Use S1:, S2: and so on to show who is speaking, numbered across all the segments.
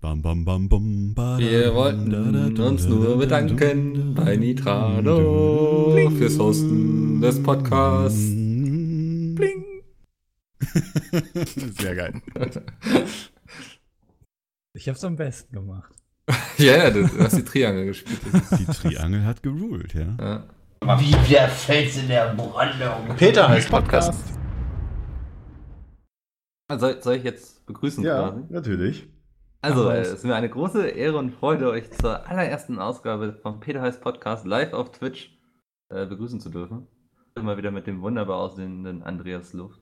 S1: Bam, bam, bam, bum, badam,
S2: Wir wollten
S1: dadadum,
S2: uns nur
S1: dadadum,
S2: bedanken bei Nitrado fürs Hosten des Podcasts.
S1: dadadum. Sehr geil.
S3: Ich hab's am besten gemacht.
S2: Ja, ja, du hast die Triangel gespielt. Das ist,
S1: Die Triangel hat geruled, ja.
S2: ja.
S4: Wie der Fels in der Brandung.
S5: Peter heißt Podcast.
S6: Soll, soll ich jetzt begrüßen
S5: Ja,
S6: quasi?
S5: natürlich.
S6: Also,
S3: Aber
S6: äh,
S3: es-
S6: es ist mir eine große Ehre und Freude, euch zur allerersten Ausgabe vom Peter Heiß Podcast live auf Twitch äh, begrüßen zu dürfen. Immer wieder mit dem wunderbar aussehenden Andreas Luft.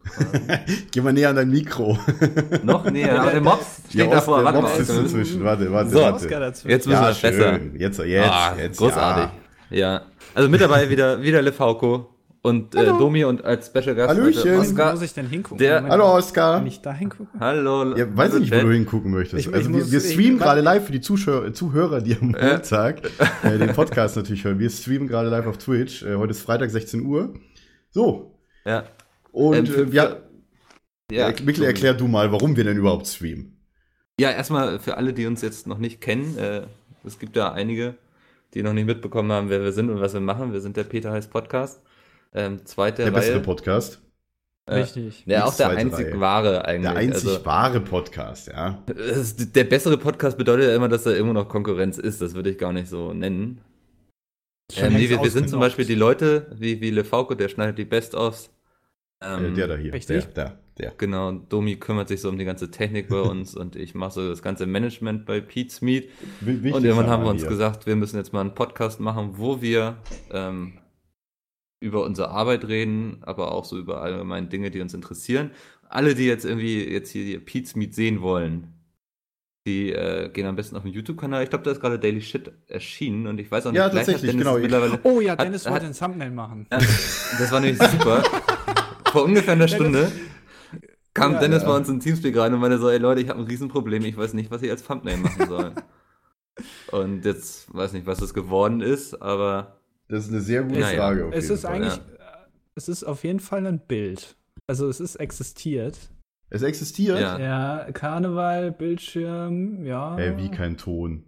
S5: Geh mal näher an dein Mikro.
S6: Noch näher, aber der Mops steht
S5: Ost-
S6: davor.
S5: der
S6: Warte
S5: Mops
S6: mal,
S5: ist
S6: wir müssen-
S5: dazwischen. Warte, warte,
S6: So,
S5: warte.
S6: jetzt müssen wir es besser.
S5: Jetzt, jetzt,
S6: Ah,
S5: jetzt.
S6: großartig. Ja. Also mit dabei wieder, wieder Liv Hauko und äh, Domi und als Special Gast
S5: Hallöchen.
S6: heute
S3: Wo
S6: Oskar.
S3: muss ich denn hingucken?
S6: Der-
S5: Ja.
S3: Moment,
S5: Hallo
S3: Kann
S5: Oskar.
S3: ich da hingucken?
S6: Hallo.
S5: Ja, weiß ich nicht, wo
S6: Chat.
S5: du hingucken möchtest.
S3: Ich- ich
S5: also wir,
S3: muss-
S5: wir
S3: ich-
S5: streamen gerade
S3: warte.
S5: live für die Zuschauer, Zuhörer, die am
S6: Ja.
S5: Montag äh, den Podcast natürlich hören. Wir streamen gerade live auf Twitch. Äh, heute ist Freitag 16 Uhr. So.
S6: Ja.
S5: Und
S6: Ähm,
S5: äh, ja, äh,
S6: Ja,
S5: Mikkel, erklär du mal, warum wir denn überhaupt streamen.
S6: Ja, erstmal für alle, die uns jetzt noch nicht kennen, äh, es gibt ja einige, die noch nicht mitbekommen haben, wer wir sind und was wir machen. Wir sind der Peter Heiß Podcast. Ähm, zweite
S5: Der, bessere
S6: Reihe.
S5: Podcast.
S6: äh,
S3: Richtig.
S6: Ja, auch der
S5: Zweite
S6: einzig
S5: Reihe.
S6: wahre eigentlich.
S5: Der einzig
S6: also,
S5: wahre Podcast, ja. Äh,
S6: es ist- der bessere Podcast bedeutet ja immer, dass da immer noch Konkurrenz ist. Das würde ich gar nicht so nennen. Ähm, nee, wir, wir sind zum Beispiel die Leute, wie, wie Lefauco, der schneidet die Best-ofs.
S5: Äh,
S6: Ähm,
S5: der da hier.
S3: richtig.
S5: Der, der, der.
S6: Genau, Domi kümmert sich so um die ganze Technik bei uns und ich mache so das ganze Management bei Pete's Meat.
S5: Wi- wichtig
S6: Und irgendwann
S5: sein
S6: haben wir
S5: mal
S6: uns
S5: hier.
S6: gesagt, wir müssen jetzt mal einen Podcast machen, wo wir ähm, über unsere Arbeit reden, aber auch so über allgemeine Dinge, die uns interessieren. Alle, die jetzt irgendwie jetzt hier Pete's Meat sehen wollen, die äh, gehen am besten auf den YouTube-Kanal. Ich glaube, da ist gerade Daily Shit erschienen und ich weiß auch nicht,
S5: Ja,
S6: vielleicht hat
S5: tatsächlich,
S6: Dennis
S5: genau.
S6: es mittlerweile.
S3: Oh ja,
S6: Hat-
S3: Dennis
S6: hat-
S3: wollte ein Thumbnail machen.
S6: Ja, das war nämlich super. Vor ungefähr einer Stunde kam
S3: Ja,
S6: Dennis
S5: ja.
S6: bei uns in Teamspeak rein und meinte so, ey Leute, ich habe ein Riesenproblem, ich weiß nicht, was ich als Thumbnail machen soll. und jetzt weiß nicht, was das geworden ist, aber
S5: Das ist eine sehr gute
S6: Naja.
S5: Frage. auf
S3: es
S5: jeden
S3: ist
S5: Fall.
S3: eigentlich, äh, es ist auf jeden Fall ein Bild. Also es ist existiert.
S5: Es existiert.
S6: Ja.
S3: Ja, Karneval, Bildschirm, ja.
S5: Hey, wie kein Ton.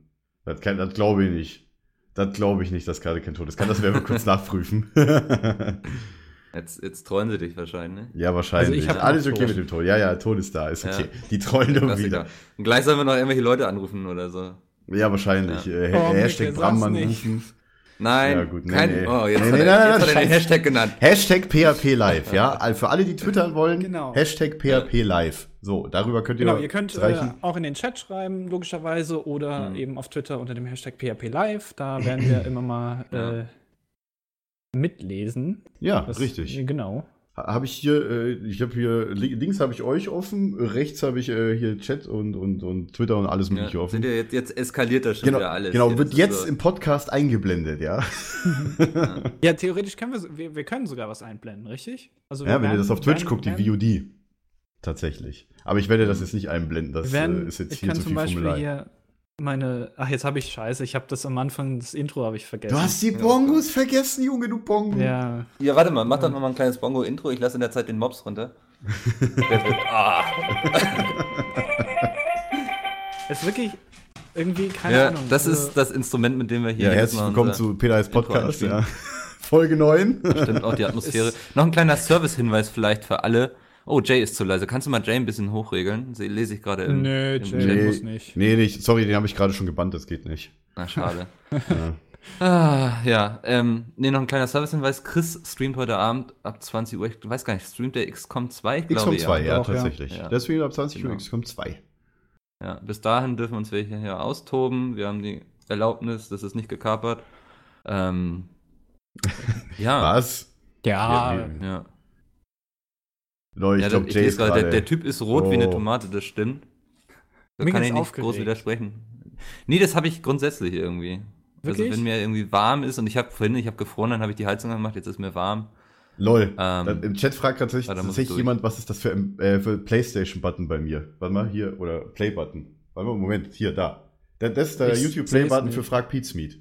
S5: Das, kann- das glaube ich nicht. Das glaube ich nicht, dass gerade kein Ton ist. Kann das Werbe kurz nachprüfen?
S6: Also jetzt, jetzt treuen sie dich wahrscheinlich. ne?
S5: ja, wahrscheinlich.
S3: Also ich hab
S5: Alles
S3: auch
S5: okay
S3: Ton.
S5: mit dem Ton. Ja, ja, Ton ist da. Ist
S6: Ja.
S5: okay. Die trollen doch
S6: Klassiker.
S5: wieder.
S6: Und gleich sollen wir noch irgendwelche Leute anrufen oder so.
S5: Ja, wahrscheinlich.
S6: Ja.
S5: Äh,
S3: Oh, Mick,
S5: Hashtag
S3: sag's
S5: Brammann
S3: nicht.
S5: rufen.
S6: Nein,
S5: Ja, gut, nee,
S6: kein,
S5: nee.
S6: Oh, jetzt
S5: Nee,
S6: hat er, jetzt
S5: nee, nein, nein,
S6: hat er den
S5: scheiße.
S6: Hashtag genannt.
S5: Hashtag PHP Live, ja. All- Für alle, die twittern wollen,
S3: Genau.
S5: Hashtag PHP Live. So, darüber könnt ihr,
S3: Genau, ihr könnt äh,
S5: reichen.
S3: auch in den Chat schreiben, logischerweise, oder
S6: Mhm.
S3: eben auf Twitter unter dem Hashtag PHP Live. Da werden wir immer mal äh, mitlesen.
S5: ja,
S3: Das-
S5: richtig.
S3: Genau.
S5: Ha- Habe ich hier, äh, ich habe hier, li- links habe ich euch offen, rechts habe ich äh, hier Chat und, und, und Twitter und alles mögliche
S6: Ja,
S5: offen.
S6: seht ihr, jetzt, jetzt eskaliert das schon
S5: Genau,
S6: wieder alles.
S5: genau
S6: Hier,
S5: wird
S6: das ist
S5: jetzt
S6: so-
S5: im Podcast eingeblendet, ja.
S3: Ja, theoretisch können wir, so- wir, wir können sogar was einblenden, richtig? Also wir
S5: ja, wenn ihr
S3: werden-
S5: das auf Twitch
S3: werden-
S5: guckt, die
S3: werden-
S5: VOD. Tatsächlich. Aber ich werde das jetzt nicht einblenden, das
S3: werden,
S5: äh, ist jetzt
S3: ich
S5: hier
S3: kann
S5: zu
S3: zum
S5: viel
S3: Beispiel
S5: Fummelei.
S3: hier meine. Ach, jetzt habe ich Scheiße. Ich habe das am Anfang, das Intro habe ich vergessen.
S5: Du hast die Bongos vergessen, Junge, du Bongo.
S3: ja.
S6: Ja, warte mal, mach doch noch mal ein kleines Bongo-Intro. Ich lasse in der Zeit den Mops runter. Der wird- ah.
S3: Es ist wirklich irgendwie keine
S6: Ja,
S3: Ahnung.
S6: das
S3: also-
S6: ist das Instrument, mit dem wir hier
S5: Ja,
S6: jedes
S5: herzlich
S6: Mal
S5: willkommen
S6: unser-
S5: zu Peters
S6: Intro
S5: Podcast,
S6: einspielen.
S5: ja. Folge 9.
S6: Stimmt auch die Atmosphäre. Noch ein kleiner Service-Hinweis vielleicht für alle. Oh, Jay ist zu leise. Kannst du mal Jay ein bisschen hochregeln? Sie lese ich gerade im,
S3: Nö,
S6: im
S3: Jay.
S6: Chat.
S3: Nee. muss nicht.
S5: Nee, nicht. sorry, den habe ich gerade schon gebannt, das geht nicht.
S6: Na, schade. Ah, ja, ähm, nee, noch ein kleiner Service-Hinweis. Chris streamt heute Abend ab 20 Uhr. Ich weiß gar nicht, streamt der XCOM 2? Ich glaube,
S5: XCOM 2, ja,
S3: Doch, ja.
S5: tatsächlich.
S6: Ja.
S5: Deswegen ab 20 Uhr
S6: Genau.
S5: XCOM 2.
S6: Ja, bis dahin dürfen uns welche hier austoben. Wir haben die Erlaubnis, das ist nicht gekapert. Ähm, ja,
S5: Was?
S3: Ja,
S5: Ja, nee.
S6: ja.
S5: Leute, ich
S6: Ah. ja,
S5: glaube,
S6: ich
S5: Jay
S6: lese
S5: ist
S6: gerade, der,
S5: gerade.
S6: der Typ ist rot wie eine
S5: Oh.
S6: Tomate, das stimmt. Da
S3: Mir
S6: kann
S3: ist
S6: ich nicht
S3: aufgeregt.
S6: groß widersprechen. Nee, das habe ich grundsätzlich irgendwie.
S3: Wirklich?
S6: Also wenn mir irgendwie warm ist und ich habe vorhin, ich habe gefroren, dann habe ich die Heizung gemacht, jetzt ist mir warm.
S5: Lol.
S6: Ähm,
S5: Dann Im Chat fragt tatsächlich,
S6: warte, da muss ich
S5: tatsächlich
S6: durch.
S5: jemand, was ist das für ein äh, für PlayStation-Button bei mir? Warte mal, hier, oder Play-Button. Warte mal, Moment, hier, da. Da- Das ist der
S3: Ich
S5: YouTube-Play-Button
S3: seh's
S5: für
S3: nicht.
S5: Frag Pete's Meet.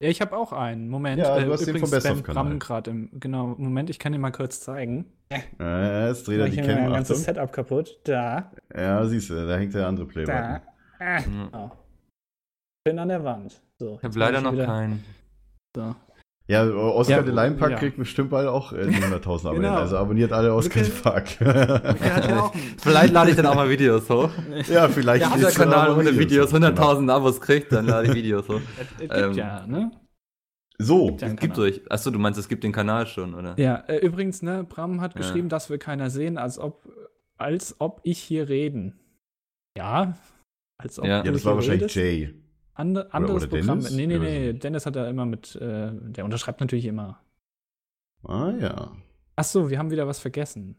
S3: Ja, ich habe auch einen. Moment. äh,
S5: Ja, du hast den vom Best of Kanal.
S3: gerade im. Genau, Moment, ich kann dir mal kurz zeigen.
S5: Äh, jetzt dreht
S3: Mach
S5: er
S3: ich
S5: die
S3: hier mein
S5: Cam.
S3: ganzes
S5: Achtung.
S3: Setup kaputt. Da,
S5: Ja, siehst du, da hängt der andere
S3: da.
S5: Play-Button.
S3: Ah,
S6: Ja.
S3: ah. Schön an der Wand. So,
S6: Ich habe leider noch keinen.
S3: So.
S5: Ja, Oscar
S3: Ja,
S5: den Leinpack
S3: ja.
S5: kriegt bestimmt bald auch äh, 700.000 Abonnenten.
S3: Genau.
S5: Also abonniert alle Oscar den Park.
S3: Der hat ja auch
S6: Vielleicht lade ich dann auch mal Videos hoch.
S5: ja, vielleicht.
S6: Wenn
S5: ist
S6: dieser
S5: dann
S6: Kanal
S5: auch mal
S6: ohne Videos
S5: Genau.
S6: 100.000 Abos kriegt, dann lade ich Videos hoch.
S3: Es, es gibt
S6: Ähm,
S3: ja, ne?
S5: So,
S3: ja einen
S6: Gibt's
S3: Kanal.
S6: euch. Achso, du meinst, es gibt den Kanal schon, oder?
S3: Ja, äh, übrigens, ne, Bram hat
S6: Ja.
S3: geschrieben, das will keiner sehen, als ob, als ob ich hier reden. Ja, als ob
S6: Ja.
S5: ja, das war wahrscheinlich Jay.
S3: Ande, anderes
S5: oder
S3: Programm.
S5: Dennis?
S3: Nee, nee,
S5: Ich weiß
S3: nee,
S5: nicht.
S3: Dennis hat da immer mit, äh, der unterschreibt natürlich immer.
S5: Ah ja.
S3: Ach so, wir haben wieder was vergessen.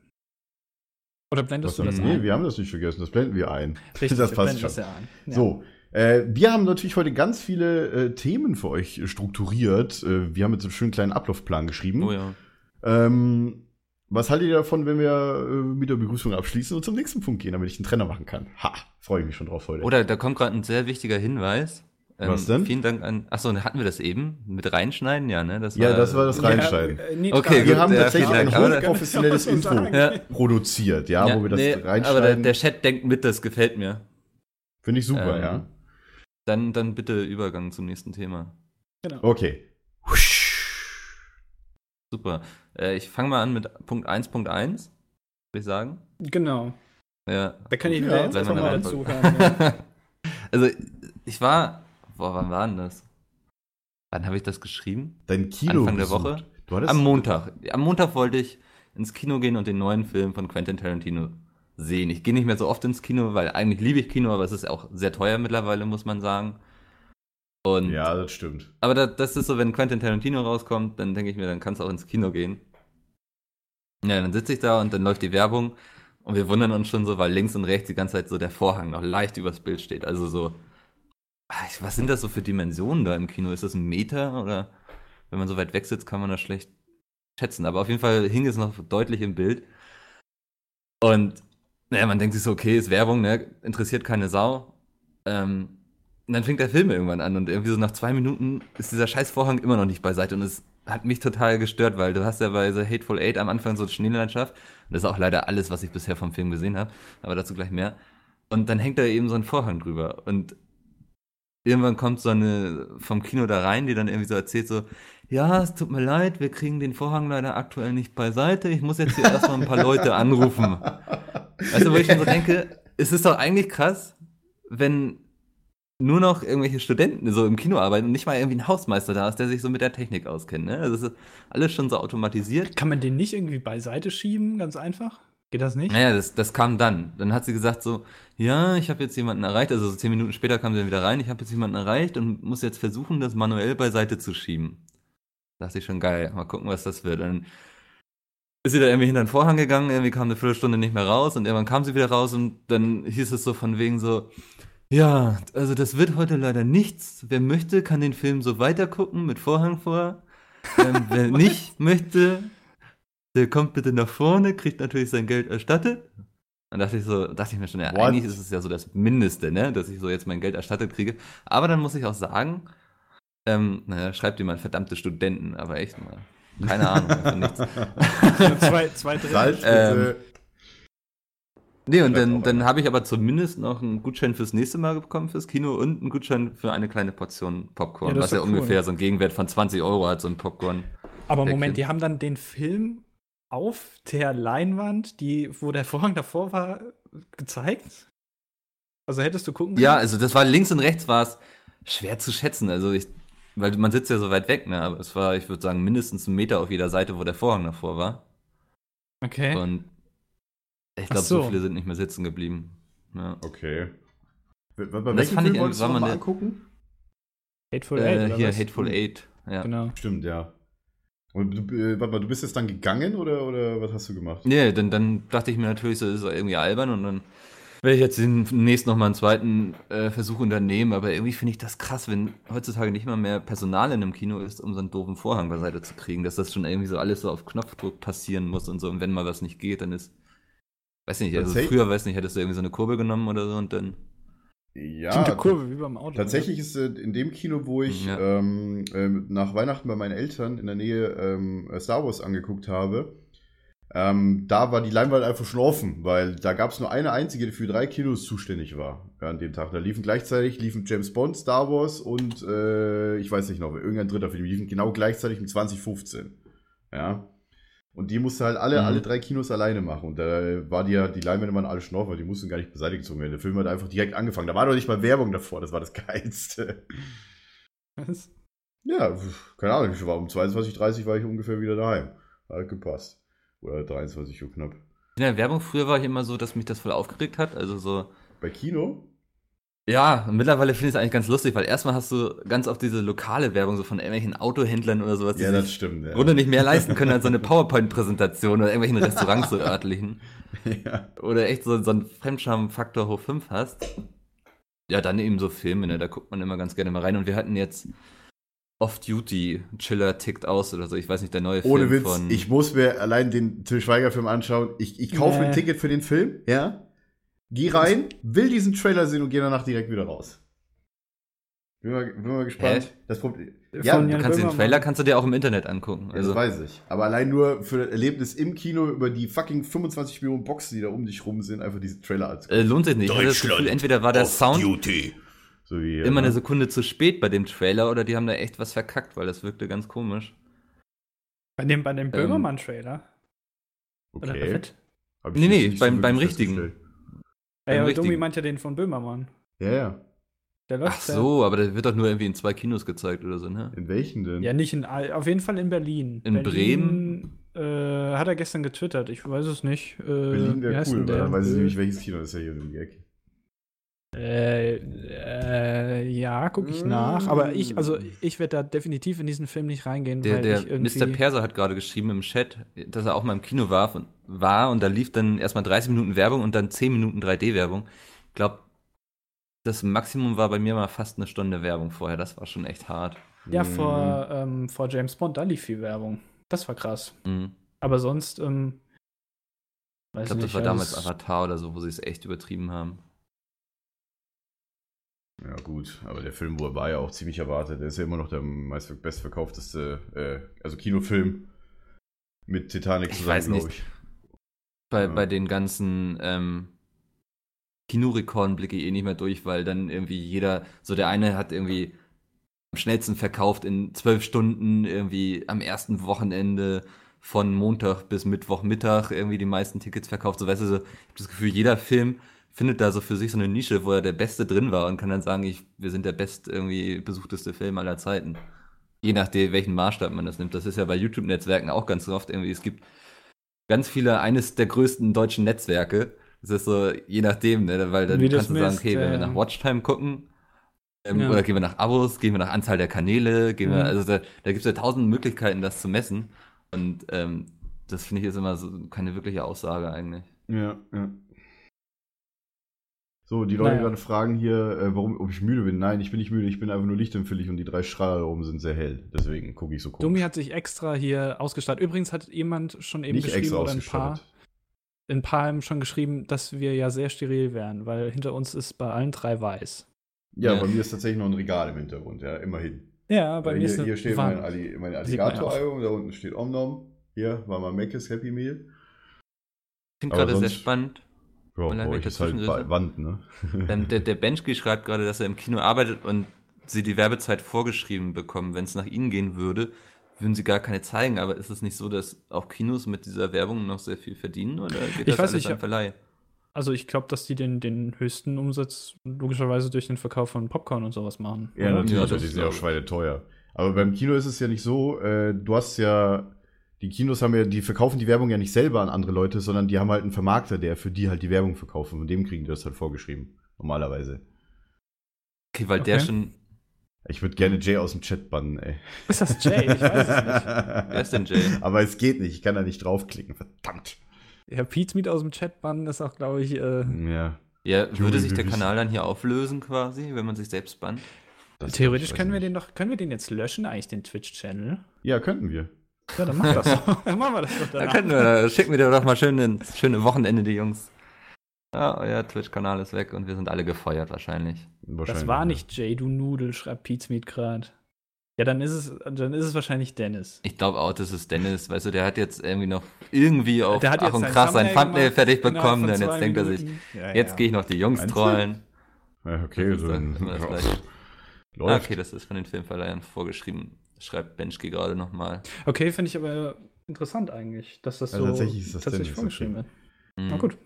S3: Oder blendest du
S5: Was-
S3: das
S5: nee,
S3: ein?
S5: wir haben das nicht vergessen, das blenden wir ein.
S3: Richtig,
S5: das
S3: wir
S5: passt
S3: blenden das
S5: schon.
S3: ja ein. Ja.
S5: So, äh, wir haben natürlich heute ganz viele äh, Themen für euch strukturiert. Äh, wir haben jetzt einen schönen kleinen Ablaufplan geschrieben.
S6: Oh ja.
S5: ähm, was haltet ihr davon, wenn wir äh, mit der Begrüßung abschließen und zum nächsten Punkt gehen, damit ich einen Trenner machen kann? Ha, freue ich mich schon drauf heute.
S6: Oder da kommt gerade ein sehr wichtiger Hinweis.
S5: Was denn?
S6: Vielen Dank an. Achso, hatten wir das eben? Mit reinschneiden, ja, ne? Das
S5: ja, das war das
S3: Ja,
S5: Reinschneiden.
S3: äh, nee,
S6: Okay,
S3: klar.
S5: wir
S6: gut,
S5: haben
S6: äh,
S5: tatsächlich
S6: vielen
S5: ein
S6: Dank. Aber da-
S5: hochprofessionelles
S3: Ich wollte
S5: Intro
S3: schon
S6: Ja,
S5: produziert, ja, wo wir das
S6: nee,
S5: reinschneiden.
S6: Aber der, der Chat denkt mit, das gefällt mir.
S5: Finde ich super,
S6: Ähm,
S5: ja.
S6: Dann, dann bitte Übergang zum nächsten Thema.
S5: Okay.
S6: Super. Äh, ich fange mal an mit Punkt 1.1, würde ich sagen.
S3: Genau.
S6: Ja.
S3: Da kann ich
S5: Ja,
S3: ja, jetzt
S6: wenn
S3: einfach
S6: man
S3: mal
S6: dann
S3: dazu hören. ne? Ja.
S6: anfängt. also, ich war. Boah, wann war denn das? Wann habe ich das geschrieben?
S5: Dein Kino.
S6: Anfang der
S5: besucht.
S6: Woche?
S5: Du hattest,
S6: Am Montag. Am Montag wollte ich ins Kino gehen und den neuen Film von Quentin Tarantino sehen. Ich gehe nicht mehr so oft ins Kino, weil eigentlich liebe ich Kino, aber es ist auch sehr teuer mittlerweile, muss man sagen. Und
S5: ja, das stimmt.
S6: Aber da, das ist so, wenn Quentin Tarantino rauskommt, dann denke ich mir, dann kannst du auch ins Kino gehen. Ja, dann sitze ich da und dann läuft die Werbung und wir wundern uns schon so, weil links und rechts die ganze Zeit so der Vorhang noch leicht übers Bild steht. Also so, Ah, ich- was sind das so für Dimensionen da im Kino? Ist das ein Meter oder wenn man so weit weg sitzt, kann man das schlecht schätzen. Aber auf jeden Fall hing es noch deutlich im Bild. Und naja, man denkt sich so, okay, ist Werbung, ne? interessiert keine Sau. Ähm, und dann fängt der Film irgendwann an und irgendwie so nach zwei Minuten ist dieser scheiß Vorhang immer noch nicht beiseite und es hat mich total gestört, weil du hast ja bei The Hateful Eight am Anfang so eine Schneelandschaft und das ist auch leider alles, was ich bisher vom Film gesehen habe, aber dazu gleich mehr. Und dann hängt da eben so ein Vorhang drüber und irgendwann kommt so eine vom Kino da rein, die dann irgendwie so erzählt so, ja, es tut mir leid, wir kriegen den Vorhang leider aktuell nicht beiseite, ich muss jetzt hier erstmal ein paar Leute anrufen. Weißt du, wo ich mir so denke, es ist doch eigentlich krass, wenn nur noch irgendwelche Studenten so im Kino arbeiten und nicht mal irgendwie ein Hausmeister da ist, der sich so mit der Technik auskennt. Ne? Also es ist alles schon so automatisiert.
S3: Kann man den nicht irgendwie beiseite schieben, ganz einfach? Geht das nicht?
S6: Naja, das, das kam dann. Dann hat sie gesagt so, ja, ich habe jetzt jemanden erreicht. Also so zehn Minuten später kam sie dann wieder rein. Ich habe jetzt jemanden erreicht und muss jetzt versuchen, das manuell beiseite zu schieben. Dachte ich schon, geil, mal gucken, was das wird. Dann ist sie da irgendwie hinter den Vorhang gegangen, irgendwie kam eine Viertelstunde nicht mehr raus und irgendwann kam sie wieder raus und dann hieß es so von wegen so, ja, also das wird heute leider nichts. Wer möchte, kann den Film so weitergucken mit Vorhang vor. Ähm, wer nicht möchte, der kommt bitte nach vorne, kriegt natürlich sein Geld erstattet. Dann dachte ich so, dachte ich mir schon, ja,
S5: What?
S6: eigentlich ist es ja so das Mindeste, ne, dass ich so jetzt mein Geld erstattet kriege. Aber dann muss ich auch sagen, ähm, naja, schreibt ihr mal verdammte Studenten, aber echt mal. Keine Ahnung, einfach nichts.
S3: Also zwei, zwei Drittel.
S5: Salz bitte.
S6: Ähm. Nee, und
S5: Vielleicht
S6: dann,
S5: auch
S6: dann
S5: einer.
S6: habe ich aber zumindest noch einen Gutschein fürs nächste Mal bekommen fürs Kino und einen Gutschein für eine kleine Portion Popcorn,
S3: Ja, das
S6: was
S3: ist
S6: ja
S3: doch cool. Mhm.
S6: ungefähr so einen Gegenwert von 20 Euro hat, so ein Popcorn.
S3: Aber
S6: Päckchen.
S3: Moment, die haben dann den Film auf der Leinwand, die, wo der Vorhang davor war, gezeigt? Also hättest du gucken
S6: Ja, also das war links und rechts war es schwer zu schätzen. Also ich, weil man sitzt ja so weit weg, ne? Aber es war, ich würde sagen, mindestens einen Meter auf jeder Seite, wo der Vorhang davor war.
S3: Okay.
S6: Und ich glaube,
S3: Ach
S6: so.
S3: so.
S6: viele sind nicht mehr sitzen geblieben. Ja.
S5: Okay. Bei
S6: Das
S5: welchem
S6: fand
S5: Film
S6: ich irgendwie-
S5: wolltest du noch
S6: war
S5: mal
S6: mal eine-
S5: angucken?
S3: Hateful Eight,
S6: äh,
S3: oder
S6: hier,
S3: was? Mhm.
S6: Hateful Eight. Ja.
S3: Genau.
S5: Stimmt, ja. Und du, äh, warte mal, du bist jetzt dann gegangen oder, oder was hast du gemacht?
S6: Nee, dann, dann dachte ich mir natürlich, so ist es irgendwie albern und dann werde ich jetzt demnächst nochmal einen zweiten äh, Versuch unternehmen, aber irgendwie finde ich das krass, wenn heutzutage nicht mal mehr Personal in einem Kino ist, um so einen doofen Vorhang beiseite zu kriegen, dass das schon irgendwie so alles so auf Knopfdruck passieren muss und so und wenn mal was nicht geht, dann ist, weiß nicht, also
S5: Tatsächlich-
S6: früher, weiß nicht, hättest du irgendwie so eine Kurbel genommen oder so und dann,
S5: Ja,
S3: Eine Kurve wie beim Auto.
S5: Tatsächlich ist äh, in dem Kino, wo ich
S6: Ja.
S5: äh, ähm, ähm, nach Weihnachten bei meinen Eltern in der Nähe ähm, Star Wars angeguckt habe, Ähm, da war die Leinwand einfach schon offen, weil da gab es nur eine einzige, die für drei Kinos zuständig war an dem Tag. Da liefen gleichzeitig liefen James Bond, Star Wars und äh, ich weiß nicht noch, irgendein dritter Film, die liefen genau gleichzeitig im 2015. Ja. Und die musste halt alle,
S6: Mhm.
S5: alle drei Kinos alleine machen. Und da war die ja, die Leinwände waren alle schon offen, weil die mussten gar nicht beseitigt gezogen werden. Der Film hat einfach direkt angefangen. Da war doch nicht mal Werbung davor, das war das Geilste.
S3: Was?
S5: Ja, pf, keine Ahnung, ich war um 22.30 Uhr war ich ungefähr wieder daheim. Hat gepasst. Oder 23 Uhr knapp.
S6: In der Werbung früher war ich immer so, dass mich das voll aufgeregt hat. Also so,
S5: Bei Kino?
S6: ja, und mittlerweile finde ich es eigentlich ganz lustig, weil erstmal hast du ganz oft diese lokale Werbung so von irgendwelchen Autohändlern oder sowas, die
S5: Ja, das
S6: sich
S5: stimmt.
S6: im
S5: Ja.
S6: Grunde nicht mehr leisten können als so eine PowerPoint-Präsentation oder irgendwelchen Restaurants so örtlichen.
S5: ja.
S6: Oder echt so, so einen Fremdscham-Faktor hoch 5 hast. Ja, dann eben so Filme, ne? da guckt man immer ganz gerne mal rein. Und wir hatten jetzt Off-Duty, Chiller tickt aus oder so, ich weiß nicht, der neue
S5: Ohne
S6: Film
S5: Witz,
S6: von...
S5: ich muss mir allein den Till Schweiger-Film anschauen. Ich, ich kaufe mir ein
S3: Nee.
S5: Ticket für den Film, ja? Geh rein, will diesen Trailer sehen und gehe danach direkt wieder raus. Bin mal, bin mal gespannt.
S6: Hä?
S5: Das Problem.
S3: Von Jan
S6: du kannst den
S3: Böhmermann.
S6: Trailer kannst du dir auch im Internet angucken.
S5: Ja, das
S6: Also,
S5: weiß ich. Aber allein nur für das Erlebnis im Kino über die fucking 25 Millionen Boxen, die da um dich rum sind, einfach diesen Trailer als.
S6: äh, lohnt sich nicht. Ich hatte das Gefühl, entweder war der Sound
S5: So wie,
S6: immer eine
S5: äh,
S6: Sekunde zu spät bei dem Trailer oder die haben da echt was verkackt, weil das wirkte ganz komisch.
S3: Bei dem, bei
S6: Ähm,
S3: dem Böhmermann-Trailer. Oder bei
S5: okay.
S3: was?
S5: Hab
S6: Nee,
S5: jetzt
S6: nee, beim-
S5: nicht wirklich
S6: beim
S5: festgestellt.
S6: richtigen.
S3: Ja,
S6: Beim
S3: aber Domi
S6: richtigen.
S3: meint ja den von Böhmermann.
S5: Ja, ja.
S3: Der läuft
S6: Ach so, aber der wird doch nur irgendwie in zwei Kinos gezeigt oder so, ne?
S5: In welchen denn?
S3: Ja, äh, ja nicht in, all- auf jeden Fall in Berlin.
S6: In
S3: Äh, hat er gestern getwittert, ich weiß es nicht. Äh,
S5: Berlin
S3: wie
S5: wäre
S3: heißt
S5: cool,
S3: denn
S5: weil
S3: der?
S5: dann weiß ich nämlich, welches Kino ist ja hier um die Ecke.
S3: Äh, äh, ja, guck ich nach. Aber ich, also ich werde da definitiv in diesen Film halt nicht reingehen,
S6: Der,
S3: weil ich
S6: der
S3: irgendwie.
S6: Mr. Perser hat gerade geschrieben im Chat, dass er auch mal im Kino war, von- war und da lief dann erstmal 30 Minuten Werbung und dann 10 Minuten 3D-Werbung. Ich glaube, das Maximum war bei mir mal fast eine Stunde Werbung vorher. Das war schon echt hart.
S3: ja,
S5: Mhm.
S3: vor, ähm, vor James Bond, da lief viel Werbung. Das war krass.
S6: Mhm.
S3: Aber sonst, ähm, weiß
S6: Ich glaube, das
S3: nicht, also
S6: war
S3: ja,
S6: damals
S3: das-
S6: Avatar oder so, wo sie es echt übertrieben haben.
S5: Ja, gut, aber der Film wurde- war ja auch ziemlich erwartet. Der ist ja immer noch der meist bestverkaufteste, äh, also Kinofilm mit Titanic
S6: Ich
S5: zusammen,
S6: weiß nicht.
S5: glaube ich.
S6: Bei,
S5: Ja.
S6: bei den ganzen ähm, Kinorekorden blicke ich eh nicht mehr durch, weil dann irgendwie jeder, so der eine hat irgendwie am schnellsten verkauft in zwölf Stunden, irgendwie am ersten Wochenende von Montag bis Mittwochmittag irgendwie die meisten Tickets verkauft. So weißt du, so, ich habe das Gefühl, jeder Film findet da so für sich so eine Nische, wo er der Beste drin war und kann dann sagen, ich, wir sind der best irgendwie besuchteste Film aller Zeiten. Je nachdem, welchen Maßstab man das nimmt. Das ist ja bei YouTube-Netzwerken auch ganz oft irgendwie. Es gibt ganz viele, eines der größten deutschen Netzwerke. Das ist so, je nachdem, ne? weil dann
S3: Wie das
S6: kannst du sagen,
S3: misst,
S6: okay, wenn wir
S3: ja.
S6: nach Watchtime gucken, ähm,
S3: Ja.
S6: oder gehen wir nach Abos, gehen wir nach Anzahl der Kanäle, gehen wir,
S3: Mhm.
S6: also da, da gibt es ja tausend Möglichkeiten, das zu messen. Und ähm, das finde ich ist immer so keine wirkliche Aussage eigentlich.
S5: Ja, ja. So, die Leute
S3: Naja.
S5: gerade fragen hier, äh, warum, ob ich müde bin. Nein, ich bin nicht müde, ich bin einfach nur lichtempfindlich und die drei Strahler da oben sind sehr hell. Deswegen gucke ich so komisch.
S3: Domi hat sich extra hier ausgestattet. Übrigens hat jemand schon eben
S5: nicht
S3: geschrieben,
S5: extra
S3: oder ein paar,
S5: ausgestattet.
S3: ein paar haben schon geschrieben, dass wir ja sehr steril wären, weil hinter uns ist bei allen drei weiß.
S5: Ja,
S6: Ja.
S5: bei mir ist tatsächlich noch ein Regal im Hintergrund, ja, immerhin.
S3: Ja, bei
S5: Weil
S3: mir
S5: hier,
S3: ist
S5: hier halt steht mein, Ali, mein
S3: Sieht man ja
S5: Alligator-Album, da unten steht Omnom. Hier war mein Mc's Happy Meal.
S6: Ich finde
S5: Aber
S6: gerade sehr
S5: sonst-
S6: spannend.
S5: Ja,
S6: Und dann
S5: boah,
S6: mit
S5: ich ist halt
S6: dazwischen-
S5: Wa- Wand, ne?
S6: Ähm, der, der Benchki schreibt gerade, dass er im Kino arbeitet und sie die Werbezeit vorgeschrieben bekommen. Wenn es nach ihnen gehen würde, würden sie gar keine zeigen. Aber ist es nicht so, dass auch Kinos mit dieser Werbung noch sehr viel verdienen? Oder geht
S3: Ich
S6: das
S3: weiß
S6: alles
S3: nicht,
S6: an
S3: ja.
S6: Verleih?
S3: Also ich glaube, dass die den, den höchsten Umsatz logischerweise durch den Verkauf von Popcorn und sowas machen.
S5: Ja,
S3: oder?
S5: natürlich,
S6: Ja,
S5: ja,
S6: das
S5: die sind ja auch
S6: glaube ich.
S5: schweineteuer. Aber beim Kino ist es ja nicht so, äh, du hast ja, die Kinos haben ja, die verkaufen die Werbung ja nicht selber an andere Leute, sondern die haben halt einen Vermarkter, der für die halt die Werbung verkauft und dem kriegen die das halt vorgeschrieben, normalerweise.
S6: Okay, weil der
S3: Okay.
S6: schon.
S5: Ich würde gerne Jay aus dem Chat bannen, ey.
S3: Ist das Jay? Ich weiß es nicht.
S5: Wer
S6: ist denn Jay?
S5: Aber es geht nicht, ich kann da nicht draufklicken, verdammt.
S3: Herr Pete aus dem Chat bannen ist auch, glaube ich, äh,
S5: Ja.
S6: Ja, würde
S5: Juri,
S6: sich
S5: wir
S6: der
S5: wissen-
S6: Kanal dann hier auflösen quasi, wenn man sich selbst bannt?
S5: das- ich
S3: theoretisch
S5: weiß
S3: können wir
S5: nicht.
S3: den doch, können wir den jetzt löschen eigentlich, den Twitch-Channel?
S5: Ja, könnten wir.
S3: Ja, dann mach das doch. dann machen wir das doch
S6: Da
S3: danach.
S6: könnten wir, da schicken wir dir doch mal schön ein schöne Wochenende, die Jungs. Ja, Ah, euer Twitch-Kanal ist weg und wir sind alle gefeuert wahrscheinlich.
S5: Wahrscheinlich,
S3: Das war
S5: ja.
S3: nicht Jay, du Nudel, schreibt Pete gerade. Ja, dann ist es, dann ist es wahrscheinlich Dennis.
S6: Ich glaube auch, das ist Dennis. Weißt du, der hat jetzt irgendwie noch irgendwie auf
S3: Der hat
S6: Ach
S3: jetzt
S6: und
S3: sein
S6: krass sein
S3: Thumbnail
S6: Thumbnail
S3: gemacht,
S6: fertig
S3: innerhalb
S6: bekommen.
S3: von
S6: Dann jetzt
S3: zwei
S6: denkt er sich,
S3: Minuten. Ja,
S6: jetzt
S3: ja.
S6: gehe ich noch die Jungs
S5: Meinst du?
S6: trollen.
S5: Ja, okay,
S6: Das ist dann
S5: dann.
S6: immer das
S5: ja,
S6: Gleiche. Ah,
S5: läuft.
S6: okay, das ist von den Filmverleihern vorgeschrieben. Schreibt Benschke gerade nochmal.
S3: Okay, finde ich aber interessant eigentlich, dass das
S5: Ja,
S3: so
S5: Also tatsächlich ist Mhm. das
S3: tatsächlich
S5: Dennis,
S3: vorgeschrieben
S5: okay.
S3: wird.
S6: Hm.
S3: Na gut.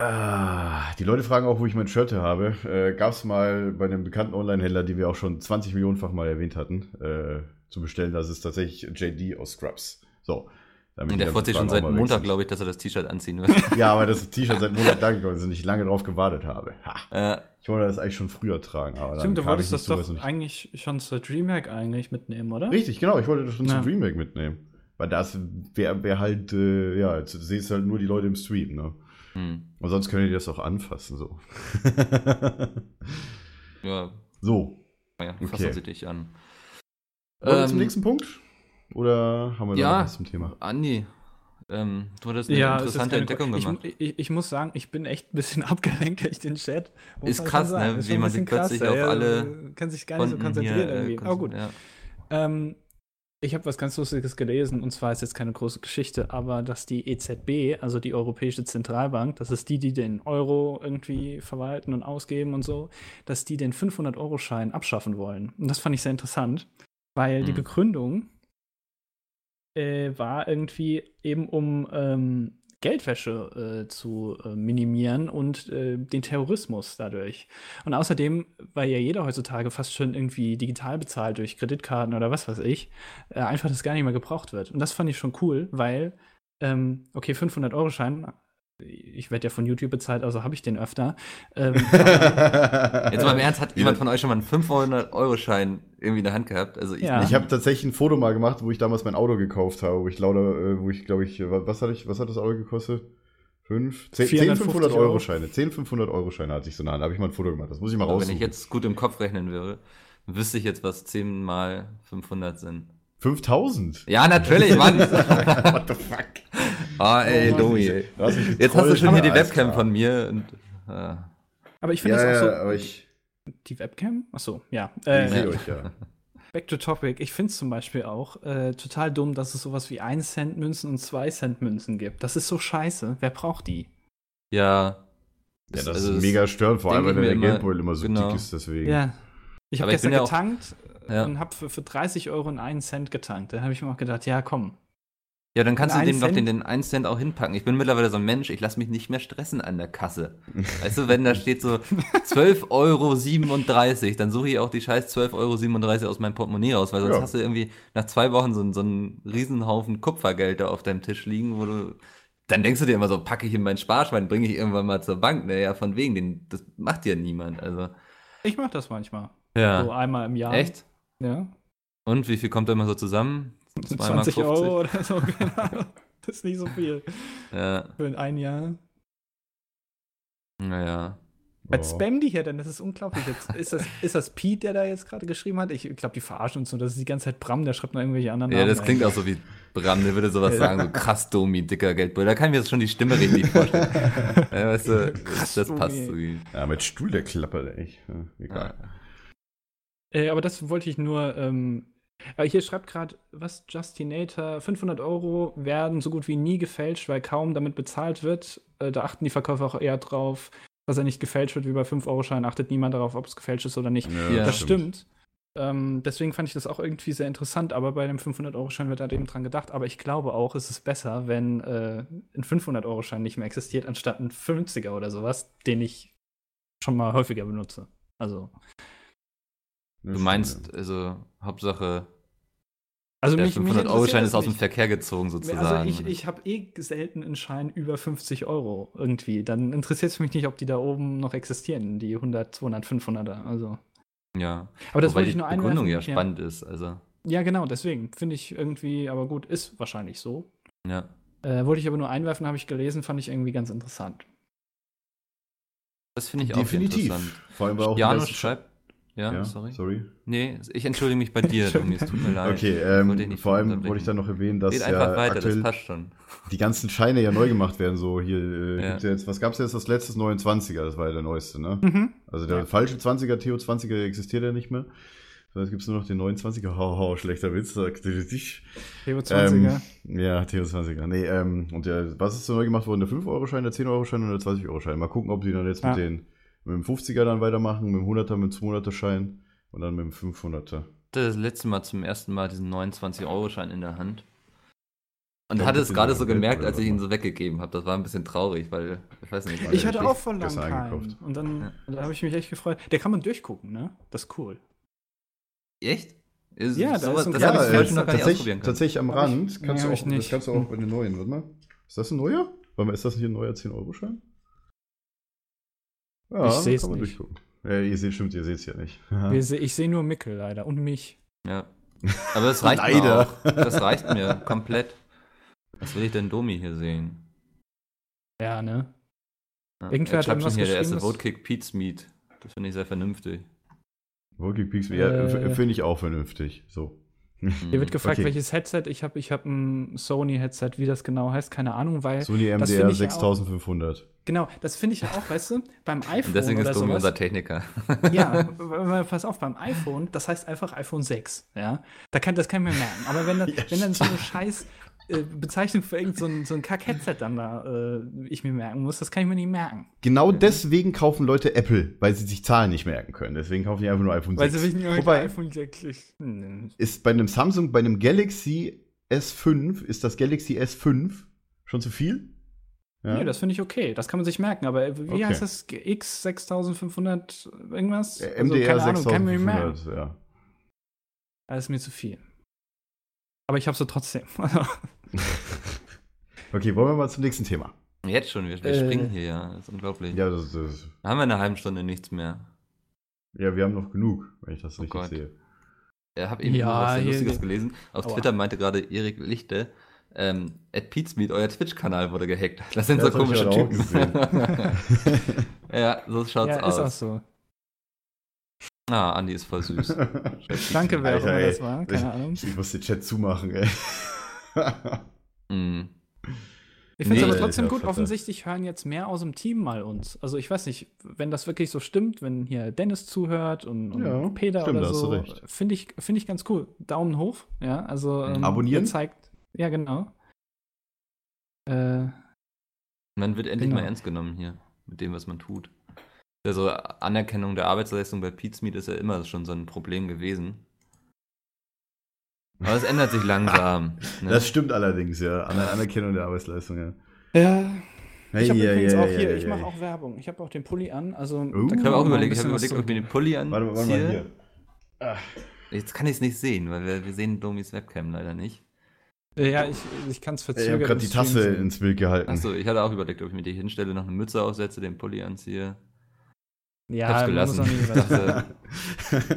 S5: Ah, die Leute fragen auch, wo ich mein Shirt her habe. Äh, Gab es mal bei einem bekannten Online-Händler, den wir auch schon 20 Millionenfach mal erwähnt hatten, äh, zu bestellen. Das ist tatsächlich JD aus Scrubs. So. damit
S6: Und der
S5: die ganzen
S6: freut sich
S5: Fragen
S6: schon seit
S5: auch mal
S6: Montag,
S5: weg sind.
S6: glaube ich, dass er das T-Shirt anziehen wird.
S5: Ja, aber das T-Shirt seit Montag da gekommen ist und ich lange drauf gewartet habe. Ha,
S6: äh,
S5: ich wollte das eigentlich schon früher tragen. Aber
S3: Stimmt,
S5: dann
S3: du
S5: kam
S3: wolltest
S5: ich nicht
S3: das
S5: zu,
S3: doch
S5: weiß nicht.
S3: eigentlich schon zur DreamHack eigentlich mitnehmen, oder?
S5: Richtig, genau. Ich wollte das schon
S3: Ja.
S5: zum Remake mitnehmen. Weil das wäre wär halt, äh, ja, jetzt sehst halt nur die Leute im Stream, ne?
S6: hm.
S5: Und sonst könnt ihr das auch anfassen, so.
S6: Ja,
S5: so,
S6: ja fassen
S5: Okay.
S6: Sie dich an.
S5: wollen wir zum
S6: Ähm,
S5: nächsten Punkt? Oder haben wir
S6: ja.
S5: noch was zum Thema?
S6: Andi, ähm, du hattest eine
S3: es ist
S6: interessante
S3: keine-
S6: Entdeckung
S3: ich,
S6: gemacht.
S3: Ich, ich, ich muss sagen, ich bin echt ein bisschen abgelenkt durch den Chat. Muss
S6: Ist
S3: man
S6: krass,
S3: schon sagen.
S6: ne?
S3: Ist
S6: Wie
S3: schon ein
S6: man sich
S3: bisschen krass,
S6: plötzlich auf
S3: ja,
S6: alle
S3: Kann sich gar nicht so
S6: Konten
S3: konzentrieren
S6: hier, äh,
S3: irgendwie. Aber gut.
S6: Ja.
S3: Ähm, ich habe was ganz Lustiges gelesen, und zwar ist jetzt keine große Geschichte, aber dass die EZB, also die Europäische Zentralbank, das ist die, die den Euro irgendwie verwalten und ausgeben und so, dass die den 500-Euro-Schein abschaffen wollen. Und das fand ich sehr interessant, weil die
S6: Mhm.
S3: Begründung äh, war irgendwie eben um ähm, Geldwäsche äh, zu äh, minimieren und äh, den Terrorismus dadurch. Und außerdem, weil ja jeder heutzutage fast schon irgendwie digital bezahlt durch Kreditkarten oder was weiß ich, äh, einfach das gar nicht mehr gebraucht wird. Und das fand ich schon cool, weil, ähm, okay, 500-Euro-Schein, ich werde ja von YouTube bezahlt, also habe ich den öfter. Ähm,
S6: Jetzt mal im Ernst, hat jemand von euch schon mal einen 500-Euro-Schein irgendwie in der Hand gehabt? Also ich
S3: Ja.
S6: nicht.
S5: Ich habe tatsächlich ein Foto mal gemacht, wo ich damals mein Auto gekauft habe, wo ich lauter, äh, wo ich glaube ich, äh, wa- was hatte ich, was hat das Auto gekostet? Fünf, zehn, 10 500
S3: Euro.
S5: Euro Scheine, 10 500 Euro Scheine hatte ich so nah. Da habe ich mal ein Foto gemacht. Das muss ich mal
S6: Aber wenn ich
S5: raussuchen.
S6: jetzt gut im Kopf rechnen würde, wüsste ich jetzt, was 10 mal 500 sind.
S5: 5000.
S6: Ja, natürlich, Mann.
S5: What the fuck?
S6: Ah, ey,
S5: Oh,
S6: Domi. ey.
S5: Du hast mich
S6: Jetzt hast du
S5: getrollt,
S6: schon hier die
S5: Alter.
S6: Webcam von mir. Und, äh,
S3: aber ich finde
S5: Ja,
S3: das
S5: ja,
S3: auch so.
S5: aber ich,
S3: Die Webcam? Achso, ja.
S5: ich
S3: Äh,
S5: sehe euch ja.
S3: Back to topic. Ich finde es zum Beispiel auch äh, total dumm, dass es sowas wie 1-Cent-Münzen und 2-Cent-Münzen gibt. Das ist so scheiße. Wer braucht die?
S6: ja.
S5: Ja, das
S6: also
S5: ist mega störend, vor allem,
S6: denk
S5: weil
S6: ich
S5: der
S6: mir immer,
S5: Geldbeutel immer so
S6: genau.
S5: dick ist, deswegen.
S3: Ja. Ich habe
S6: Aber ich bin
S3: gestern
S6: ja auch-
S3: getankt
S6: Ja.
S3: und habe für, für 30 Euro und 1 Cent getankt. Da habe ich mir auch gedacht, ja, komm.
S6: Ja, dann kannst
S3: Und
S6: du
S3: einen
S6: den doch den,
S3: Cent?
S6: den 1 Cent auch hinpacken. Ich bin mittlerweile so ein Mensch, ich lasse mich nicht mehr stressen an der Kasse. Weißt du, wenn da steht so 12,37 Euro, dann suche ich auch die scheiß 12,37 Euro aus meinem Portemonnaie raus, weil sonst
S5: Ja.
S6: hast du irgendwie nach zwei Wochen so, einen- so einen Riesenhaufen Kupfergeld da auf deinem Tisch liegen, wo du. Dann denkst du dir immer so, packe ich in mein Sparschwein, bringe ich irgendwann mal zur Bank. Naja, von wegen, den, das macht ja niemand. Also.
S3: Ich mache das manchmal. So
S6: Ja.
S3: einmal im Jahr.
S6: Echt?
S3: Ja.
S6: Und wie viel kommt da immer so zusammen?
S3: 20 Euro oder so, keine Ahnung. Das ist nicht so viel
S6: Ja,
S3: für ein Jahr.
S6: naja.
S3: Als
S5: Ja.
S3: spam die hier denn, das ist unglaublich. Jetzt, ist, das, ist das Pete, der da jetzt gerade geschrieben hat? Ich glaube, die verarschen uns nur. Das ist die ganze Zeit Bram, der schreibt noch irgendwelche anderen
S6: Ja,
S3: Namen
S6: das
S3: rein.
S6: klingt auch so wie Bram, der würde sowas
S3: Ja.
S6: sagen, so krass Domi, dicker Geldbeutel. Da kann ich mir jetzt schon die Stimme richtig vorstellen. ja, weißt du, das, das
S3: Domi.
S6: passt so wie.
S5: Ja, mit Stuhl der klappert, ey. Ja, egal.
S3: Äh, aber das wollte ich nur. Ähm, aber hier schreibt gerade, was Justinator, 500 Euro werden so gut wie nie gefälscht, weil kaum damit bezahlt wird. Äh, da achten die Verkäufer auch eher drauf, dass er nicht gefälscht wird, wie bei 5-Euro-Scheinen achtet niemand darauf, ob es gefälscht ist oder nicht.
S5: Ja,
S6: Ja.
S3: das stimmt. Ähm, deswegen fand ich das auch irgendwie sehr interessant, aber bei dem 500-Euro-Schein wird da eben dran gedacht. Aber ich glaube auch, es ist besser, wenn äh, ein 500-Euro-Schein nicht mehr existiert, anstatt ein 50er oder sowas, den ich schon mal häufiger benutze. Also,
S6: Du
S5: Ja, stimmt,
S6: meinst, also, Hauptsache,
S3: also
S6: der
S3: mich- mich
S6: 500-Euro-Schein
S3: interessiert
S6: ist
S3: das
S6: aus dem
S3: nicht.
S6: Verkehr gezogen sozusagen.
S3: Also ich, ich habe eh selten einen Schein über 50 Euro irgendwie. Dann interessiert es mich nicht, ob die da oben noch existieren, die 100, 200, 500er. Also.
S6: ja,
S3: Aber das
S6: wobei
S3: wollte
S6: die
S3: ich nur
S6: Begründung ja
S3: einwerfen.
S6: spannend ist, also,
S3: Ja, genau, deswegen finde ich irgendwie, aber gut, ist wahrscheinlich so.
S6: ja.
S3: Äh, wollte ich aber nur einwerfen, habe ich gelesen, fand ich irgendwie ganz interessant.
S6: Das finde ich auch
S5: Definitiv.
S6: äh, interessant.
S5: Vor allem, weil auch
S6: Janus
S5: das-
S6: schreibt, ja,
S5: Ja,
S6: sorry.
S5: sorry.
S6: Nee, ich entschuldige mich bei dir, Domi, es tut mir leid.
S5: Okay,
S6: wollte ich
S5: ähm,
S6: nicht
S5: vor allem
S6: unterbrechen.
S5: wollte ich dann noch erwähnen, dass
S6: Red einfach
S5: ja
S6: weiter, das
S5: aktuell
S6: passt schon.
S5: die ganzen Scheine ja neu gemacht werden. So hier, äh,
S6: Ja.
S5: gibt's ja jetzt, was gab's jetzt? Das letzte 29er, das war ja der neueste, ne?
S3: Mhm.
S5: Also der falsche 20er, TO 20er existiert ja nicht mehr. So, jetzt gibt es nur noch den 29er. Haha, schlechter Witz. sagt ihr dich.
S3: Theo 20er.
S5: Ähm, ja, Theo 20er. Nee, ähm, und der, was ist so neu gemacht worden? Der 5-Euro-Schein, der 10-Euro-Schein und der 20-Euro-Schein. Mal gucken, ob die dann jetzt
S3: Ah.
S5: mit, den, mit dem 50er dann weitermachen, mit dem 100er, mit dem 200er-Schein und dann mit dem 500er.
S6: hatte das letzte Mal zum ersten Mal diesen 29-Euro-Schein in der Hand. Und
S5: Ja,
S6: hatte
S5: das
S6: es
S5: ist
S6: gerade
S5: ja
S6: so
S5: Geld,
S6: gemerkt,
S5: oder
S6: als ich
S5: was
S6: ihn
S5: man-
S6: so weggegeben habe. Das war ein bisschen traurig, weil ich weiß nicht.
S3: ich
S5: hab
S3: hatte
S5: ich
S3: auch vor langem
S5: gestern
S3: keinen.
S5: eingekauft.
S3: Und dann,
S6: Ja.
S3: und dann habe ich mich echt gefreut. Der kann man durchgucken, ne? Das ist cool.
S6: Echt? Ist,
S3: Ja, da ist so ein
S6: das
S3: Ja,
S6: habe ich zum Beispiel noch
S3: kleines
S5: äh,
S6: gar nicht
S5: tatsächlich,
S6: ausprobieren können.
S5: tatsächlich am
S3: Hab
S5: Rand
S3: ich-
S5: kannst
S3: nee,
S5: du
S3: hab
S5: auch,
S3: ich nicht. Hm.
S5: das kannst du auch bei den neuen, warte mal. Ist das ein neuer? Warte mal, ist das nicht ein neuer 10-Euro-Schein? Ja,
S3: Ich seh's
S5: kann man
S3: nicht.
S5: durchgucken. Ja, ihr seht, stimmt, ihr seht es ja nicht.
S3: Wir se- Ich sehe nur Mickel leider und mich.
S6: Ja. Aber das reicht mir
S5: Leider.
S6: auch. Das reicht mir komplett. Was will ich denn Domi hier sehen?
S3: Ja, ne?
S6: Ja,
S3: Irgendwer
S6: er
S3: hat
S6: schreibt schon
S3: irgendwas
S6: hier, der erste
S3: geschrieben, das-
S6: Votekick Pete's Meat. Das finde ich sehr vernünftig.
S5: Working Peaks, ja,
S3: Äh.
S5: finde ich auch vernünftig. So.
S3: Hier
S6: Mhm.
S3: wird gefragt,
S5: Mhm, okay.
S3: welches Headset ich habe. Ich habe ein Sony-Headset, wie das genau heißt, keine Ahnung, weil.
S5: Sony
S3: das
S5: MDR
S3: finde ich ja auch-
S5: 6500.
S3: Genau, das finde ich ja auch, weißt du, beim iPhone
S6: Und deswegen
S3: oder
S6: ist Domi
S3: sowas.
S6: unser Techniker.
S3: Ja, w- w- pass auf, beim iPhone, das heißt einfach iPhone 6, ja. Da kann, das kann ich mir merken. Aber wenn dann, wenn dann so eine scheiß äh, Bezeichnung für irgendein so ein, so ein Kack-Headset dann da äh, ich mir merken muss, das kann ich mir nicht merken.
S5: Genau deswegen kaufen Leute Apple, weil sie sich Zahlen nicht merken können. Deswegen kaufen die einfach nur iPhone
S3: Weil
S5: 6.
S3: sie wissen ja,
S5: Wobei-
S3: iPhone 6 ist. Hm.
S5: ist bei einem Samsung, bei einem Galaxy S5, ist das Galaxy S5 schon zu viel?
S3: Nee, das finde ich okay. Das kann man sich merken. Aber wie
S5: Okay.
S3: heißt das? X6500 irgendwas?
S5: Äh, MDR
S3: also keine Ahnung, kann ich mir nicht merken.
S5: 6500, ja.
S3: Das ist mir zu viel. Aber ich habe sie trotzdem.
S5: Okay, wollen wir mal zum nächsten Thema.
S6: Jetzt schon, wir, wir
S3: Äh.
S6: springen hier, ja. Das ist unglaublich.
S5: Ja, das, das,
S6: Da haben wir in einer halben Stunde nichts mehr.
S5: ja, wir haben noch genug, wenn ich das
S6: Oh
S5: richtig
S6: Gott.
S5: sehe.
S6: Er habe Äh, eben
S3: Ja,
S6: noch was sehr
S3: hier-
S6: Lustiges gelesen. Auf
S3: Aua.
S6: Twitter meinte gerade Erik Lichte, ähm, at Pizmeet, euer Twitch-Kanal wurde gehackt. Das sind
S5: Ja,
S6: so
S5: das hab ich
S6: komische
S5: heute auch
S6: Typen. ja, so schaut's
S3: ja, ist auch
S6: aus.
S3: so.
S6: Ah, Andi ist voll süß. Schreibt
S3: Danke, wer auch
S5: Alter,
S3: immer
S5: ey.
S3: das war. Keine Ahnung.
S5: Ich, ich muss den Chat zumachen, ey.
S6: Mm.
S3: Ich finde es
S6: Nee,
S3: aber trotzdem
S5: Alter,
S3: gut.
S5: Vater.
S3: Offensichtlich hören jetzt mehr aus dem Team mal uns. Also ich weiß nicht, wenn das wirklich so stimmt, wenn hier Dennis zuhört und, und
S5: Ja,
S3: Peter
S5: stimmt, da
S3: oder
S5: hast du
S3: so,
S5: recht.
S3: finde ich, finde ich ganz cool. Daumen hoch, ja. Also ähm,
S5: Mhm. Abonnieren?
S3: ihr Zeigt, ja, genau. Äh,
S6: Man wird endlich
S3: Genau.
S6: mal ernst genommen hier mit dem, was man tut. Also Anerkennung der Arbeitsleistung bei Pizmeet ist ja immer schon so ein Problem gewesen. Aber es ändert sich langsam. Ne?
S5: Das stimmt allerdings, ja. An der Anerkennung der Arbeitsleistung, ja.
S3: ja, ich habe
S5: Ei,
S3: übrigens
S5: ei,
S3: auch
S5: ei,
S3: hier,
S5: ei,
S3: ich
S5: ei.
S3: mache auch Werbung. Ich habe auch den Pulli an. Also
S5: Oh.
S3: da kann
S6: ich habe auch
S3: man mal ein
S6: überlegt, ich habe
S3: bisschen was
S6: überlegt, ob ich mir
S3: zurück-
S6: den Pulli
S5: Warte
S6: anziehe.
S5: mal, warte mal hier.
S6: Jetzt kann ich es nicht sehen, weil wir, wir sehen Domis Webcam leider nicht.
S3: Ja, ich, ich kann es
S5: Ey, Ich
S3: verzögern.
S5: habe gerade die
S3: im Stream
S5: Tasse
S3: sehen.
S5: ins Bild gehalten.
S6: Achso, ich hatte auch überlegt, ob ich mir die hinstelle, noch eine Mütze aufsetze, den Pulli anziehe.
S3: Ja,
S6: hab's
S3: man muss
S6: gelassen.
S3: auch nie
S6: Ich dachte,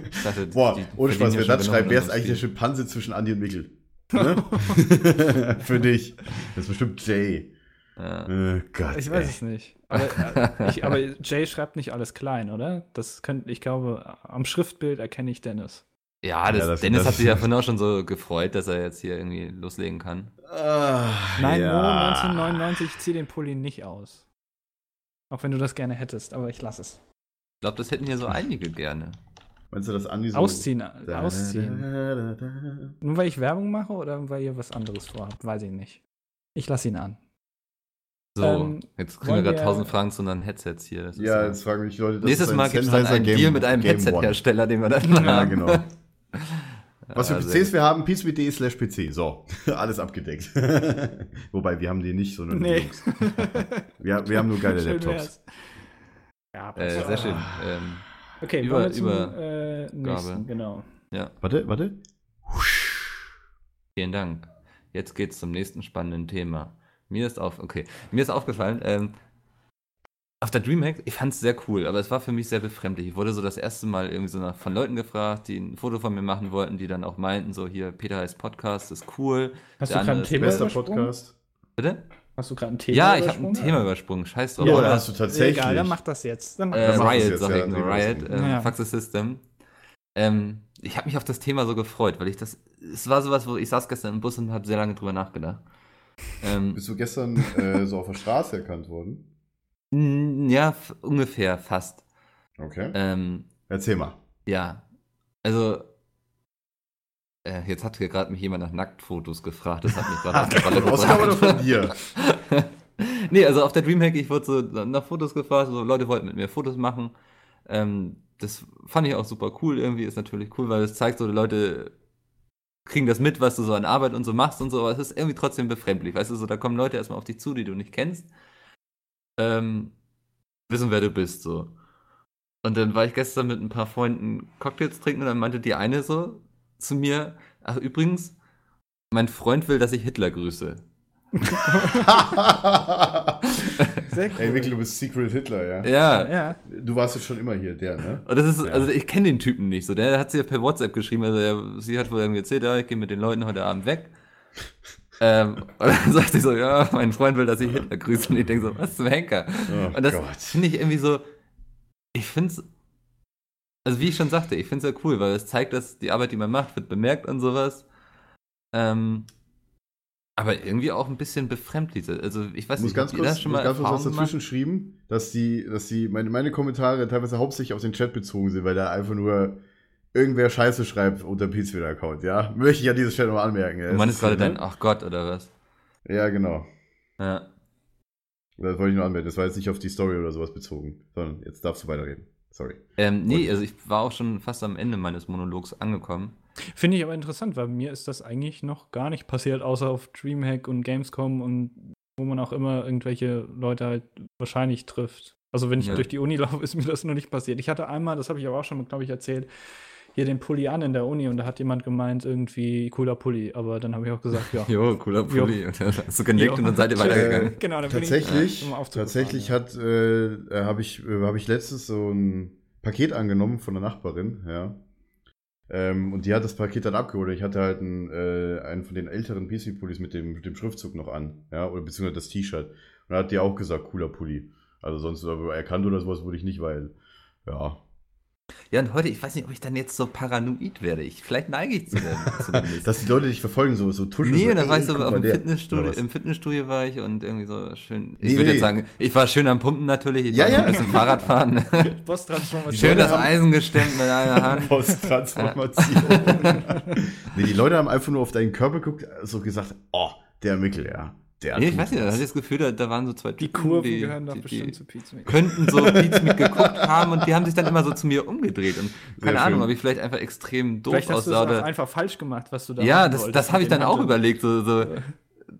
S3: übertreiben.
S6: ich dachte,
S5: Boah,
S6: die
S5: ohne Spaß,
S6: verdienen ja
S5: wer
S6: schon
S5: das
S6: genug
S5: schreibt,
S6: an
S5: wer ist
S6: unserem
S5: eigentlich der
S6: Spiel.
S5: Schimpanse zwischen Andi und Mikkel? Ne? Für dich. Das ist bestimmt Jay.
S6: Ja.
S5: Äh, Gott.
S3: Ich weiß
S5: ey.
S3: es nicht. Aber, äh, ich, aber Jay schreibt nicht alles klein, oder? Das könnt, ich glaube, am Schriftbild erkenne ich Dennis.
S6: Ja, das,
S5: Ja, das-
S6: Dennis
S5: das-
S6: hat sich ja vorhin auch schon so gefreut, dass er jetzt hier irgendwie loslegen kann.
S5: Ah,
S3: Nein,
S5: ja.
S3: Mo, 1999, ich ziehe den Pulli nicht aus. Auch wenn du das gerne hättest, aber ich lasse es.
S6: Ich glaube, das hätten ja so
S5: Hm.
S6: einige gerne.
S5: Meinst du, dass Andi so.
S3: Ausziehen, äh,
S5: Da, da,
S3: ausziehen.
S5: da, da, da.
S3: Nur weil ich Werbung mache oder weil ihr was anderes vorhabt, weiß ich nicht. Ich lasse ihn an.
S6: So,
S3: Ähm,
S6: jetzt kriegen wir
S3: wollen
S6: gerade
S3: wir-
S6: 1000 Fragen zu unseren Headsets hier. Das ist
S5: Ja, jetzt fragen mich Leute, das
S6: Nächstes
S5: ist ein
S6: Mal gibt es dann
S5: Sennheiser
S6: einen
S5: Game-
S6: Deal mit einem
S5: Game
S6: Headset-Hersteller, den wir dann
S5: One.
S6: machen.
S5: Ja, genau. Was für
S6: Ja, sehr
S5: PCs wir haben, peacebit.de slash PC. So, alles abgedeckt. Wobei, wir haben die nicht, sondern die Jungs. Wir, wir haben nur geile
S3: Schön
S5: Laptops.
S3: wär's. Ja,
S6: Äh,
S3: passt.
S6: sehr schön. Ähm,
S3: Okay,
S6: Über-
S3: über, wir zum,
S6: über-
S3: äh, nächsten, genau.
S5: Warte, warte.
S6: vielen Dank. Jetzt geht's zum nächsten spannenden Thema. Mir ist auf, okay, mir ist aufgefallen, ähm, auf der Dreamhack, ich fand's sehr cool, aber es war für mich sehr befremdlich. Ich wurde so das erste Mal irgendwie so nach, von Leuten gefragt, die ein Foto von mir machen wollten, die dann auch meinten, so hier, Peter heißt Podcast, ist cool.
S3: Hast
S6: Der
S3: du gerade
S6: andere
S3: ein
S6: ist
S3: Thema
S5: Bester
S3: übersprungen?
S5: Podcast.
S6: Bitte?
S3: Hast du gerade ein Thema
S6: Ja, ich habe ein
S3: übersprungen?
S6: Thema übersprungen, scheiß drauf.
S5: Oh,
S3: Ja,
S5: da hast du tatsächlich. Ähm,
S3: Egal, dann mach das jetzt. Dann mach
S6: Äh,
S5: Das
S3: das.
S5: macht es
S6: Riot,
S5: jetzt,
S6: sag
S5: ja,
S6: ich
S5: die
S6: nur,
S5: weiß
S6: Riot,
S5: nicht.
S6: ähm,
S3: Ja.
S6: Fuck the System. Ähm, ich habe mich auf das Thema so gefreut, weil ich das, es war sowas, wo ich saß gestern im Bus und habe sehr lange drüber nachgedacht. Ähm,
S5: Bist du gestern äh, so auf der Straße erkannt worden?
S6: n- ja, f- ungefähr, fast.
S5: Okay.
S6: Ähm,
S5: Erzähl mal.
S6: ja, also Äh, jetzt hat hier gerade mich jemand nach Nacktfotos gefragt. Das hat mich gerade aus der Rolle
S5: Ausgabe oder von
S6: gebracht.
S5: dir?
S6: nee, also auf der Dreamhack, ich wurde so nach Fotos gefragt, so Leute wollten mit mir Fotos machen. Ähm, das fand ich auch super cool. Irgendwie ist natürlich cool, weil es zeigt, so die Leute kriegen das mit, was du so an Arbeit und so machst und so, aber es ist irgendwie trotzdem befremdlich. Weißt du, so da kommen Leute erstmal auf dich zu, die du nicht kennst. Ähm, wissen, wer du bist, so. Und dann war ich gestern mit ein paar Freunden Cocktails trinken und dann meinte die eine so zu mir, ach übrigens, mein Freund will, dass ich Hitler grüße.
S3: Sehr cool.
S5: Ey, Mikkel, du bist Secret Hitler, ja?
S6: Ja,
S3: ja.
S5: Du warst jetzt schon immer hier, der, ne?
S6: Und das ist,
S5: Ja.
S6: also ich kenne den Typen nicht so. Der hat sie ja per WhatsApp geschrieben. Also er, sie hat wohl irgendwie erzählt, ja, ich gehe mit den Leuten heute Abend weg. ähm, und dann sagt sie so, ja, mein Freund will, dass ich Hitler grüße. Und ich denke so, was zum Henker?
S5: Oh
S6: Und das
S5: Gott.
S6: finde ich irgendwie so, ich finde es, also wie ich schon sagte, ich finde es ja cool, weil es zeigt, dass die Arbeit, die man macht, wird bemerkt und sowas. Ähm, aber irgendwie auch ein bisschen befremdlich. Also ich weiß
S5: Ich muss
S6: nicht,
S5: ganz
S6: habt ihr da
S5: kurz, muss ganz kurz was
S6: Erfahrungen gemacht?
S5: dazwischen schrieben, dass die, dass die meine, meine Kommentare teilweise hauptsächlich auf den Chat bezogen sind, weil da einfach nur irgendwer Scheiße schreibt unter Peaceville Account, ja? Möchte ich an dieser Stelle nochmal anmerken. Ja,
S6: Du meinst
S5: Das
S6: gerade
S5: ne?
S6: dein, ach Gott, oder was?
S5: Ja, genau.
S6: Ja.
S5: Das wollte ich nur anmerken. Das war jetzt nicht auf die Story oder sowas bezogen, sondern jetzt darfst du weiterreden. Sorry.
S6: Ähm, nee, also ich war auch schon fast am Ende meines Monologs angekommen.
S3: Finde ich aber interessant, weil mir ist das eigentlich noch gar nicht passiert, außer auf Dreamhack und Gamescom und wo man auch immer irgendwelche Leute halt wahrscheinlich trifft. Also wenn ich
S6: Ja.
S3: durch die Uni laufe, ist mir das noch nicht passiert. Ich hatte einmal, das habe ich aber auch schon, glaube ich, erzählt, hier den Pulli an in der Uni und da hat jemand gemeint, irgendwie cooler Pulli. Aber dann habe ich auch gesagt, ja.
S6: Jo, cooler
S3: Pulli.
S6: Und dann hast du
S3: genickt und dann seid ihr
S5: weitergegegangen.
S3: genau, dann bin
S6: äh,
S5: Tatsächlich,
S3: ich, um aufzugefahren,
S5: tatsächlich
S3: ja.
S5: hat, äh, äh, habe ich, äh, hab ich letztens so ein Paket angenommen von der Nachbarin, ja. Ähm, und die hat das Paket dann abgeholt. Ich hatte halt einen, äh, einen von den älteren PC-Pullis mit dem, mit dem Schriftzug noch an, ja, oder beziehungsweise das T-Shirt. Und da hat die auch gesagt, cooler Pulli. Also sonst aber erkannt oder sowas wurde ich nicht, weil, ja.
S6: Ja, und heute, ich weiß nicht, ob ich dann jetzt so paranoid werde. Ich, vielleicht neige ich zu dem zumindest.
S5: Dass die Leute dich verfolgen, so, so tuscheln.
S6: nee,
S5: so,
S6: und dann war
S5: ey,
S6: ich so
S5: guck
S6: auf
S5: mal,
S6: dem
S5: der-
S6: Fitnessstudio,
S5: oder was?
S6: im Fitnessstudio war ich und irgendwie so schön, ich
S5: Nee,
S6: würde
S5: nee.
S6: jetzt sagen, ich war schön am Pumpen natürlich, ich
S5: Ja,
S6: war
S5: ja.
S6: schon ein bisschen Fahrrad fahren.
S3: Boss-Transformation.
S6: schön das
S5: haben-
S6: Eisen gestemmt mit einer Hand.
S5: Post-Transformation. nee, die Leute haben einfach nur auf deinen Körper geguckt, so gesagt, oh, der Mickel, ja. Der
S6: Nee, ich
S5: tut
S6: weiß nicht, da
S5: was.
S6: hatte ich das Gefühl, da, da waren so zwei
S3: Die
S6: Typen,
S3: Kurven gehören doch
S6: die-
S3: bestimmt
S6: die-
S3: zu Pizza.
S6: könnten so Beats mitgeguckt haben und die haben sich dann immer so zu mir umgedreht. Und keine
S5: Sehr
S6: Ahnung,
S5: schön.
S6: ob ich vielleicht einfach extrem doof
S3: Vielleicht hast du
S6: aussah.
S3: das auch
S6: Oder
S3: einfach falsch gemacht, was du da
S6: ja,
S3: machen
S6: das,
S3: wolltest
S6: das habe ich
S3: mit dem
S6: dann auch
S3: Handel.
S6: überlegt. So, so,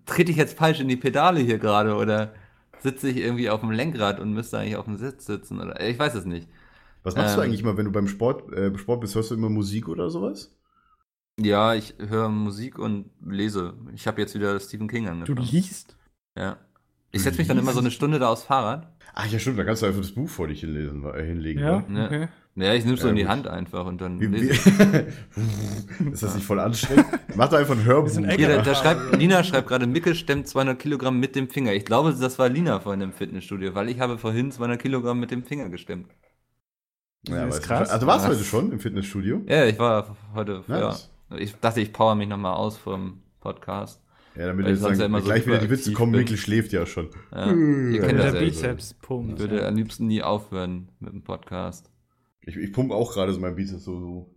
S6: trete ich jetzt falsch in die Pedale hier gerade oder sitze ich irgendwie auf dem Lenkrad und müsste eigentlich auf dem Sitz sitzen? Oder ich weiß es nicht.
S5: Was machst du
S6: Ähm.
S5: eigentlich mal, wenn du beim Sport, äh, Sport bist? Hörst du immer Musik oder sowas?
S6: Ja, ich höre Musik und lese. Ich habe jetzt wieder Stephen King
S3: Du
S6: angefangen.
S3: liest?
S6: ja. Ich setze mich dann immer so eine Stunde da aufs Fahrrad.
S5: Ach ja, stimmt, da kannst du einfach das Buch vor dich hinlesen, äh, hinlegen.
S3: Ja,
S5: ne?
S6: Ja.
S3: okay.
S6: Naja, ich nehme so
S5: Ja,
S6: in die
S5: gut.
S6: Hand einfach und dann
S5: Wie,
S6: lese ich.
S5: wie, ist das nicht voll anstrengend? Mach doch einfach ein Hörbuch.
S3: Wir sind
S6: Hier, da,
S3: Eckler.
S6: da schreibt, Lina schreibt gerade, Mickel stemmt 200 Kilogramm mit dem Finger. Ich glaube, das war Lina vorhin im Fitnessstudio, weil ich habe vorhin 200 Kilogramm mit dem Finger gestemmt.
S5: ja,
S3: Das ist
S5: ist
S3: krass.
S5: krass. Also warst du
S6: Was?
S5: heute schon im Fitnessstudio?
S6: Ja, ich war heute,
S5: Nice.
S6: ja. Ich dachte, ich power mich nochmal aus vom Podcast.
S5: Ja, damit
S6: Weil
S5: wir
S6: ich sonst
S5: sagen,
S6: ja immer so
S5: gleich wieder die Witze
S6: hyperaktiv
S5: kommen,
S6: bin.
S5: Mikkel schläft ja schon.
S6: Ja. Ähm, Ihr
S5: Ja,
S6: kennt
S5: ja,
S3: Der
S6: das ja. Ich
S3: Bizeps pumpt.
S6: würde am liebsten nie aufhören mit dem Podcast.
S5: Ich, ich pumpe auch gerade so mein Bizeps so. so.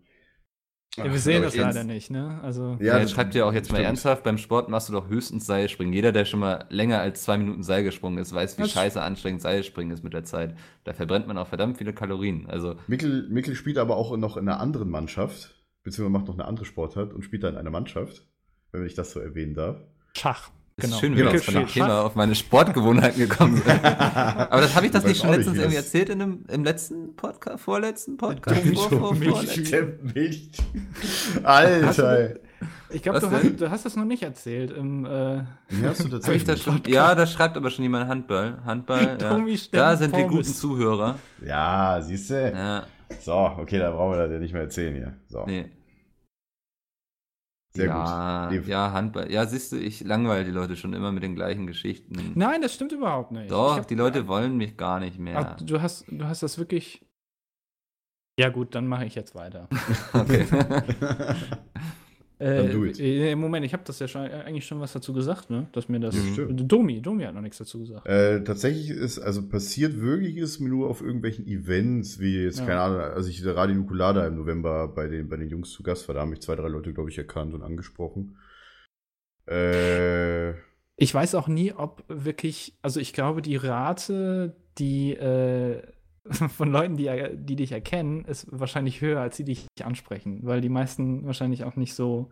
S3: Ja, wir
S5: Ach,
S3: sehen
S5: aber
S3: das
S5: jetzt-
S3: leider nicht, ne? Also
S6: Ja,
S5: Ja,
S6: jetzt schreibt ihr auch jetzt mal
S5: stimmt.
S6: ernsthaft, beim Sport machst du doch höchstens Seilspringen. Jeder, der schon mal länger als zwei Minuten Seil gesprungen ist, weiß, wie
S3: Das-
S6: scheiße anstrengend Seilspringen ist mit der Zeit. Da verbrennt man auch verdammt viele Kalorien. Also,
S5: Mikkel, Mikkel spielt aber auch noch in einer anderen Mannschaft, beziehungsweise macht noch eine andere Sportart und spielt da in einer Mannschaft, wenn ich das so erwähnen darf.
S3: Schach.
S6: Es
S3: Genau.
S6: Ist schön, wenn wir
S5: Genau.
S6: jetzt von dem
S3: Schach.
S6: Thema auf meine Sportgewohnheiten gekommen sind. Aber das habe ich das
S5: Weiß
S6: nicht schon
S5: auch
S6: letztens
S5: nicht, wie
S6: irgendwie
S5: das-
S6: erzählt in dem, im letzten Podcast, vorletzten Podcast?
S5: Milch-
S6: Vor- vor-
S5: Milch-
S6: vorletzten?
S5: der Milch. Alter. ey.
S3: Ich glaube,
S6: Was
S3: du,
S6: denn?
S3: hast- du hast das noch nicht erzählt. Im, äh,
S5: Wie hast du
S6: Hab ich das
S5: tatsächlich?
S6: schon, ja, da schreibt aber schon jemand Handball. Handball,
S3: Tommy
S6: ja.
S3: stemmt
S6: Da sind die
S3: Pommes.
S6: guten Zuhörer.
S5: Ja, siehst du?
S6: Ja,
S5: So, okay, dann brauchen wir das ja nicht mehr erzählen hier. So,
S6: nee.
S5: sehr
S6: ja,
S5: gut. Nee,
S6: ja, Handball. Ja, siehst du, ich langweile die Leute schon immer mit den gleichen Geschichten.
S3: nein, das stimmt überhaupt nicht.
S6: Doch,
S3: Ich hab-
S6: die Leute wollen mich gar nicht
S3: Ah,
S6: mehr.
S3: Du hast, du hast das wirklich. Ja, gut, dann mache ich jetzt weiter.
S6: Okay.
S3: Äh,
S5: Dann do it.
S3: äh, Moment, ich habe das ja schon, eigentlich schon was dazu gesagt, ne? Dass mir das.
S5: Ja, stimmt.
S3: Domi, Domi hat noch nichts dazu gesagt.
S5: Äh, tatsächlich ist, also passiert wirklich ist mir nur auf irgendwelchen Events, wie jetzt,
S3: Ja.
S5: keine Ahnung, als ich der Radio Nukulada im November bei den, bei den Jungs zu Gast war, da haben mich zwei, drei Leute, glaube ich, erkannt und angesprochen. Äh,
S3: Ich weiß auch nie, ob wirklich, also ich glaube, die Rate, die äh, von Leuten, die, er- die dich erkennen, ist wahrscheinlich höher, als die dich ansprechen, weil die meisten wahrscheinlich auch nicht so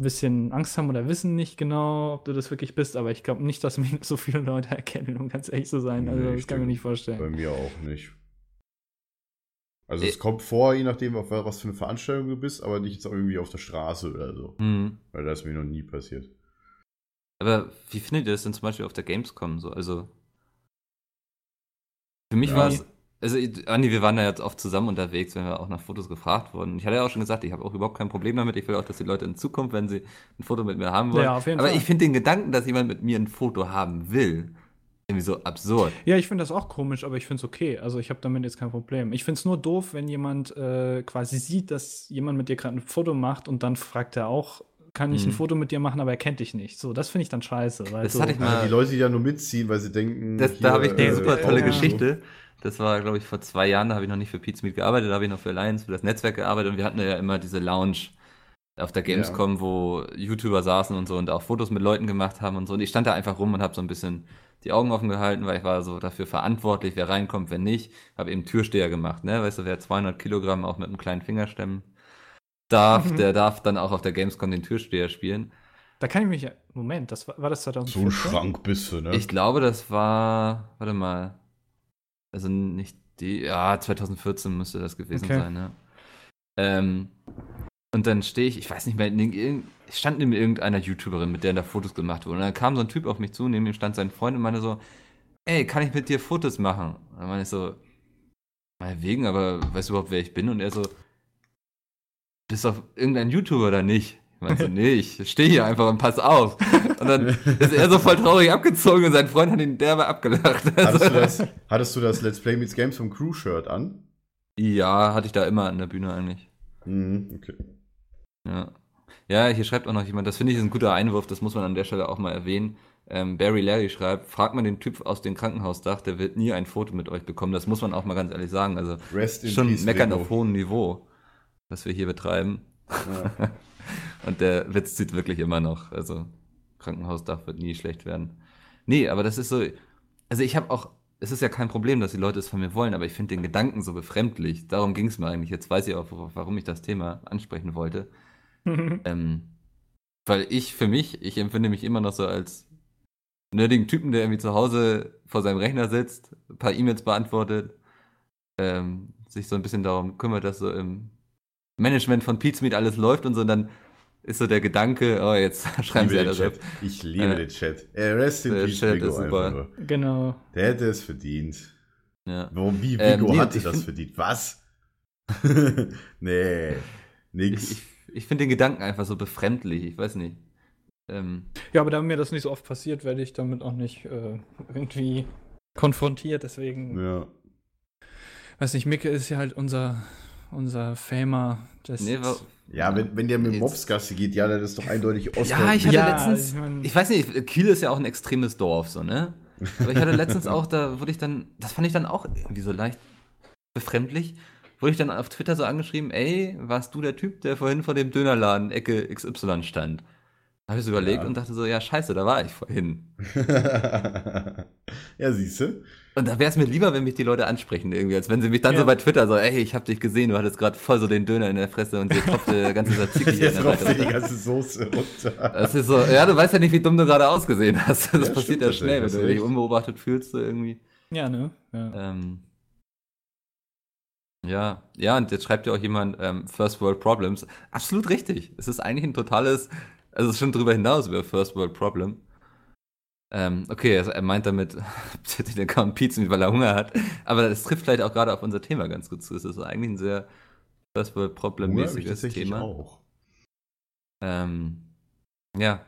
S3: ein bisschen Angst haben oder wissen nicht genau, ob du das wirklich bist, aber ich glaube nicht, dass mich so viele Leute erkennen, um ganz ehrlich zu sein. Also
S5: Nee,
S3: das
S5: ich
S3: kann ich mir
S5: glaub-
S3: nicht vorstellen.
S5: bei mir auch nicht. Also
S6: Äh.
S5: es kommt vor, je nachdem, auf was für eine Veranstaltung du bist, aber nicht jetzt auch irgendwie auf der Straße oder so.
S6: Hm.
S5: Weil das ist mir noch nie passiert.
S6: Aber wie findet ihr das denn zum Beispiel auf der Gamescom so? Also für mich
S5: Ja.
S6: war es, also ich- Andi, wir waren da jetzt oft zusammen unterwegs, wenn wir auch nach Fotos gefragt wurden. Ich hatte ja auch schon gesagt, ich habe auch überhaupt kein Problem damit. Ich will auch, dass die Leute in Zukunft, wenn sie ein Foto mit mir haben wollen.
S3: Ja, auf jeden
S6: Aber
S3: Fall.
S6: ich finde den Gedanken, dass jemand mit mir ein Foto haben will, irgendwie so absurd.
S3: Ja, ich finde das auch komisch, aber ich finde es okay. Also ich habe damit jetzt kein Problem. Ich finde es nur doof, wenn jemand äh, quasi sieht, dass jemand mit dir gerade ein Foto macht und dann fragt er auch, kann ich ein
S6: Mhm.
S3: Foto mit dir machen, aber er kennt dich nicht. So, das finde ich dann scheiße. Weil
S6: Das
S3: so,
S6: hatte ich mal-
S5: Also die Leute, die da nur mitziehen, weil sie denken, oh,
S6: Das, da habe ich eine
S3: äh,
S6: super tolle
S3: ja.
S6: Geschichte. Das war, glaube ich, vor zwei Jahren, da habe ich noch nicht für Pizmeet gearbeitet, da habe ich noch für Alliance, für das Netzwerk gearbeitet und wir hatten ja immer diese Lounge auf der Gamescom, wo YouTuber saßen und so und auch Fotos mit Leuten gemacht haben und so. Und ich stand da einfach rum und habe so ein bisschen die Augen offen gehalten, weil ich war so dafür verantwortlich, wer reinkommt, wer nicht. Habe eben Türsteher gemacht, ne? Weißt du, wer 200 Kilogramm auch mit einem kleinen Finger stemmen darf,
S3: Mhm.
S6: der darf dann auch auf der Gamescom den Türsteher spielen.
S3: Da kann ich mich. Moment, das war, war das
S5: So ein
S3: 2014?
S5: Schrank bist du, ne?
S6: Ich glaube, das war, warte mal, also nicht die, ja, 2014 müsste das gewesen
S3: Okay.
S6: sein, ne? Ähm, und dann stehe ich, ich weiß nicht mehr, in irgend- ich stand neben irgendeiner YouTuberin, mit der da Fotos gemacht wurden. Und dann kam so ein Typ auf mich zu, neben ihm stand sein Freund und meinte so, ey, kann ich mit dir Fotos machen? Und dann meinte ich so, meinetwegen, aber weißt du überhaupt, wer ich bin? Und er so, bist doch irgendein YouTuber oder nicht? Ich meinte so, nee, ich stehe hier einfach und pass auf. Und dann ist er so voll traurig abgezogen und sein Freund hat ihn derbe abgelacht.
S5: hattest, du das, hattest du das Let's Play Meets Games vom Crew-Shirt an?
S6: Ja, hatte ich da immer an der Bühne eigentlich.
S5: Mhm, okay.
S6: Ja. ja, hier schreibt auch noch jemand, das finde ich ist ein guter Einwurf, das muss man an der Stelle auch mal erwähnen. Ähm, Barry Larry schreibt, fragt man den Typ aus dem Krankenhausdach, der wird nie ein Foto mit euch bekommen. Das muss man auch mal ganz ehrlich sagen. Also
S5: Rest in
S6: schon
S5: Peace.
S6: meckern
S5: Lego.
S6: auf hohem Niveau, was wir hier betreiben.
S5: Ja.
S6: Und der Witz zieht wirklich immer noch. Also Krankenhausdach wird nie schlecht werden. Nee, aber das ist so. Also ich habe auch. Es ist ja kein Problem, dass die Leute es von mir wollen, aber ich finde den Gedanken so befremdlich. Darum ging es mir eigentlich. Jetzt weiß ich auch, wo- warum ich das Thema ansprechen wollte. Ähm, weil ich für mich, ich empfinde mich immer noch so als nerdigen Typen, der irgendwie zu Hause vor seinem Rechner sitzt, ein paar E-Mails beantwortet, ähm, sich so ein bisschen darum kümmert, dass so im Management von Pizmeet alles läuft und so. Und dann ist so der Gedanke, oh, jetzt
S5: Ich
S6: schreiben
S5: liebe
S6: sie
S5: den
S6: alles ab.
S5: Chat. Ich liebe
S6: Äh,
S5: den Chat. Äh, Rest in
S6: der
S5: Peace,
S6: Chat
S5: Vigo
S6: ist super.
S5: einfach nur.
S3: Genau.
S5: Der hätte es verdient.
S6: Ja.
S5: Warum, wie, Vigo
S6: Ähm, nee,
S5: hatte
S6: ich
S5: das
S6: find-
S5: verdient? Was? nee,
S6: Ich,
S5: nix.
S6: ich, ich finde den Gedanken einfach so befremdlich, ich weiß nicht. Ähm,
S3: Ja, aber da mir das nicht so oft passiert, werde ich damit auch nicht äh, irgendwie konfrontiert. Deswegen,
S5: ja.
S3: weiß nicht, Micke ist ja halt unser, unser Famer. Des,
S6: nee, wa-
S5: ja, wenn, wenn der mit
S6: Jetzt-
S5: Mobsgasse geht, ja, dann ist doch eindeutig Oscar.
S6: Ja, ich hatte
S3: ja,
S6: letztens-
S3: ich mein,
S6: Ich weiß nicht, Kiel ist ja auch ein extremes Dorf, so, ne? Aber ich hatte letztens auch, da wurde ich dann, das fand ich dann auch irgendwie so leicht befremdlich, wurde ich dann auf Twitter so angeschrieben, ey, warst du der Typ, der vorhin vor dem Dönerladen Ecke XY stand? Da habe ich so überlegt
S5: Ja.
S6: und dachte so, ja, scheiße, da war ich vorhin.
S5: ja, siehst du?
S6: Und da wäre es mir lieber, wenn mich die Leute ansprechen irgendwie, als wenn sie mich dann
S3: Ja.
S6: so bei Twitter so, ey, ich habe dich gesehen, du hattest gerade voll so den Döner in der Fresse und dir tropfte der ganze Tzatziki hier in
S5: Jetzt
S6: der
S5: tropft
S6: Seite
S5: dir die
S6: runter.
S5: ganze Soße runter.
S6: Das ist so, ja, du weißt ja nicht, wie dumm du gerade ausgesehen hast. Das
S5: Ja,
S6: passiert
S5: stimmt
S6: ja schnell, wenn
S5: tatsächlich,
S6: du dich
S5: hast recht.
S6: unbeobachtet fühlst, so irgendwie.
S3: Ja, ne? Ja.
S6: Ähm, ja, ja, und jetzt schreibt ja auch jemand ähm, First World Problems. Absolut richtig. Es ist eigentlich ein totales, also es ist schon drüber hinaus über First World Problem. Ähm, okay, also er meint damit, den Account Pizza, weil er Hunger hat. Aber das trifft vielleicht auch gerade auf unser Thema ganz gut zu. Es ist eigentlich ein sehr First World
S5: Hunger hab ich
S6: Problem-mäßiges
S5: tatsächlich
S6: Thema.
S5: auch.
S6: Ähm, ja,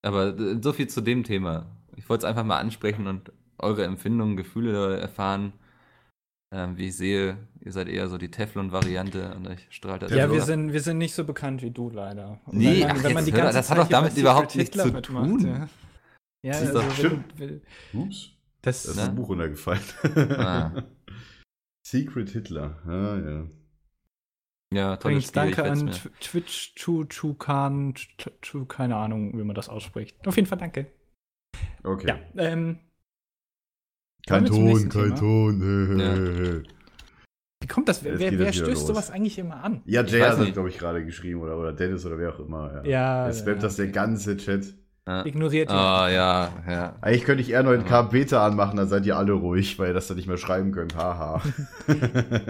S6: aber d- so viel zu dem Thema. Ich wollte es einfach mal ansprechen und eure Empfindungen, Gefühle erfahren. Ähm, wie ich sehe, ihr seid eher so die Teflon-Variante und euch strahlt das
S3: Ja,
S6: so
S3: wir
S6: ab.
S3: sind, wir sind nicht so bekannt wie du leider. Und
S6: Nee,
S3: wenn man,
S6: ach,
S3: wenn man
S6: jetzt
S3: die
S6: hör mal,
S3: ganze
S6: das hat
S3: Zeit
S6: doch damit
S3: Secret
S6: überhaupt nichts
S3: Hitler
S6: zu
S3: mitmacht,
S6: tun.
S3: Ja, ja
S6: Das ist
S3: also,
S6: doch-
S3: wenn,
S5: stimmt.
S3: wenn,
S5: Ups,
S3: das,
S5: da ist
S6: Ne?
S5: ein Buch runtergefallen.
S6: Ah.
S5: Secret Hitler. Ah, ja.
S6: Ja, tolles
S3: Übrigens,
S6: Spiel.
S3: danke
S6: ich werd's
S3: an
S6: mir-
S3: Tw- Twitch to, to, kann, to, to, keine Ahnung, wie man das ausspricht. Auf jeden Fall danke.
S5: Okay.
S3: Ja, ähm,
S5: Kein
S3: Kommen wir zum nächsten
S5: Ton, kein
S3: Thema.
S5: Ton.
S6: Ja.
S3: wie kommt das? Wer,
S5: Jetzt
S3: wer,
S5: geht
S3: wer
S5: es wieder
S3: stößt
S5: los.
S3: sowas eigentlich immer an?
S5: Ja,
S6: Ich
S5: Jay
S6: weiß
S5: hat das,
S6: nicht.
S5: glaube ich, gerade geschrieben oder, oder Dennis oder wer auch immer. Ja.
S3: Ja.
S5: Jetzt spammt
S3: ja.
S5: das der ganze Chat.
S6: Ja.
S3: Ignoriert ihn.
S6: Ah, ja, ja.
S5: Eigentlich könnte ich eher noch den
S6: Ja.
S5: K-Beta anmachen, dann seid ihr alle ruhig, weil ihr das dann nicht mehr schreiben könnt. Haha.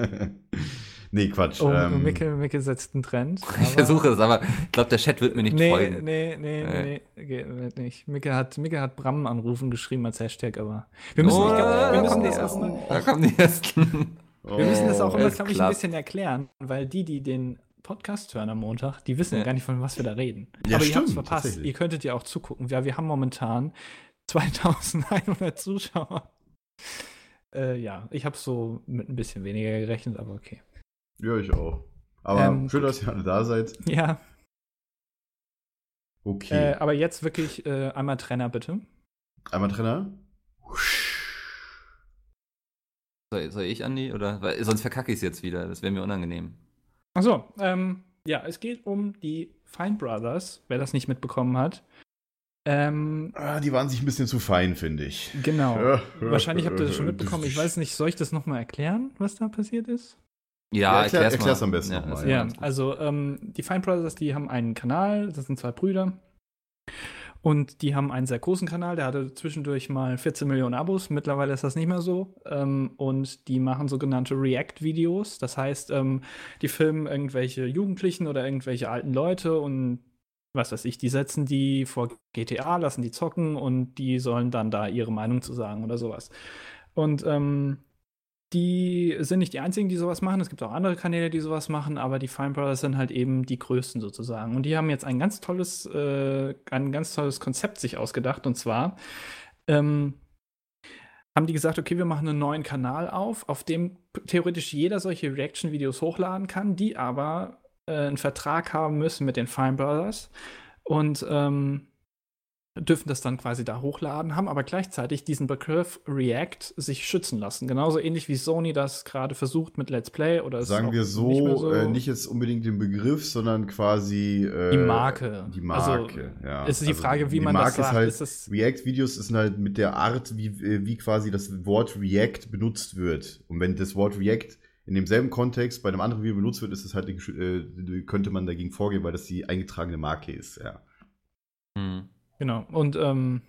S5: nee, Quatsch.
S3: Oh,
S5: ähm,
S3: Mickel, Mickel setzt einen Trend.
S6: Ich versuche es, aber ich glaube, der Chat wird mir nicht
S3: Nee,
S6: folgen.
S3: nee, nee, nee, geht geht nicht. Micke hat, Micke hat Bram anrufen geschrieben als Hashtag, aber wir müssen,
S6: Oh,
S3: ich glaub, wir
S6: da
S3: müssen
S6: kommen die
S3: das auch
S6: ersten.
S3: immer,
S6: Da kommen die ersten.
S3: wir müssen das auch
S5: Oh.
S3: immer,
S6: es
S3: glaube ich, ein
S6: klappt.
S3: bisschen erklären, weil die, die den Podcast hören am Montag, die wissen ja,
S6: Ja.
S3: gar nicht, von was wir da reden.
S5: Ja,
S3: aber ihr
S5: stimmt,
S3: habt's verpasst.
S5: tatsächlich.
S3: Ihr könntet ja auch zugucken. Ja, wir haben momentan 2100 Zuschauer. Äh, ja, ich habe so mit ein bisschen weniger gerechnet, aber okay.
S5: Ja, ich auch. Aber
S3: Ähm,
S5: schön, dass ihr alle da seid.
S3: Ja,
S5: Okay.
S3: äh, aber jetzt wirklich äh, einmal Trainer bitte.
S5: Einmal Trainer?
S6: Soll, soll ich, Andi? Oder? Weil, sonst verkacke ich es jetzt wieder. Das wäre mir unangenehm.
S3: Achso, ähm, ja, es geht um die Fine Brothers, wer das nicht mitbekommen hat. Ähm,
S5: Ah, die waren sich ein bisschen zu fein, finde ich.
S3: genau.
S5: Ja. also äh,
S3: Wahrscheinlich habt ihr das schon mitbekommen. Ich weiß nicht, soll ich das nochmal erklären, was da passiert ist?
S6: Ja,
S5: Ja, erklär-
S6: erklär's,
S5: erklär's
S6: mal.
S5: am besten
S6: ja,
S5: noch mal,
S6: ist
S5: ja.
S6: immer
S3: Ja,
S6: ganz gut.
S3: also ähm, die Fine Brothers, die haben einen Kanal, das sind zwei Brüder. Und die haben einen sehr großen Kanal, der hatte zwischendurch mal 14 Millionen Abos, mittlerweile ist das nicht mehr so. Ähm, und die machen sogenannte React-Videos. Das heißt, ähm, die filmen irgendwelche Jugendlichen oder irgendwelche alten Leute und was weiß ich, die setzen die vor GTA, lassen die zocken und die sollen dann da ihre Meinung zu sagen oder sowas. Und ähm, die sind nicht die einzigen, die sowas machen. Es gibt auch andere Kanäle, die sowas machen, aber die Fine Brothers sind halt eben die größten sozusagen. Und die haben jetzt ein ganz tolles, äh, ein ganz tolles Konzept sich ausgedacht. Und zwar ähm, haben die gesagt, okay, wir machen einen neuen Kanal auf, auf dem theoretisch jeder solche Reaction-Videos hochladen kann, die aber äh, einen Vertrag haben müssen mit den Fine Brothers. Und ähm, dürfen das dann quasi da hochladen, haben aber gleichzeitig diesen Begriff React sich schützen lassen. Genauso ähnlich wie Sony das gerade versucht mit Let's Play oder es
S5: Sagen
S3: auch
S5: wir so,
S3: mehr
S5: nicht, Äh, nicht jetzt unbedingt den Begriff, sondern quasi äh,
S3: die Marke. Also,
S5: Die Marke, ja.
S3: Es ist die
S5: Also
S3: Frage, wie
S5: die
S3: man das
S5: Marke ist
S3: sagt.
S5: halt-
S3: ist das,
S5: React-Videos ist halt mit der Art, wie, äh, wie quasi das Wort React benutzt wird. Und wenn das Wort React in demselben Kontext bei einem anderen Video benutzt wird, ist es halt eine, gesch- äh, könnte man dagegen vorgehen, weil das die eingetragene Marke ist. Ja.
S6: Hm.
S3: genau. Und ähm,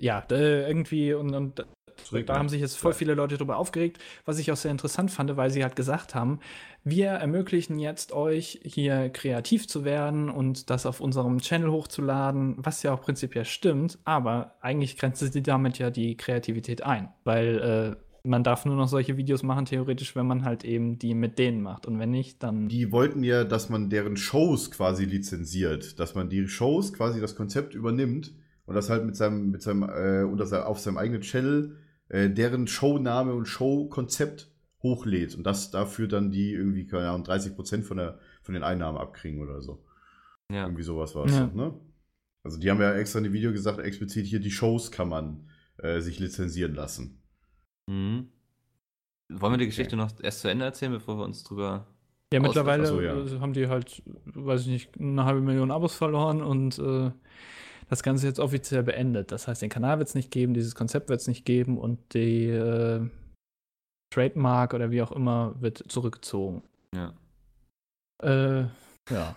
S3: ja, d- äh, irgendwie und, und
S5: Zurück,
S3: da
S5: ne?
S3: haben sich jetzt voll viele Leute darüber aufgeregt, was ich auch sehr interessant fand, weil sie halt gesagt haben, wir ermöglichen jetzt euch hier kreativ zu werden und das auf unserem Channel hochzuladen, was ja auch prinzipiell stimmt, aber eigentlich grenzt sie damit ja die Kreativität ein, weil äh, man darf nur noch solche Videos machen, theoretisch, wenn man halt eben die mit denen macht und wenn nicht, dann
S5: Die wollten ja, dass man deren Shows quasi lizenziert, dass man die Shows quasi das Konzept übernimmt und das halt mit seinem, mit seinem, äh, unter sein, auf seinem eigenen Channel äh, deren Showname und Showkonzept hochlädt und das dafür dann die irgendwie, keine Ahnung, 30% von, der, von den Einnahmen abkriegen oder so.
S6: Ja.
S5: Irgendwie sowas war es
S3: Ja.
S5: doch, ne? Also die haben ja extra in dem Video gesagt, explizit hier die Shows kann man äh, sich lizenzieren lassen.
S6: Hm. Wollen wir die Geschichte noch erst zu Ende erzählen, bevor wir uns drüber.
S3: Ja,
S6: Aus-
S3: mittlerweile
S5: ach so, ja.
S3: äh, haben die halt, weiß ich nicht, eine halbe Million Abos verloren und äh, das Ganze jetzt offiziell beendet. Das heißt, den Kanal wird es nicht geben, dieses Konzept wird es nicht geben und die äh, Trademark oder wie auch immer wird zurückgezogen.
S6: Ja.
S3: Äh, ja.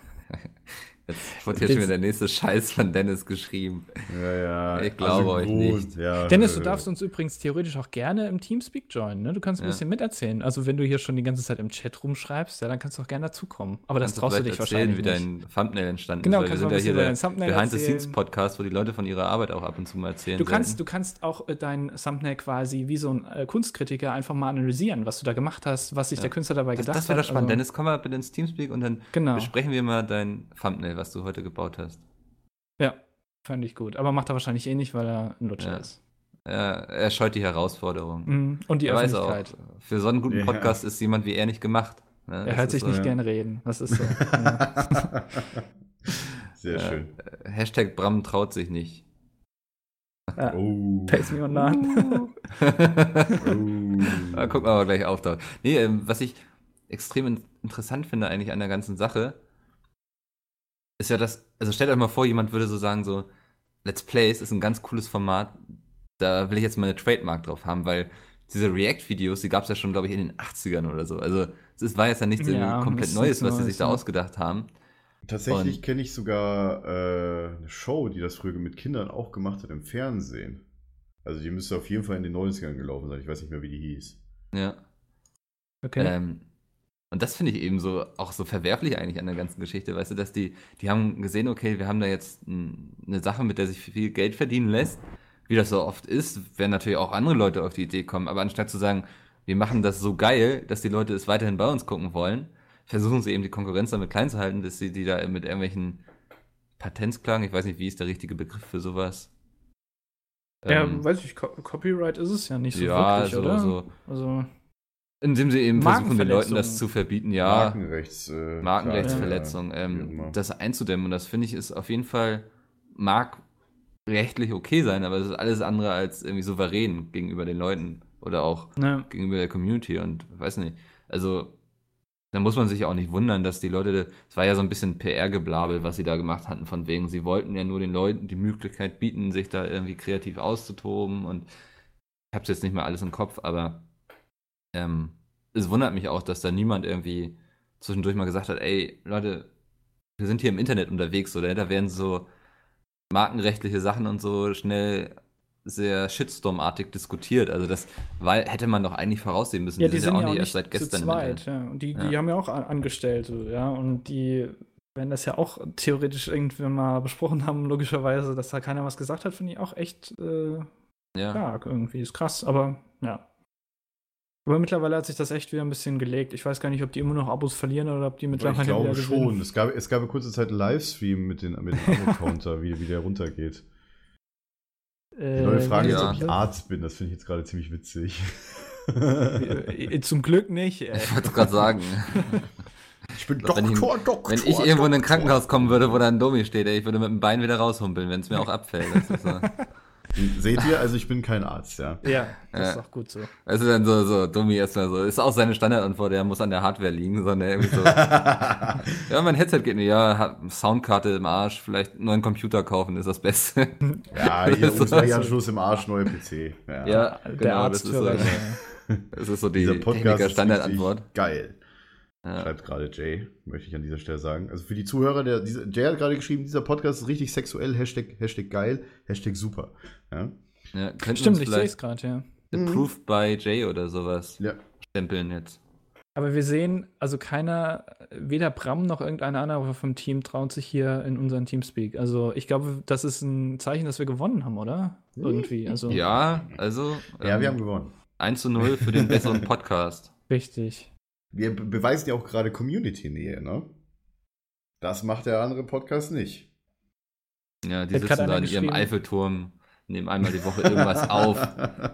S6: Jetzt wird hier schon
S3: Das-
S6: wieder der nächste Scheiß von Dennis geschrieben.
S5: Ja, ja. Also
S6: Ich glaube euch
S5: gut,
S6: nicht.
S5: Ja,
S3: Dennis,
S6: Also,
S3: du
S5: äh,
S3: darfst uns übrigens theoretisch auch gerne im Teamspeak joinen. Ne? Du kannst ein
S6: Ja.
S3: bisschen miterzählen. Also wenn du hier schon die ganze Zeit im Chat rumschreibst, ja, dann kannst du auch gerne dazukommen. Aber das
S6: Kannst
S3: traust du
S6: vielleicht
S3: dich
S6: erzählen,
S3: wahrscheinlich
S6: wie
S3: nicht.
S6: dein Thumbnail entstanden
S3: Genau,
S6: ist. weil Wir
S3: kannst du mal ein
S6: sind
S3: bisschen
S6: ja
S3: über dein
S6: hier
S3: Thumbnail
S6: der
S3: erzählen.
S6: Behind-the-Scenes-Podcast, wo die Leute von ihrer Arbeit auch ab und zu mal erzählen.
S3: Du kannst,
S6: sollten.
S3: du kannst auch äh, dein Thumbnail quasi wie so ein äh, Kunstkritiker einfach mal analysieren, was du da gemacht hast, was sich
S6: Ja.
S3: der Künstler dabei
S6: das,
S3: gedacht
S6: das wäre doch
S3: hat.
S6: spannend.
S3: Also,
S6: Dennis, komm mal bitte ins Teamspeak und dann
S3: Genau.
S6: besprechen wir mal dein Thumbnail, was du heute gebaut hast.
S3: Ja, fand ich gut. Aber macht er wahrscheinlich eh nicht, weil er ein Lutscher
S6: Ja.
S3: ist.
S6: Er, er scheut die Herausforderung.
S3: Mm, Und die
S6: er weiß auch,
S3: Öffentlichkeit.
S6: für so einen guten
S5: Ja.
S6: Podcast ist jemand wie er nicht gemacht. ne?
S3: Er
S6: Das
S3: hört
S6: ist
S3: sich
S6: so,
S3: nicht
S5: ja.
S3: gern reden. Das ist so. ja.
S5: Sehr
S6: Ja.
S5: schön.
S6: Hashtag Bram traut sich nicht.
S5: Oh.
S3: Face me or not.
S6: Da gucken wir aber gleich auf. Da. Nee, ähm, was ich extrem in interessant finde eigentlich an der ganzen Sache, ist ja das, also stellt euch mal vor, jemand würde so sagen, so, Let's Plays ist ein ganz cooles Format, da will ich jetzt meine Trademark drauf haben, weil diese React-Videos, die gab es ja schon, glaube ich, in den 80ern oder so. Also es ist- war jetzt ja nichts
S3: Ja,
S6: irgendwie
S3: das
S6: komplett
S3: ist
S6: Neues, was sie
S3: Neues,
S6: sich da
S3: ja.
S6: ausgedacht haben.
S5: Tatsächlich
S6: Und-
S5: kenne ich sogar äh, eine Show, die das früher mit Kindern auch gemacht hat im Fernsehen. Also die müsste auf jeden Fall in den 90ern gelaufen sein. Ich weiß nicht mehr, wie die hieß.
S6: Ja.
S3: Okay.
S6: Ähm, und das finde ich eben so auch so verwerflich eigentlich an der ganzen Geschichte, weißt du, dass die, die haben gesehen, okay, wir haben da jetzt ein, eine Sache, mit der sich viel Geld verdienen lässt. Wie das so oft ist, werden natürlich auch andere Leute auf die Idee kommen. Aber anstatt zu sagen, wir machen das so geil, dass die Leute es weiterhin bei uns gucken wollen, versuchen sie eben die Konkurrenz damit klein zu halten, dass sie die da mit irgendwelchen Patentsklagen, ich weiß nicht, wie ist der richtige Begriff für sowas. Ähm,
S3: ja, weiß ich, Co Copyright ist es ja nicht so
S6: ja,
S3: wirklich,
S6: so,
S3: oder?
S6: so.
S3: Also,
S6: Indem sie eben versuchen, den Leuten das
S3: Markenverletzungen.
S6: zu verbieten, ja.
S5: Markenrechts, äh,
S6: Markenrechtsverletzung,
S5: klar, ja, äh, wie auch
S6: ähm,
S5: immer.
S6: das einzudämmen. Und das finde ich ist auf jeden Fall, mag rechtlich okay sein, aber es ist alles andere als irgendwie souverän gegenüber den Leuten oder auch
S3: ne,
S6: gegenüber der Community und weiß nicht. Also, da muss man sich auch nicht wundern, dass die Leute, es war ja so ein bisschen PR-Geblabel, was sie da gemacht hatten, von wegen, sie wollten ja nur den Leuten die Möglichkeit bieten, sich da irgendwie kreativ auszutoben und ich hab's jetzt nicht mehr alles im Kopf, aber ähm, es wundert mich auch, dass da niemand irgendwie zwischendurch mal gesagt hat, ey, Leute, wir sind hier im Internet unterwegs, oder? Da werden so markenrechtliche Sachen und so schnell sehr Shitstorm-artig diskutiert. Also das weil, hätte man doch eigentlich voraussehen müssen.
S3: ja, die sind ja auch
S6: nicht
S3: nicht
S6: erst seit gestern
S3: zu
S6: im Internet.
S3: zweit. Ja. Und die, die
S6: Ja.
S3: haben ja auch an- Angestellte, ja, und die werden das ja auch theoretisch irgendwann mal besprochen haben, logischerweise, dass da keiner was gesagt hat, finde ich auch echt äh,
S6: Ja.
S3: stark irgendwie. Ist krass, aber ja. Aber mittlerweile hat sich das echt wieder ein bisschen gelegt. Ich weiß gar nicht, ob die immer noch Abos verlieren oder ob die
S5: Aber
S3: mittlerweile
S5: ich glaube
S3: wieder gewinnen.
S5: schon. Es gab, es gab eine kurze Zeit einen Livestream mit, den, mit dem Abo-Counter, wie, wie der runtergeht. Die
S3: Äh,
S5: neue Frage
S6: ja.
S5: ist, ob ich Arzt bin. Das finde ich jetzt gerade ziemlich witzig.
S3: Äh, Zum Glück nicht. Ey.
S6: Ich wollte gerade sagen,
S5: ich bin
S6: wenn ich-
S5: Doktor.
S6: wenn ich irgendwo in ein Krankenhaus kommen würde, wo da ein Domi steht, ey, ich würde mit dem Bein wieder raushumpeln, wenn es mir auch abfällt. Das ist so.
S5: Seht ihr, also ich bin kein Arzt, ja.
S3: Ja, das ist
S6: Ja.
S3: auch gut so.
S6: Also dann so, so, Domi erstmal so. Ist auch seine Standardantwort, er muss an der Hardware liegen, sondern irgendwie so. ja, mein Headset geht nicht. Ja, hab Soundkarte im Arsch, vielleicht einen neuen Computer kaufen ist das Beste.
S5: Ja, hier
S6: Das ist
S5: USB-Anschluss im Arsch, neuer PC.
S6: ja,
S5: Ja,
S3: Der Arzt
S6: Genau, das ist
S3: für
S6: so,
S3: recht.
S6: das ist so
S5: dieser
S6: die
S5: Podcast ist
S6: Techniker-Standardantwort.
S5: richtig geil.
S6: Ja.
S5: Schreibt gerade Jay, möchte ich an dieser Stelle sagen. Also für die Zuhörer, der, dieser, Jay hat gerade geschrieben, dieser Podcast ist richtig sexuell, Hashtag, Hashtag geil, Hashtag super. Ja,
S6: Ja, könnten
S3: Stimmt,
S6: uns
S3: ich Mhm. sehe
S6: vielleicht
S3: es gerade, ja.
S6: approved by Jay oder sowas
S5: ja.
S6: stempeln jetzt.
S3: Aber wir sehen, also keiner, weder Bram noch irgendeiner andere vom Team traut sich hier in unseren Teamspeak. Also ich glaube, das ist ein Zeichen, dass wir gewonnen haben, oder? Irgendwie, also
S6: Ja, also
S5: ja wir haben
S6: ähm,
S5: gewonnen.
S6: 1 zu 0 für den besseren Podcast.
S3: richtig.
S5: Wir be- beweisen ja auch gerade Community-Nähe, ne? Das macht der andere Podcast nicht.
S6: Ja, die
S3: Hat gerade
S6: sitzen da
S3: einer
S6: in ihrem
S3: geschrieben.
S6: Eigenturm, nehmen einmal die Woche irgendwas auf,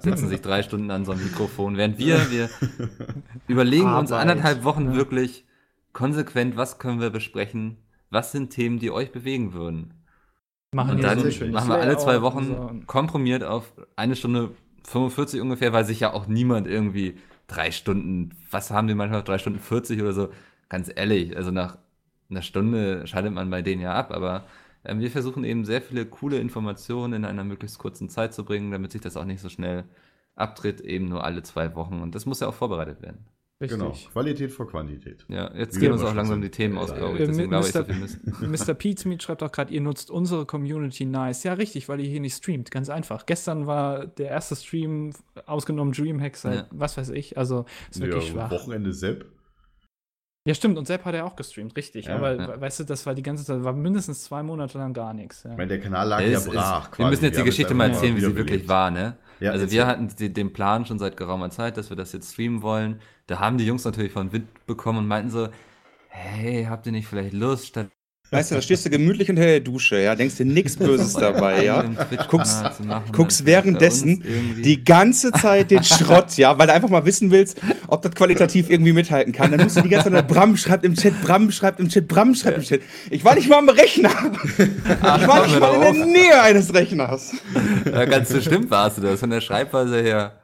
S6: setzen sich drei Stunden an so ein Mikrofon, während wir, wir überlegen uns
S3: Arbeit,
S6: anderthalb Wochen
S3: ja.
S6: wirklich konsequent, was können wir besprechen, was sind Themen, die euch bewegen würden.
S3: Machen
S6: Und
S3: hier
S6: dann
S3: so ein
S6: machen
S3: schönes
S6: wir alle zwei
S3: Layout
S6: Wochen
S3: und
S6: komprimiert auf eine Stunde 45 ungefähr, weil sich ja auch niemand irgendwie drei Stunden, was haben die manchmal, drei Stunden 40 oder so. Ganz ehrlich, also nach einer Stunde schaltet man bei denen ja ab, aber ähm, wir versuchen eben sehr viele coole Informationen in einer möglichst kurzen Zeit zu bringen, damit sich das auch nicht so schnell abtritt, eben nur alle zwei Wochen. Und das muss ja auch vorbereitet werden.
S3: So. Richtig.
S5: Genau. Qualität vor Quantität.
S6: Ja, jetzt
S5: Wie
S6: gehen
S5: wir
S6: uns auch
S5: immer schon
S6: langsam
S5: sind.
S6: die Themen aus,
S5: Ja,
S6: glaube
S3: ja.
S6: ich. Deswegen glaube ich,
S3: Mr.
S6: dass wir müssen.
S3: Mr. Pizmeet schreibt auch gerade, ihr nutzt unsere Community nice. Ja, richtig, weil ihr hier nicht streamt. Ganz einfach. Gestern war der erste Stream, ausgenommen Dreamhack seit
S6: Ja.
S3: was weiß ich. Also ist wirklich
S5: Ja,
S3: schwach.
S5: Wochenende Sepp.
S3: Ja, stimmt. Und Sepp hat er auch gestreamt, richtig.
S5: Ja.
S3: Aber
S6: Ja.
S3: we- weißt du, das war die ganze Zeit, war mindestens zwei Monate lang gar nichts. Ja.
S5: Ich meine, der Kanal lag
S6: Es
S5: ja
S6: ist-
S5: brach.
S6: wir
S5: quasi.
S6: müssen jetzt die
S5: haben
S6: Geschichte
S5: einfach
S6: mal
S5: mal
S6: erzählen, wie sie
S5: wiederbelebt.
S6: wirklich war, ne?
S5: Ja,
S6: also
S5: jetzt-
S6: wir hatten die, den Plan schon seit geraumer Zeit, dass wir das jetzt streamen wollen. Da haben die Jungs natürlich von Wind bekommen und meinten so, hey, habt ihr nicht vielleicht Lust, statt
S7: Weißt du, da stehst du gemütlich unter der Dusche, ja, denkst dir nichts Böses dabei, ja. Guckst- guckst währenddessen Die ganze Zeit den Schrott, ja, weil du einfach mal wissen willst, ob das qualitativ irgendwie mithalten kann. Dann musst du die ganze Zeit, Bram schreibt im Chat, Bram schreibt im Chat, Bram schreibt im Chat. Ich war nicht mal am Rechner. Ich war nicht mal in der Nähe eines Rechners.
S6: Ja, ganz bestimmt warst du das, von der Schreibweise her.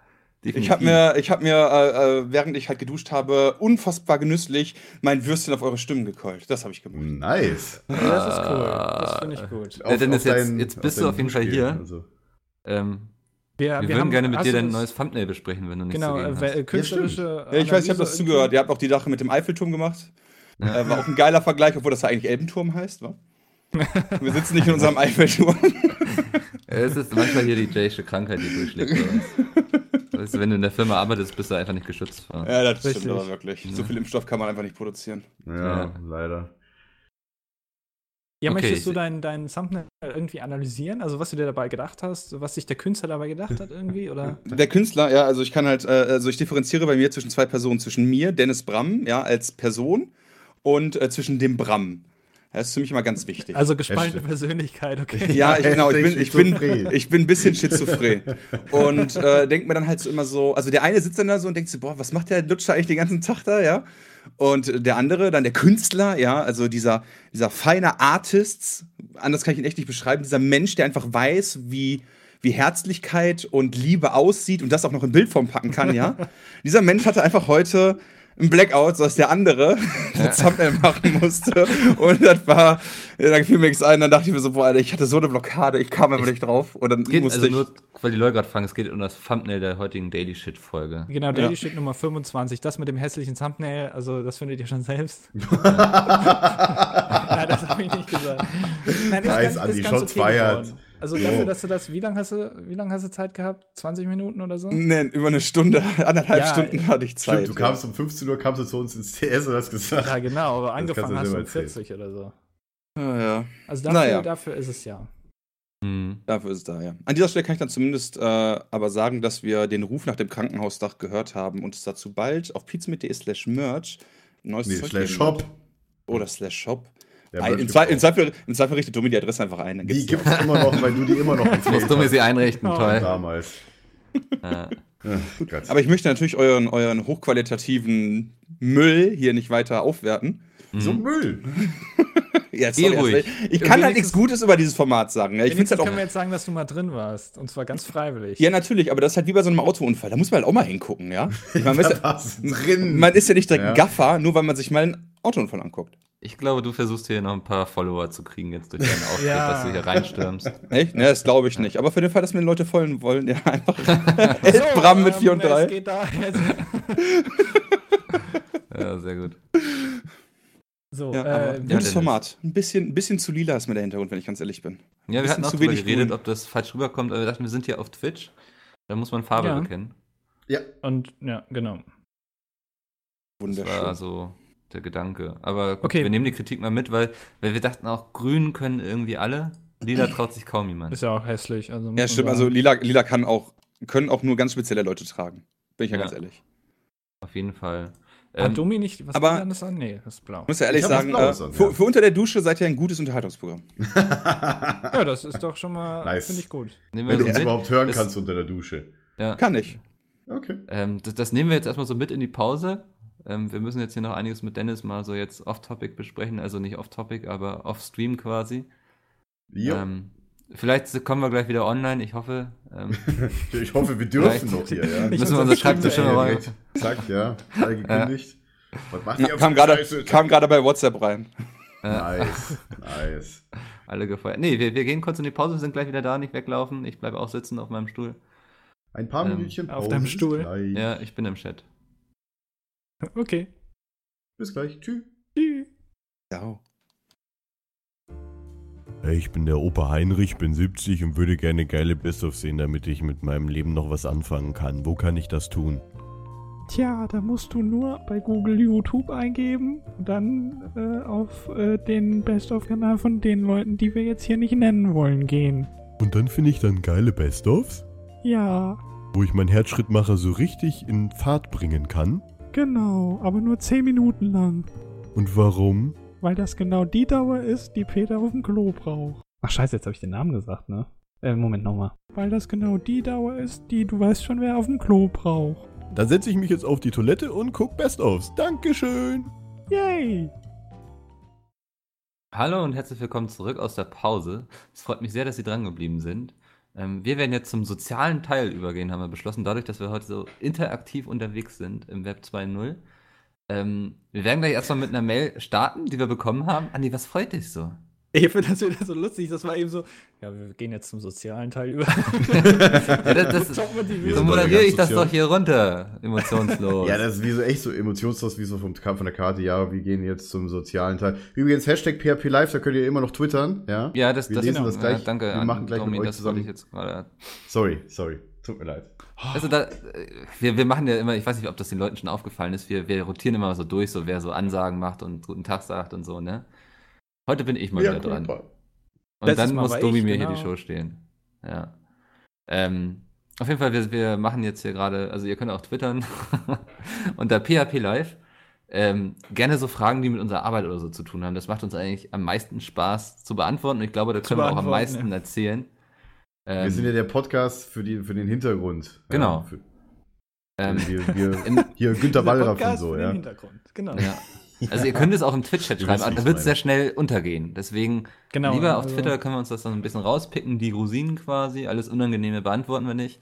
S7: Ich habe mir, ich hab mir äh, äh, während ich halt geduscht habe, unfassbar genüsslich mein Würstchen auf eure Stimmen gekeult. Das habe ich gemacht.
S5: Nice.
S3: das ist cool. Das finde ich gut.
S6: Ja, Dennis, jetzt- jetzt bist du
S5: dein
S6: auf jeden Fall
S5: Spiel,
S6: hier.
S5: Also.
S6: Ähm,
S3: Wir,
S6: wir
S3: wir
S6: würden
S3: haben-
S6: gerne mit
S3: hast
S6: dir
S3: du
S6: dein
S3: das-
S6: neues ne? Thumbnail besprechen, wenn du nichts
S3: Genau,
S6: dagegen
S3: äh,
S6: hast.
S3: äh, künstlerische.
S7: Ja, ich weiß, ich habe das
S3: Analyse-
S7: zugehört. Ihr habt auch die Sache mit dem Eiffelturm gemacht.
S6: Ja.
S7: Äh, war auch ein geiler Vergleich, obwohl das ja eigentlich Elbenturm heißt, wa? Wir sitzen nicht in unserem Eiffelturm.
S6: Es ist manchmal hier die jayische Krankheit, die durchschlägt bei uns. Weißt du, wenn du in der Firma arbeitest, bist du einfach nicht geschützt. vor.
S7: Ja, das
S3: Richtig.
S7: stimmt aber wirklich. So viel Impfstoff kann man einfach nicht produzieren.
S5: Ja,
S6: Ja.
S5: leider.
S3: Ja,
S6: Okay,
S3: möchtest du
S6: ich-
S3: deinen dein Thumbnail irgendwie analysieren? Also, was du dir dabei gedacht hast, was sich der Künstler dabei gedacht hat, irgendwie? Oder?
S7: Der Künstler, ja, also ich kann halt, äh, also ich differenziere bei mir zwischen zwei Personen, zwischen mir, Dennis Bram, ja, als Person und äh, zwischen dem Bram. Das ist für mich immer ganz wichtig.
S3: Also, gespaltene
S5: Heftig.
S3: Persönlichkeit, okay.
S7: ja, ich, genau, ich bin, ich, bin,
S5: schizophren.
S7: ich bin ein bisschen schizophren. Und äh, denkt mir dann halt so immer so, also der eine sitzt dann da so und denkt so, boah, was macht der Lutscher eigentlich den ganzen Tag da, ja? Und der andere, dann der Künstler, ja, also dieser, dieser feine Artist, anders kann ich ihn echt nicht beschreiben, dieser Mensch, der einfach weiß, wie, wie Herzlichkeit und Liebe aussieht und das auch noch in Bildform packen kann, ja. dieser Mensch hatte einfach heute einen Blackout, so dass der andere das Thumbnail machen musste. Und das war, ja, da fiel mir nichts ein, dann dachte ich mir so, boah, Alter, ich hatte so eine Blockade, ich kam einfach nicht drauf. Und dann
S6: Es geht
S7: musste
S6: also
S7: ich.
S6: nur, weil die Leute gerade fragen, es geht um das Thumbnail der heutigen Daily Shit Folge.
S3: Genau, Daily
S7: Ja.
S3: steht Nummer 25. Das mit dem hässlichen Thumbnail, also das findet ihr schon selbst. Nein, das habe ich nicht gesagt. Nein,
S5: Nice, Andi, Shots fired.
S3: geworden. Also
S5: Jo.
S7: Oh.
S3: dafür, dass du das, wie lange hast du, wie lange hast du Zeit gehabt? 20 Minuten oder so?
S7: Nee, über eine Stunde, anderthalb
S3: Ja,
S7: Stunden hatte ich Zeit.
S5: Stimmt, du kamst um 15 Uhr, kamst du zu uns ins TS und hast gesagt.
S3: Ja, genau, aber
S5: kannst du
S3: angefangen hast du
S5: selber
S3: um 40 oder so.
S7: Ja, ja.
S3: Also dafür,
S7: Naja.
S3: dafür ist es ja.
S6: Hm.
S7: Dafür ist es da, ja. An dieser Stelle kann ich dann zumindest äh, aber sagen, dass wir den Ruf nach dem Krankenhausdach gehört haben und es dazu bald auf pizza.de slash merch neues
S5: Nee,
S7: Zeug
S5: slash
S7: geben
S5: Shop.
S7: wird. Oder slash shop.
S5: Der
S7: Ein,
S5: Merch
S7: im,
S5: gibt's
S7: Zwei,
S5: auch.
S7: im, Zweifel, Im Zweifel richtet Domi die Adresse einfach ein. Dann
S5: Die
S7: gibt's
S5: gibt's immer noch, weil du die immer noch empfehlen
S6: Musst du mir sie einrichten,
S3: Oh.
S6: toll.
S5: damals.
S6: Ja.
S5: Ja, Gott.
S7: Aber ich möchte natürlich euren, euren hochqualitativen Müll hier nicht weiter aufwerten.
S5: so
S6: hm.
S5: Müll.
S7: Ja,
S6: Geh
S7: erst
S6: ruhig.
S7: recht. Ich kann halt
S3: Wenigstens-
S7: nichts Gutes über dieses Format sagen. Ja, ich find's
S3: Wenigstens
S7: halt auch,
S3: können wir jetzt sagen, dass du mal drin warst. Und zwar ganz freiwillig.
S7: ja, natürlich, aber das ist halt wie bei so einem Autounfall. Da muss man halt auch mal hingucken, ja? Ich meine, weißt du,
S5: warst
S6: Hm.
S5: du drin.
S7: man ist ja nicht direkt
S5: Ja.
S7: ein Gaffer, nur weil man sich mal einen Autounfall anguckt.
S6: Ich glaube, du versuchst hier noch ein paar Follower zu kriegen jetzt durch deinen Auftritt,
S3: Ja.
S6: dass du hier reinstürmst.
S7: Echt? Ne, das glaube ich nicht. Aber für den Fall, dass mir Leute folgen wollen, ja, einfach.
S3: Ach so,
S7: Elf Bram mit
S3: ähm,
S7: 4 und
S3: Es
S7: 3.
S3: geht da
S6: Ja, sehr gut.
S3: so,
S7: Ja, aber
S3: äh,
S7: gutes
S6: Dennis.
S7: Format. Ein bisschen, ein bisschen zu lila ist mir der Hintergrund, wenn ich ganz ehrlich bin.
S6: Ja, wir
S7: Bisschen
S6: hatten auch
S7: zu
S6: drüber
S7: wenig
S6: geredet,
S7: Grün.
S6: ob das falsch rüberkommt, aber wir dachten, wir sind hier auf Twitch. Da muss man Farbe
S3: Ja.
S6: bekennen.
S3: und ja, genau.
S6: Das
S7: Wunderschön.
S6: war so der Gedanke. Aber gut,
S3: Okay.
S6: wir nehmen die Kritik mal mit, weil, weil wir dachten auch, Grün können irgendwie alle. Lila traut sich kaum jemand.
S3: Ist ja auch hässlich. Also muss
S7: ja,
S3: man
S7: stimmt.
S3: sagen.
S7: Also lila, lila kann auch, können auch nur ganz spezielle Leute tragen. Bin ich ja,
S6: Ja.
S7: ganz ehrlich.
S6: Auf jeden Fall.
S3: Hat
S6: Ähm,
S3: Domi nicht was
S7: aber-
S3: anderes an? Nee, das ist blau.
S7: Ich muss ja ehrlich
S5: Ich hab was
S7: sagen, äh,
S5: Blaues an,
S7: für,
S5: ja.
S7: für unter der Dusche seid ihr ein gutes Unterhaltungsprogramm.
S3: Ja, das ist doch schon mal,
S5: Nice.
S3: finde ich gut.
S6: nehmen wir
S5: Wenn du
S6: so
S5: uns
S6: mit.
S5: überhaupt hören
S6: Das-
S5: kannst unter der Dusche.
S6: Ja.
S7: Kann ich.
S5: Okay.
S6: Ähm, das, das nehmen wir jetzt erstmal so mit in die Pause. Ähm, wir müssen jetzt hier noch einiges mit Dennis mal so jetzt off-topic besprechen. Also nicht off-topic, aber off-stream quasi.
S5: Jo.
S6: Ähm, vielleicht kommen wir gleich wieder online, ich hoffe. Ähm,
S5: ich hoffe, wir dürfen
S6: Vielleicht-
S5: noch hier, ja.
S3: Ich
S6: müssen wir
S3: hoffe,
S6: unser
S3: das stimmt,
S6: Schreibtisch schon
S3: ey.
S6: mal
S5: Ja,
S6: räumen.
S5: direkt. Zack, ja. Sei gekündigt. Was macht
S7: Na,
S5: ihr auf äh,
S7: kam
S5: der
S7: gerade
S5: Scheiße?
S7: kam gerade bei WhatsApp rein.
S5: Nice. Nice.
S6: Alle gefeuert. Nee, wir, wir gehen kurz in die Pause, wir sind gleich wieder da, nicht weglaufen. Ich bleibe auch sitzen auf meinem Stuhl.
S5: Ein paar
S6: Ähm,
S5: Minütchen
S3: auf
S5: Pause.
S3: deinem
S5: Bis
S3: Stuhl.
S5: Gleich.
S6: Ja, ich bin im Chat.
S3: Okay.
S5: Bis gleich. Tschüss.
S3: Tschüss.
S7: Ja.
S8: Hey, Ich bin der Opa Heinrich, bin 70 und würde gerne geile Best-of sehen, damit ich mit meinem Leben noch was anfangen kann. Wo kann ich das tun?
S3: Tja, da musst du nur bei Google YouTube eingeben und dann äh, auf äh, den Best-of-Kanal von den Leuten, die wir jetzt hier nicht nennen wollen, gehen.
S8: Und dann finde ich dann geile Best-ofs,
S3: Ja,
S8: wo ich meinen Herzschrittmacher so richtig in Fahrt bringen kann.
S3: genau, aber nur 10 Minuten lang.
S8: Und warum?
S9: weil das genau die Dauer ist, die Peter auf dem Klo braucht.
S3: Ach scheiße, jetzt habe ich den Namen gesagt, ne? Äh, Moment nochmal.
S9: Weil das genau die Dauer ist, die du weißt schon, wer auf dem Klo braucht.
S8: Dann setze ich mich jetzt auf die Toilette und guck Best-ofs. Dankeschön.
S9: Yay!
S6: Hallo und herzlich willkommen zurück aus der Pause. Es freut mich sehr, dass Sie drangeblieben sind. Ähm, wir werden jetzt zum sozialen Teil übergehen, haben wir beschlossen, dadurch, dass wir heute so interaktiv unterwegs sind im Web 2.0. Ähm, wir werden gleich erstmal mit einer Mail starten, die wir bekommen haben. Andi, was freut dich so?
S3: Ich finde das wieder so lustig, das war eben so, ja, wir gehen jetzt zum sozialen Teil über.
S6: Ja, das, das,
S5: Wir
S6: so
S5: sind heute
S6: moderiere
S5: ganz
S6: ich das
S5: sozial.
S6: doch hier runter, emotionslos.
S5: Ja, das ist wie so echt so emotionslos, wie so vom Kampf von der Karte. Ja, wir gehen jetzt zum sozialen Teil. Übrigens, Hashtag PHP Live, da könnt ihr immer noch twittern. Ja.
S6: Ja, das, genau.
S5: Wir lesen das gleich.
S6: Ja, danke,
S5: Wir
S6: Andi,
S5: machen gleich mit euch
S6: das wollte
S5: zusammen.
S6: ich jetzt gerade
S5: Sorry, sorry. Tut mir leid.
S6: Also da, äh, wir, wir machen ja immer, ich weiß nicht, ob das den Leuten schon aufgefallen ist, wir, wir rotieren immer so durch, so wer so Ansagen macht und guten Tag sagt und so, ne? Heute bin ich mal wieder dran. Und
S3: Letztes
S6: dann
S3: Mal
S6: muss
S3: war
S6: Domi
S3: ich,
S6: mir hier
S3: genau.
S6: die Show stehlen. Ja. Ähm, auf jeden Fall, wir, wir machen jetzt hier gerade, also ihr könnt auch twittern unter PHP Live. Ähm, gerne so Fragen, die mit unserer Arbeit oder so zu tun haben. Das macht uns eigentlich am meisten Spaß zu beantworten. Und ich glaube, da
S3: Zu
S6: können wir auch am
S3: beantworten,
S6: meisten
S3: ja.
S6: erzählen.
S5: Wir
S6: Ähm,
S5: sind ja der Podcast für, die, für den Hintergrund.
S6: Genau.
S5: Ja, für,
S6: ähm,
S5: wir, wir,
S6: im,
S5: hier Günther Wallraff und
S3: Podcast
S5: so,
S3: für den
S5: ja.
S3: Hintergrund. Genau.
S6: Ja. Also ihr könnt es auch im Twitch-Chat
S5: Ihr
S6: schreiben,
S5: wisst,
S6: aber
S5: wie
S6: da
S5: ich's
S6: wird es sehr
S5: meine.
S6: schnell untergehen. Deswegen
S3: genau
S6: lieber auf
S3: also-
S6: Twitter können wir uns das dann ein bisschen rauspicken, die Rosinen quasi, alles Unangenehme beantworten wir nicht.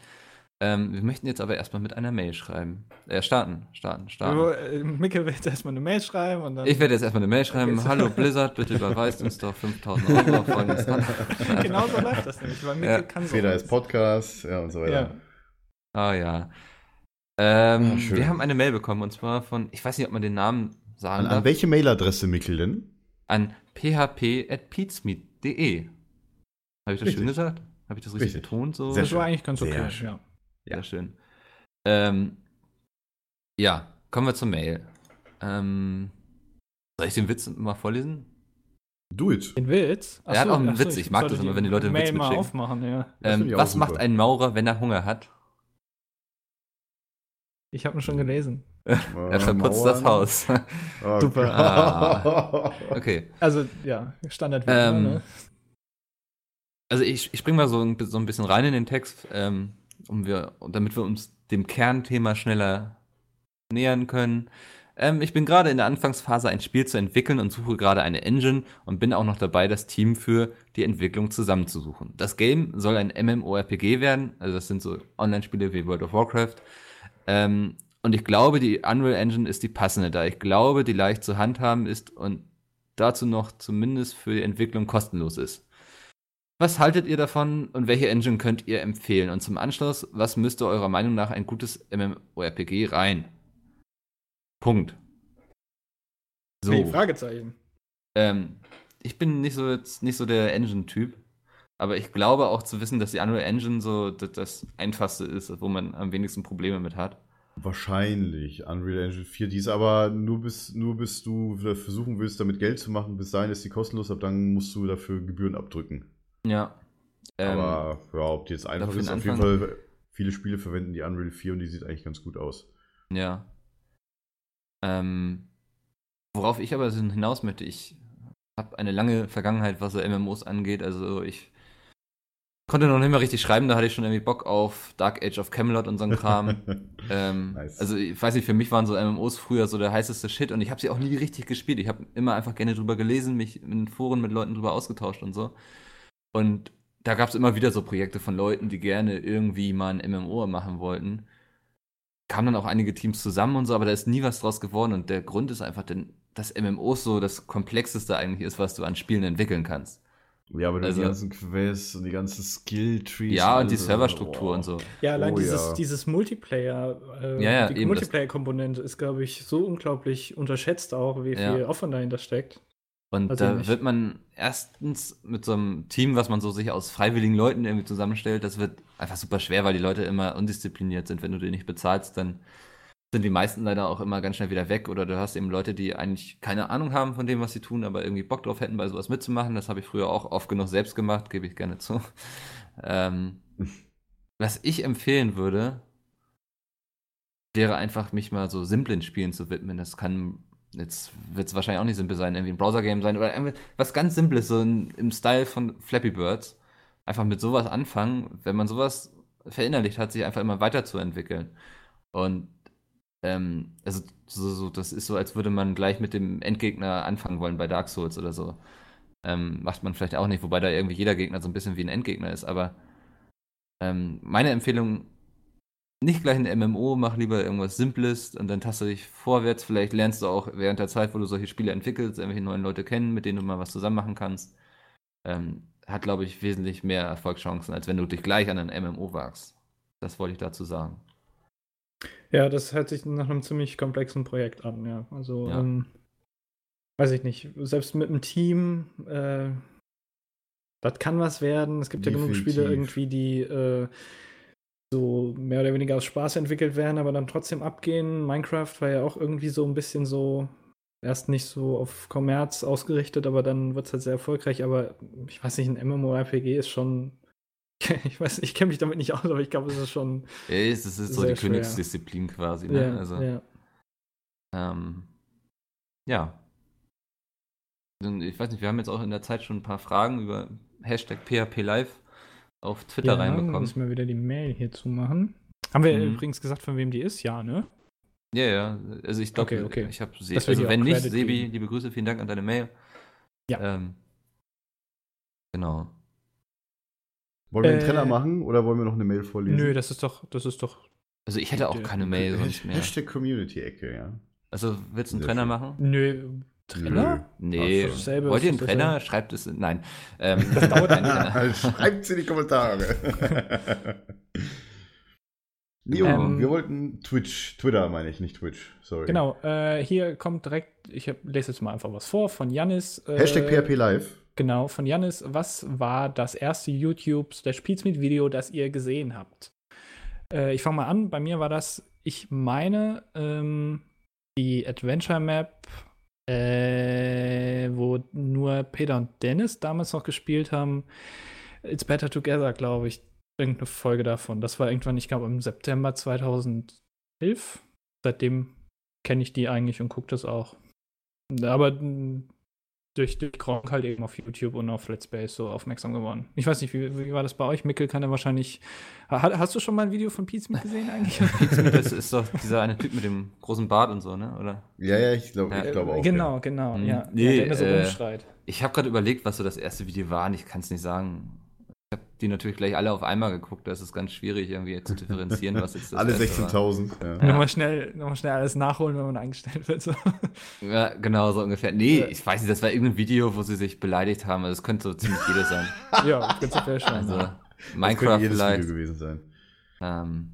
S6: Ähm, wir möchten jetzt aber erstmal mit einer Mail schreiben. Äh, starten, starten, starten.
S3: Äh, Micke will jetzt erstmal eine Mail schreiben und dann.
S6: Ich werde jetzt erstmal eine Mail schreiben.
S3: Okay.
S6: Hallo Blizzard, bitte überweist uns doch 5000 Euro auf folgendes Land.
S3: genau so läuft das nämlich, weil Micke
S6: Ja.
S3: kann so.
S5: Feder ist Podcast, ja und so
S3: Ja.
S5: weiter.
S6: Ah ja. Ähm,
S5: Ah, schön.
S6: wir haben eine Mail bekommen und zwar von, ich weiß nicht, ob man den Namen sagen
S5: An, an
S6: darf,
S5: welche Mailadresse, Mikkel, denn?
S6: an php.peatsmeet.de. Habe ich das
S5: Richtig.
S6: schön gesagt? Habe ich das richtig,
S5: Richtig.
S6: betont? So?
S5: Sehr
S3: Das war eigentlich ganz
S5: Sehr
S3: okay.
S5: schön.
S3: Ja.
S6: Sehr schön. Ähm, ja, kommen wir zur Mail. Ähm, soll ich den Witz mal vorlesen?
S5: Do it.
S3: Den Witz?
S6: Er hat auch einen Witz, ich mag das immer, wenn die Leute einen Witz
S3: Mail mal
S6: mitschicken.
S3: aufmachen, ja.
S5: Das
S6: Ähm,
S5: finde ich auch
S6: was
S5: super.
S6: macht ein Maurer, wenn er Hunger hat?
S3: Ich habe ihn schon gelesen.
S5: Äh,
S6: Er verputzt das
S5: ne?
S6: Haus.
S5: Super.
S6: Ah. okay.
S3: Also, ja, Standard
S6: Ähm,
S3: ne?
S6: Also ich, ich springe mal so ein, so ein bisschen rein in den Text, ähm, um wir, damit wir uns dem Kernthema schneller nähern können. Ähm, ich bin gerade in der Anfangsphase, ein Spiel zu entwickeln und suche gerade eine Engine und bin auch noch dabei, das Team für die Entwicklung zusammenzusuchen. Das Game soll ein MMORPG werden, also das sind so Online-Spiele wie World of Warcraft. Ähm, und ich glaube, die Unreal Engine ist die passende, da ich glaube, die leicht zu handhaben ist und dazu noch zumindest für die Entwicklung kostenlos ist. Was haltet ihr davon und welche Engine könnt ihr empfehlen? Und zum Anschluss, was müsste eurer Meinung nach ein gutes MMORPG rein? Punkt. So,
S3: Nee, Fragezeichen.
S6: ähm, ich bin nicht so, jetzt nicht so der Engine-Typ, aber ich glaube auch zu wissen, dass die Unreal Engine so das, das einfachste ist, wo man am wenigsten Probleme mit hat.
S5: Wahrscheinlich Unreal Engine 4. Die ist aber nur bis, nur bis du versuchen willst, damit Geld zu machen. Bis dahin ist die kostenlos, ab dann musst du dafür Gebühren abdrücken.
S6: Ja. Ähm,
S5: aber ja, ob die jetzt einfach
S6: dafür
S5: ist,
S6: den
S5: auf jeden
S6: Anfang-
S5: Fall. Viele Spiele verwenden die Unreal 4 und die sieht eigentlich ganz gut aus.
S6: Ja. Ähm, worauf ich aber hinaus möchte, ich habe eine lange Vergangenheit, was so MMOs angeht. Also ich konnte noch nicht mal richtig schreiben, da hatte ich schon irgendwie Bock auf Dark Age of Camelot und so einen Kram. ähm,
S5: Nice.
S6: Also ich weiß nicht, für mich waren so MMOs früher so der heißeste Shit und ich habe sie auch nie richtig gespielt. Ich habe immer einfach gerne drüber gelesen, mich in Foren mit Leuten drüber ausgetauscht und so. Und da gab es immer wieder so Projekte von Leuten, die gerne irgendwie mal ein MMO machen wollten kamen dann auch einige Teams zusammen und so, aber da ist nie was draus geworden. Und der Grund ist einfach, denn, dass MMOs so das Komplexeste eigentlich ist, was du an Spielen entwickeln kannst.
S5: ja, aber
S6: also-
S5: die ganzen Quests und die ganzen Skill-Trees.
S6: ja, und
S5: alles,
S6: die
S5: also,
S6: Serverstruktur
S5: boah.
S6: und so.
S3: Ja, allein
S5: Oh,
S3: dieses,
S5: ja.
S3: dieses Multiplayer, äh,
S6: Ja, ja,
S3: die
S6: eben, das-
S3: Multiplayer-Komponente ist, glaube ich, so unglaublich unterschätzt auch, wie
S6: Ja.
S3: viel Aufwand dahinter steckt.
S6: Und
S3: Also
S6: da
S3: nicht.
S6: wird man erstens mit so einem Team, was man so sich aus freiwilligen Leuten irgendwie zusammenstellt, das wird einfach super schwer, weil die Leute immer undiszipliniert sind. Wenn du die nicht bezahlst, dann sind die meisten leider auch immer ganz schnell wieder weg. Oder du hast eben Leute, die eigentlich keine Ahnung haben von dem, was sie tun, aber irgendwie Bock drauf hätten, bei sowas mitzumachen. Das habe ich früher auch oft genug selbst gemacht, gebe ich gerne zu. Ähm, was ich empfehlen würde, wäre einfach, mich mal so simplen Spielen zu widmen. Das kann jetzt wird es wahrscheinlich auch nicht simpel sein, irgendwie ein Browser-Game sein oder irgendwie was ganz Simples, so in, im Style von Flappy Birds. Einfach mit sowas anfangen, wenn man sowas verinnerlicht hat, sich einfach immer weiterzuentwickeln. Und ähm, also so, so, das ist so, als würde man gleich mit dem Endgegner anfangen wollen bei Dark Souls oder so. Ähm, macht man vielleicht auch nicht, wobei da irgendwie jeder Gegner so ein bisschen wie ein Endgegner ist, aber ähm, meine Empfehlung, nicht gleich ein MMO, mach lieber irgendwas Simples und dann taste dich vorwärts. Vielleicht lernst du auch während der Zeit, wo du solche Spiele entwickelst, irgendwelche neuen Leute kennen, mit denen du mal was zusammen machen kannst. Ähm, hat, glaube ich, wesentlich mehr Erfolgschancen, als wenn du dich gleich an ein MMO wagst. Das wollte ich dazu sagen.
S3: Ja, das hört sich nach einem ziemlich komplexen Projekt an, ja. Also,
S6: Ja.
S3: Ähm, weiß ich nicht. Selbst mit einem Team, äh, das kann was werden. Es gibt ja genug Spiele
S5: Definitiv.
S3: irgendwie, die äh, so mehr oder weniger aus Spaß entwickelt werden, aber dann trotzdem abgehen. Minecraft war ja auch irgendwie so ein bisschen so, erst nicht so auf Kommerz ausgerichtet, aber dann wird es halt sehr erfolgreich. Aber ich weiß nicht, ein MMORPG ist schon. Ich weiß, ich kenne mich damit nicht aus, aber ich glaube, es ist schon.
S6: Es ist so
S3: Sehr
S6: die
S3: schwer.
S6: Königsdisziplin quasi. Ne?
S3: ja,
S6: also,
S3: ja.
S6: Ähm, ja. Dann, Ich weiß nicht, wir haben jetzt auch in der Zeit schon ein paar Fragen über Hashtag PHP Live auf Twitter
S3: ja,
S6: reinbekommen.
S3: Müssen wir wieder die Mail hier zumachen. Hm. Haben wir
S6: Mhm.
S3: übrigens gesagt, von wem die ist? Ja, ne?
S6: Ja, ja. Also ich glaube,
S3: Okay, okay.
S6: ich habe sie.
S3: Dass wir dir
S6: Also
S3: auch
S6: wenn nicht,
S3: Credit
S6: Sebi,
S3: geben.
S6: liebe Grüße, vielen Dank an deine Mail.
S3: Ja.
S6: Ähm, genau.
S5: Wollen wir einen
S3: Äh,
S5: Trenner machen oder wollen wir noch eine Mail vorlesen?
S3: Nö, das ist doch, das ist doch.
S6: Also ich hätte auch
S3: Der-
S6: keine Mail sonst
S5: Hashtag
S6: mehr.
S5: Hashtag Community-Ecke, ja.
S6: Also willst du einen
S5: Sehr
S6: Trainer
S5: schön.
S6: machen?
S3: Nö. Trenner?
S6: Nee.
S5: Ach so.
S3: Dasselbe
S6: Wollt ihr einen
S3: ist das
S6: Trainer?
S3: dasselbe.
S6: Schreibt es. in- Nein. Ähm,
S3: Das dauert
S6: nein,
S5: Ah,
S6: nein.
S5: Schreibt's in die Kommentare. Neo,
S3: Ähm,
S5: wir wollten Twitch, Twitter meine ich, nicht Twitch, sorry.
S3: Genau, äh, hier kommt direkt, ich hab, lese jetzt mal einfach was vor von Jannis. Äh,
S5: Hashtag PHP Live.
S3: Genau, von Jannis. Was war das erste YouTube-Pizmeet-Video, das ihr gesehen habt? Äh, ich fange mal an. Bei mir war das, ich meine, ähm, die Adventure Map, äh, wo nur Peter und Dennis damals noch gespielt haben. It's Better Together, glaube ich. Irgendeine Folge davon. Das war irgendwann, ich glaube, im September 2011. Seitdem kenne ich die eigentlich und gucke das auch. Aber mh, durch, durch Gronk halt eben auf YouTube und auf Let's Plays so aufmerksam geworden. Ich weiß nicht, wie, wie war das bei euch? Mickel kann ja wahrscheinlich. Ha, hast du schon mal ein Video von Pizmeet gesehen eigentlich?
S6: Das ist doch dieser eine Typ mit dem großen Bart und so, ne? Oder?
S5: Ja, ja, ich glaube
S6: Ja.
S5: ich glaube auch.
S3: Genau, genau,
S6: Hm.
S3: ja.
S6: Nee,
S3: ja, der immer so
S6: äh,
S3: rumschreit.
S6: Ich habe gerade überlegt, was so das erste Video war und ich kann es nicht sagen. Ich habe die natürlich gleich alle auf einmal geguckt. Das ist ganz schwierig, irgendwie zu differenzieren, was jetzt
S5: Ja.
S6: das
S5: Alle
S6: erste war.
S5: 16.000. Ja.
S3: Nochmal schnell, nochmal schnell alles nachholen, wenn man eingestellt wird. So.
S6: Ja, genau, so ungefähr. Nee,
S3: Ja.
S6: ich weiß nicht, das war irgendein Video, wo sie sich beleidigt haben. Also, Das könnte so ziemlich jedes sein.
S3: ja, prinzipiell schon.
S6: Also,
S3: ja.
S5: Das könnte
S6: Minecraft
S5: jedes Video
S6: vielleicht.
S5: gewesen sein.
S6: Ähm,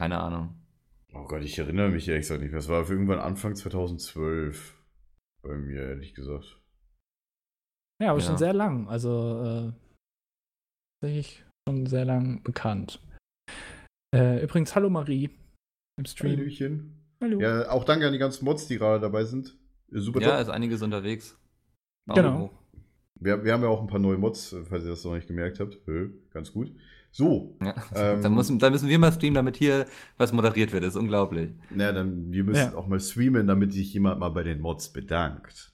S6: keine Ahnung.
S5: Oh Gott, ich erinnere mich ehrlich gesagt nicht. mehr. Das war irgendwann Anfang 2012 bei mir, ehrlich gesagt.
S3: ja, aber schon
S6: ja.
S3: sehr lang. Also, äh, tatsächlich schon sehr lang bekannt. Äh, übrigens, hallo Marie im Stream.
S5: Hallöchen.
S3: Hallo.
S5: Ja, auch danke an die ganzen Mods, die gerade dabei sind. Super
S6: Ja,
S5: top.
S6: ist einiges unterwegs.
S3: Genau.
S6: Daumen hoch.
S5: Wir, wir haben ja auch ein paar neue Mods, äh, falls ihr das noch nicht gemerkt habt. Hö, ganz gut. So,
S6: Ja.
S5: Ähm.
S6: dann, müssen, dann müssen wir mal streamen, damit hier was moderiert wird. Das ist unglaublich.
S5: na dann, wir müssen
S3: Ja.
S5: auch mal streamen, damit sich jemand mal bei den Mods bedankt.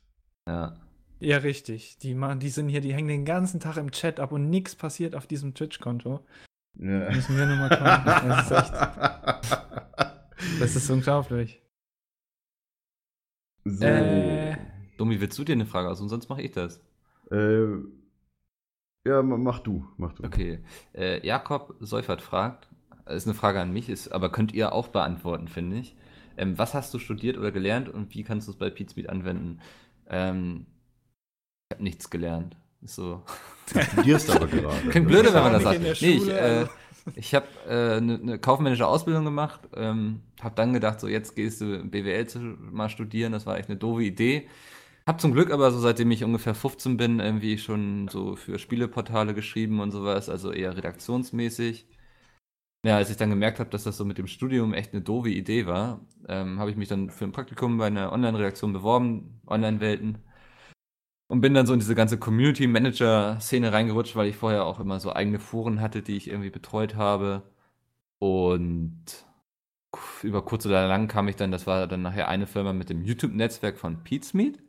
S6: Ja.
S3: Ja, richtig. Die, machen, die sind hier, die hängen den ganzen Tag im Chat ab und nichts passiert auf diesem Twitch-Konto.
S5: Ja.
S3: Müssen wir nur mal kommen. Das ist, echt, das ist unglaublich.
S5: so.
S3: Äh.
S6: Domi, willst du dir eine Frage aus? Und sonst mache ich das.
S5: Äh, ja, ma- mach du, mach du.
S6: Okay. Äh, Jakob Seufert fragt, äh, ist eine Frage an mich, ist, aber könnt ihr auch beantworten, finde ich. Ähm, was hast du studiert oder gelernt und wie kannst du es bei Pizmeet anwenden? Ähm, ich habe nichts gelernt. Ist so.
S5: Du studierst aber gerade.
S6: Klingt blöd, wenn
S3: war
S6: man das
S3: nicht
S6: sagt.
S3: in
S6: Nee,
S3: der
S6: ich,
S3: Schule,
S6: äh,
S3: also.
S6: ich habe eine äh, ne- ne kaufmännische Ausbildung gemacht, ähm, habe dann gedacht, so jetzt gehst du BWL zu, mal studieren, das war echt eine doofe Idee. Hab zum Glück aber so, seitdem ich ungefähr 15 bin, irgendwie schon so für Spieleportale geschrieben und sowas, also eher redaktionsmäßig. Ja, als ich dann gemerkt habe, dass das so mit dem Studium echt eine doofe Idee war, ähm, habe ich mich dann für ein Praktikum bei einer Online-Redaktion beworben, Online-Welten. Und bin dann so in diese ganze Community-Manager-Szene reingerutscht, weil ich vorher auch immer so eigene Foren hatte, die ich irgendwie betreut habe. Und über kurz oder lang kam ich dann, das war dann nachher eine Firma mit dem YouTube-Netzwerk von Pete's Meat.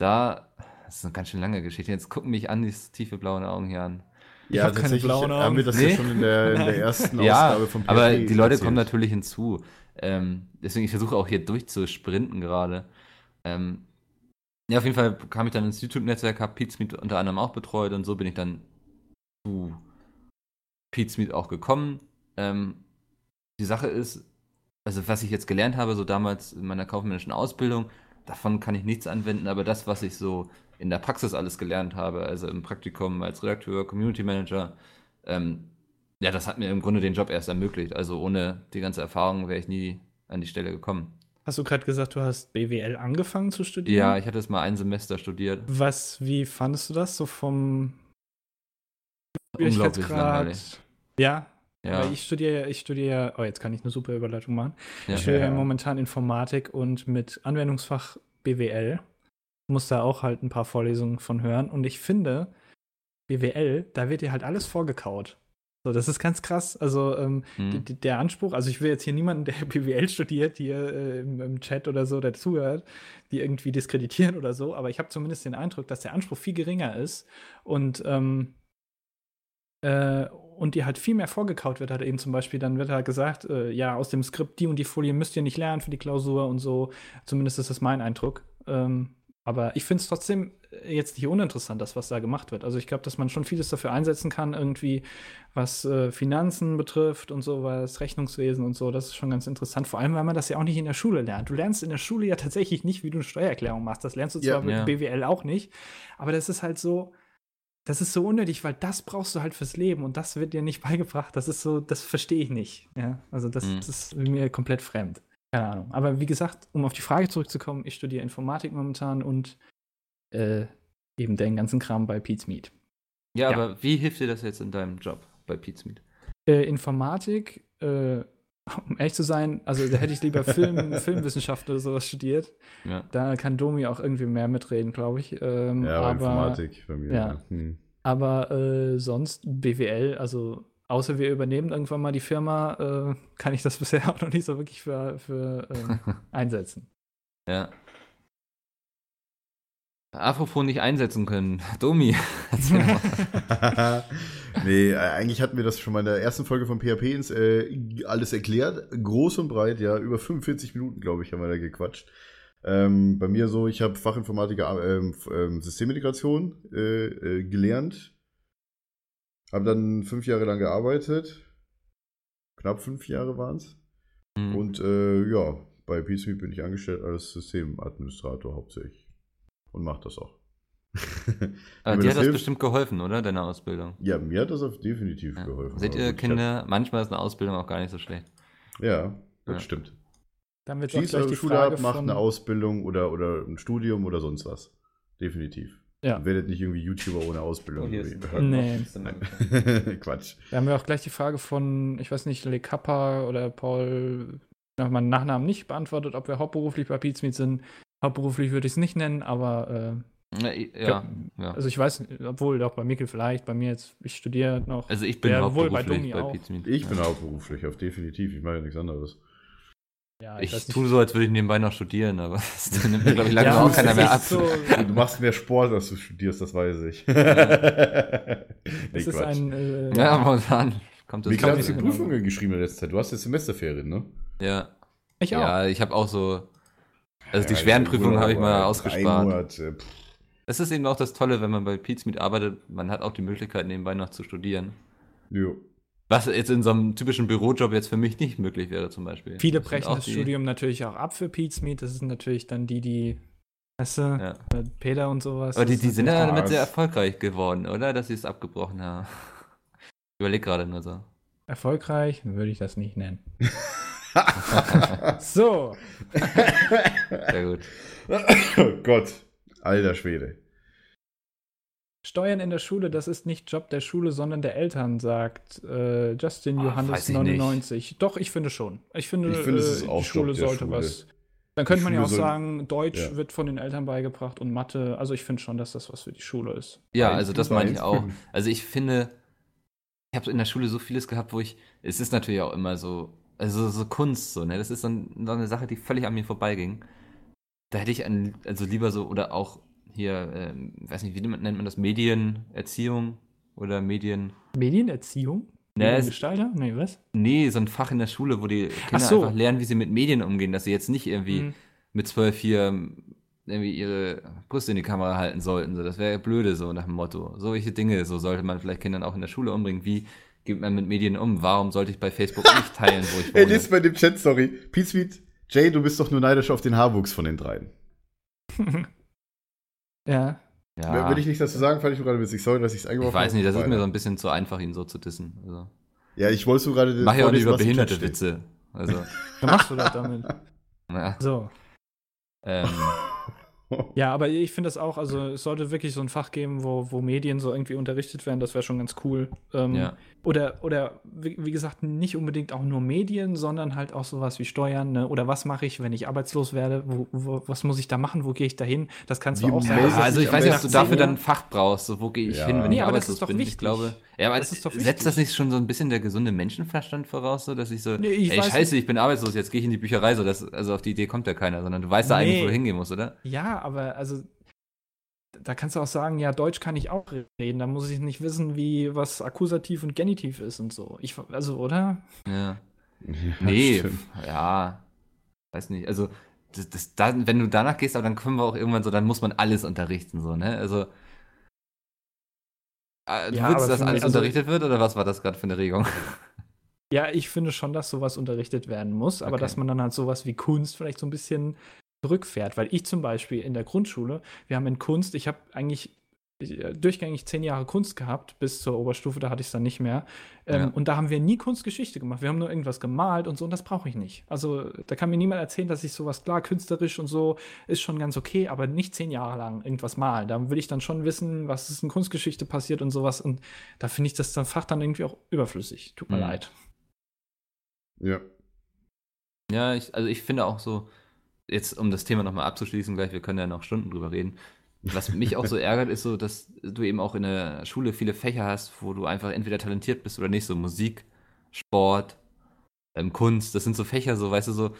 S6: Da, das ist eine ganz schön lange Geschichte. Jetzt gucken mich an, diese tiefe blauen Augen hier an.
S5: Ja,
S6: hab keine
S5: tatsächlich
S6: blauen
S5: haben wir das ja
S6: Nee.
S5: schon in der, in der ersten
S6: Ja,
S5: Ausgabe von
S6: aber
S5: PSP
S6: die Leute
S5: erzählt.
S6: kommen natürlich hinzu. Ähm, deswegen, ich versuche auch hier durchzusprinten gerade. Ähm, ja, auf jeden Fall kam ich dann ins YouTube-Netzwerk, habe Pizmeet unter anderem auch betreut und so bin ich dann zu Pizmeet auch gekommen. Ähm, die Sache ist, also was ich jetzt gelernt habe, so damals in meiner kaufmännischen Ausbildung, davon kann ich nichts anwenden, aber das, was ich so in der Praxis alles gelernt habe, also im Praktikum als Redakteur, Community Manager, ähm, ja, das hat mir im Grunde den Job erst ermöglicht. Also ohne die ganze Erfahrung wäre ich nie an die Stelle gekommen.
S3: Hast du gerade gesagt, du hast BWL angefangen zu
S6: Ja,
S3: studieren?
S6: ich hatte es mal ein Semester studiert.
S3: Was, wie fandest du das so vom
S6: Unglaublich
S3: Schwierigkeitsgrad?
S6: langweilig.
S3: Ja,
S6: Ja,
S3: Weil ich studiere, ich studiere, oh, jetzt kann ich eine super Überleitung machen.
S6: ja.
S3: Ich studiere momentan Informatik und mit Anwendungsfach BWL. Muss da auch halt ein paar Vorlesungen von hören. Und ich finde, BWL, da wird dir halt alles vorgekaut. So, das ist ganz krass. Also, ähm, d-
S6: Hm.
S3: d- der Anspruch, also ich will jetzt hier niemanden, der BWL studiert, hier äh, im, im Chat oder so dazuhört, die irgendwie diskreditieren oder so, aber ich habe zumindest den Eindruck, dass der Anspruch viel geringer ist und ähm, äh, und dir halt viel mehr vorgekaut wird, halt eben zum Beispiel, dann wird halt gesagt, äh, ja, aus dem Skript die und die Folie müsst ihr nicht lernen für die Klausur und so. Zumindest ist das mein Eindruck. Ähm, aber ich finde es trotzdem äh, jetzt nicht uninteressant, das, was da gemacht wird. Also ich glaube, dass man schon vieles dafür einsetzen kann, irgendwie was äh, Finanzen betrifft und so, was Rechnungswesen und so, das ist schon ganz interessant. Vor allem, weil man das ja auch nicht in der Schule lernt. Du lernst in der Schule ja tatsächlich nicht, wie du eine Steuererklärung machst. Das lernst du
S5: Ja.
S3: zwar mit
S6: Ja.
S3: BWL auch nicht, aber das ist halt so, das ist so unnötig, weil das brauchst du halt fürs Leben und das wird dir nicht beigebracht. Das ist so, das verstehe ich nicht. Ja, also das,
S5: Mhm.
S6: Hm.
S3: das ist mir komplett fremd. Keine Ahnung. Aber wie gesagt, um auf die Frage zurückzukommen, ich studiere Informatik momentan und äh, eben den ganzen Kram bei Pete's Meet.
S6: ja,
S3: ja.
S6: aber wie hilft dir das jetzt in deinem Job bei Pizmeet?
S3: äh, Informatik, äh, um ehrlich zu sein, also da hätte ich lieber Film, Filmwissenschaft oder sowas studiert.
S6: Ja.
S3: Da kann Domi auch irgendwie mehr mitreden, glaube ich. Ähm,
S5: Ja, aber
S3: aber
S5: Informatik bei mir.
S3: ja.
S5: Hm.
S3: aber äh, sonst BWL, also außer wir übernehmen irgendwann mal die Firma, äh, kann ich das bisher auch noch nicht so wirklich für, für ähm, einsetzen.
S6: Ja. Apropos nicht einsetzen können. Domi, erzähl mal.
S5: nee, äh, eigentlich hatten wir das schon mal in der ersten Folge von PHP ins, äh, alles erklärt. Groß und breit, ja. Über 45 Minuten, glaube ich, haben wir da gequatscht. Ähm, bei mir so, ich habe Fachinformatiker ähm, F- ähm, Systemintegration äh, äh, gelernt. Habe dann fünf Jahre lang gearbeitet. Knapp fünf Jahre waren es.
S6: Hm.
S5: Und äh, ja, bei PSME bin ich angestellt als Systemadministrator hauptsächlich. Und mache das auch.
S6: Aber
S5: Wenn mir
S6: dir
S5: das
S6: hat das
S5: hilft-
S6: bestimmt geholfen, oder? Deine Ausbildung.
S5: Ja, mir hat das auf definitiv
S6: Ja.
S5: geholfen.
S6: Seht
S5: Also
S6: ihr,
S5: ich
S6: Kinder, manchmal ist eine Ausbildung auch gar nicht so schlecht.
S5: Hab, ja, das
S6: Ja.
S5: stimmt.
S3: Dann wird auch
S5: Schließt
S3: gleich
S5: eure
S3: die
S5: Schule
S3: Frage
S5: ab, macht
S3: von,
S5: eine Ausbildung oder, oder ein Studium oder sonst was. Definitiv.
S3: Ja.
S5: Und Werdet nicht irgendwie YouTuber ohne
S6: Oh,
S5: Ausbildung. irgendwie.
S3: Nee.
S5: Quatsch.
S3: Da haben wir auch gleich die Frage von, ich weiß nicht, Le Kappa oder Paul, nach meinen Nachnamen nicht beantwortet, ob wir hauptberuflich bei Pizmeet sind. Hauptberuflich würde ich es nicht nennen, aber
S6: Ja,
S3: äh,
S6: ja. ja.
S3: also ich weiß, nicht, obwohl doch bei Mikkel vielleicht, bei mir jetzt, ich studiere noch.
S6: Also ich bin
S3: Ja, wohl, bei Domi
S6: hauptberuflich bei,
S3: auch.
S6: Pizmeet.
S5: Ich
S6: ja.
S5: bin hauptberuflich, auf definitiv. Ich mache ja nichts anderes.
S3: ja,
S6: Ich,
S3: Ah, weiß nicht.
S6: tue so, als würde ich nebenbei noch studieren, aber das nimmt mir, glaube ich, langsam
S3: Ja,
S6: auch keiner
S3: es
S6: mehr
S3: ist
S6: ab.
S3: So,
S5: Du machst mehr Sport, als du studierst, das weiß ich. nee,
S3: es ist ein. Äh,
S6: Ja, momentan kommt das.
S5: Wie
S6: glaub
S5: klar hast du
S6: ich,
S5: Prüfungen geschrieben in letzter Zeit? Du hast jetzt Semesterferien, ne?
S6: Ja,
S3: ich auch.
S6: ja ich habe auch so. Also die
S5: Ja,
S6: schweren
S5: ich-
S6: Prüfungen habe ich mal
S5: drei
S6: ausgespart.
S5: Monate, pff,
S6: Das ist eben auch das Tolle, wenn man bei Pizmeet arbeitet, man hat auch die Möglichkeit, nebenbei noch zu studieren.
S5: jo.
S6: Was jetzt in so einem typischen Bürojob jetzt für mich nicht möglich wäre, zum Beispiel.
S3: Viele
S6: Das sind
S3: brechen
S6: auch
S3: das
S6: die-
S3: Studium natürlich auch ab für Pizmeet. Das sind natürlich dann die, die. Weißt du,
S6: Ja.
S3: äh, Peter und sowas.
S6: Aber die,
S3: das
S6: die
S3: ist
S6: sind ja
S5: natürlich
S6: damit sehr
S5: krass.
S6: erfolgreich geworden, oder? Dass sie es abgebrochen haben. Ich überleg gerade nur so.
S3: Erfolgreich würde ich das nicht nennen. So,
S6: Sehr gut.
S5: Oh Gott, alter Schwede.
S3: Steuern in der Schule, das ist nicht Job der Schule, sondern der Eltern, sagt äh, Justin
S6: Ah,
S3: Johannes
S6: weiß ich nicht.
S3: 99. Doch, ich finde schon. Ich finde,
S5: Ich finde, es ist
S3: äh,
S5: auch
S3: die Schule
S5: Job der
S3: sollte
S5: Schule.
S3: was. Dann könnte man ja
S5: Schule
S3: auch
S5: soll-
S3: sagen, Deutsch
S5: ja.
S3: wird von den Eltern beigebracht und Mathe. Also ich finde schon, dass das was für die Schule ist.
S6: Ja, also das meine ich auch.
S5: 1,15.
S6: Also ich finde, ich habe in der Schule so vieles gehabt, wo ich, es ist natürlich auch immer so, Also so Kunst, so, ne? Das ist dann so eine Sache, die völlig an mir vorbeiging. Da hätte ich an, also lieber so, oder auch hier, ähm, weiß nicht, wie nennt man das? Medienerziehung oder Medien.
S3: Medienerziehung?
S6: Ne, es,
S3: Mediengestalter? Nee, was?
S6: nee, so ein Fach in der Schule, wo die Kinder
S3: so.
S6: einfach lernen, wie sie mit Medien umgehen, dass sie jetzt nicht irgendwie
S3: Mhm.
S6: mit zwölf hier ähm, irgendwie ihre Brüste in die Kamera halten sollten. So, das wäre blöde, so nach dem Motto. Solche Dinge, so sollte man vielleicht Kindern auch in der Schule umbringen. Wie geht man mit Medien um? Warum sollte ich bei Facebook nicht teilen, wo ich
S5: Ey,
S6: wohne?
S5: lies mal dem Chat, sorry. Pete Sweet, Jay, du bist doch nur neidisch auf den Haarwuchs von den dreien.
S3: Ja.
S6: Ja.
S5: Will ich nichts dazu sagen, fand ich nur gerade witzig. Sorry, dass ich es
S6: Ich
S5: eingeworfen habe.
S6: weiß nicht, das ist
S5: Weil-
S6: mir so ein bisschen zu einfach, ihn so zu dissen. Also,
S5: Ja, ich wollte so gerade.
S6: ich mache ja auch nicht
S5: vorlesen,
S6: über
S5: was im Chat
S6: behinderte Witze.
S5: steht.
S6: Also,
S3: Dann machst du das damit.
S6: ja,
S3: So.
S6: ähm,
S3: Ja, aber ich finde das auch, also es sollte wirklich so ein Fach geben, wo, wo Medien so irgendwie unterrichtet werden, das wäre schon ganz cool.
S5: Um
S3: Ähm,
S6: ja.
S3: Oder, oder wie, wie gesagt, nicht unbedingt auch nur Medien, sondern halt auch sowas wie Steuern, ne? Oder was mache ich, wenn ich arbeitslos werde? Wo, wo, was muss ich da machen? Wo gehe ich da hin? Das kannst du
S5: Wie
S3: auch
S5: Ja,
S6: Also,
S5: meldest
S3: dass
S5: sich
S6: ich
S5: am
S6: weiß nicht, ob du
S5: besten
S6: dafür
S5: so.
S6: dann ein Fach brauchst. So, wo gehe ich
S5: Ja.
S6: hin, wenn
S3: Nee,
S6: ich
S3: aber das
S6: arbeitslos
S3: ist doch
S6: bin?
S3: wichtig.
S6: Ich glaube, ja, aber
S3: Das ist doch wichtig.
S6: setzt das nicht schon so ein bisschen der gesunde Menschenverstand voraus, so, dass ich so,
S3: Nee, ich
S6: ey,
S3: weiß
S6: scheiße, ich bin arbeitslos, jetzt gehe ich in die Bücherei, so, das, also auf die Idee kommt ja keiner, sondern du weißt da eigentlich, wo
S3: Nee.
S6: du hingehen musst, oder?
S3: Ja, aber also da kannst du auch sagen, ja, Deutsch kann ich auch reden, da muss ich nicht wissen, wie was Akkusativ und Genitiv ist und so. Ich also, oder?
S6: Ja.
S5: Ja,
S6: Nee,
S5: stimmt.
S6: pf, ja, weiß nicht. Also, das, das, dann, wenn du danach gehst, aber dann können wir auch irgendwann so, dann muss man alles unterrichten, so, ne? Also. äh, Du
S3: Ja,
S6: willst,
S3: aber
S6: dass
S3: für
S6: alles
S3: mich- also-
S6: unterrichtet wird, oder was war das gerade für eine Regung?
S3: Ja, ich finde schon, dass sowas unterrichtet werden muss, aber
S6: Okay.
S3: dass man dann halt sowas wie Kunst vielleicht so ein bisschen zurückfährt. Weil ich zum Beispiel in der Grundschule, wir haben in Kunst, ich habe eigentlich äh, durchgängig zehn Jahre Kunst gehabt, bis zur Oberstufe, da hatte ich es dann nicht mehr. Ähm,
S6: Ja.
S3: Und da haben wir nie Kunstgeschichte gemacht. Wir haben nur irgendwas gemalt und so, und das brauche ich nicht. Also da kann mir niemand erzählen, dass ich sowas klar, künstlerisch und so, ist schon ganz okay, aber nicht zehn Jahre lang irgendwas malen. Da will ich dann schon wissen, was ist in Kunstgeschichte passiert und sowas. Und da finde ich das dann Fach dann irgendwie auch überflüssig. Tut mir
S6: Mhm.
S3: leid.
S5: Ja.
S6: Ja, ich, also ich finde auch so, jetzt um das Thema nochmal abzuschließen, gleich, wir können ja noch Stunden drüber reden. Was mich auch so ärgert, ist so, dass du eben auch in der Schule viele Fächer hast, wo du einfach entweder talentiert bist oder nicht, so Musik, Sport, ähm, Kunst, das sind so Fächer, so, weißt du, so,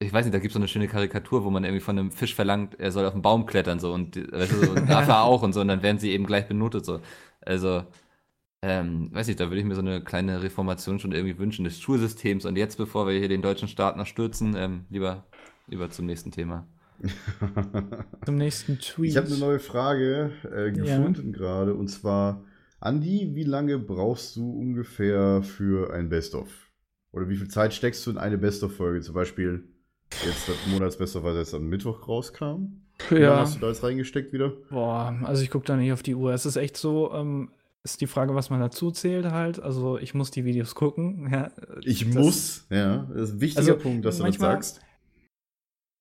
S6: ich weiß nicht, da gibt es so eine schöne Karikatur, wo man irgendwie von einem Fisch verlangt, er soll auf den Baum klettern, so, und, äh, weißt du, so, und darf er auch und so, und dann werden sie eben gleich benotet, so. Also, ähm, weiß nicht, da würde ich mir so eine kleine Reformation schon irgendwie wünschen des Schulsystems. Und jetzt, bevor wir hier den deutschen Staat noch stürzen, ähm, lieber über zum nächsten Thema.
S3: Zum nächsten Tweet.
S5: ich habe eine neue Frage äh, gefunden gerade. Und zwar: Andi, wie lange brauchst du ungefähr für ein Best-of? Oder wie viel Zeit steckst du in eine Best-of-Folge? Zum Beispiel jetzt das Monats-Best-of, was jetzt am Mittwoch rauskam. Wie lange
S3: ja.
S5: hast du da jetzt reingesteckt wieder?
S3: Boah, also ich gucke da nicht auf die Uhr. Es ist echt so, ähm, ist die Frage, was man dazu zählt halt. Also ich muss die Videos gucken. Ja,
S5: Ich
S3: das-
S5: muss, ja. Das ist ein wichtiger
S3: Also,
S5: Punkt, dass du das
S3: manchmal-
S5: sagst.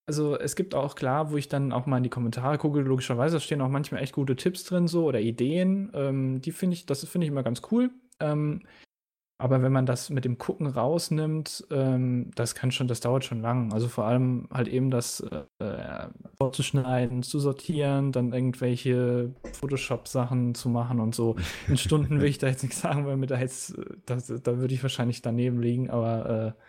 S3: Also es gibt auch klar, wo ich dann auch mal in die Kommentare gucke, logischerweise da stehen auch manchmal echt gute Tipps drin so oder Ideen. Ähm, die finde ich, das finde ich immer ganz cool. Ähm, aber wenn man das mit dem Gucken rausnimmt, ähm, das kann schon, das dauert schon lang. Also vor allem halt eben das äh, vorzuschneiden, zu sortieren, dann irgendwelche Photoshop-Sachen zu machen und so. In Stunden will ich da jetzt nichts sagen, weil mir da jetzt, äh, das, da würde ich wahrscheinlich daneben liegen, aber äh,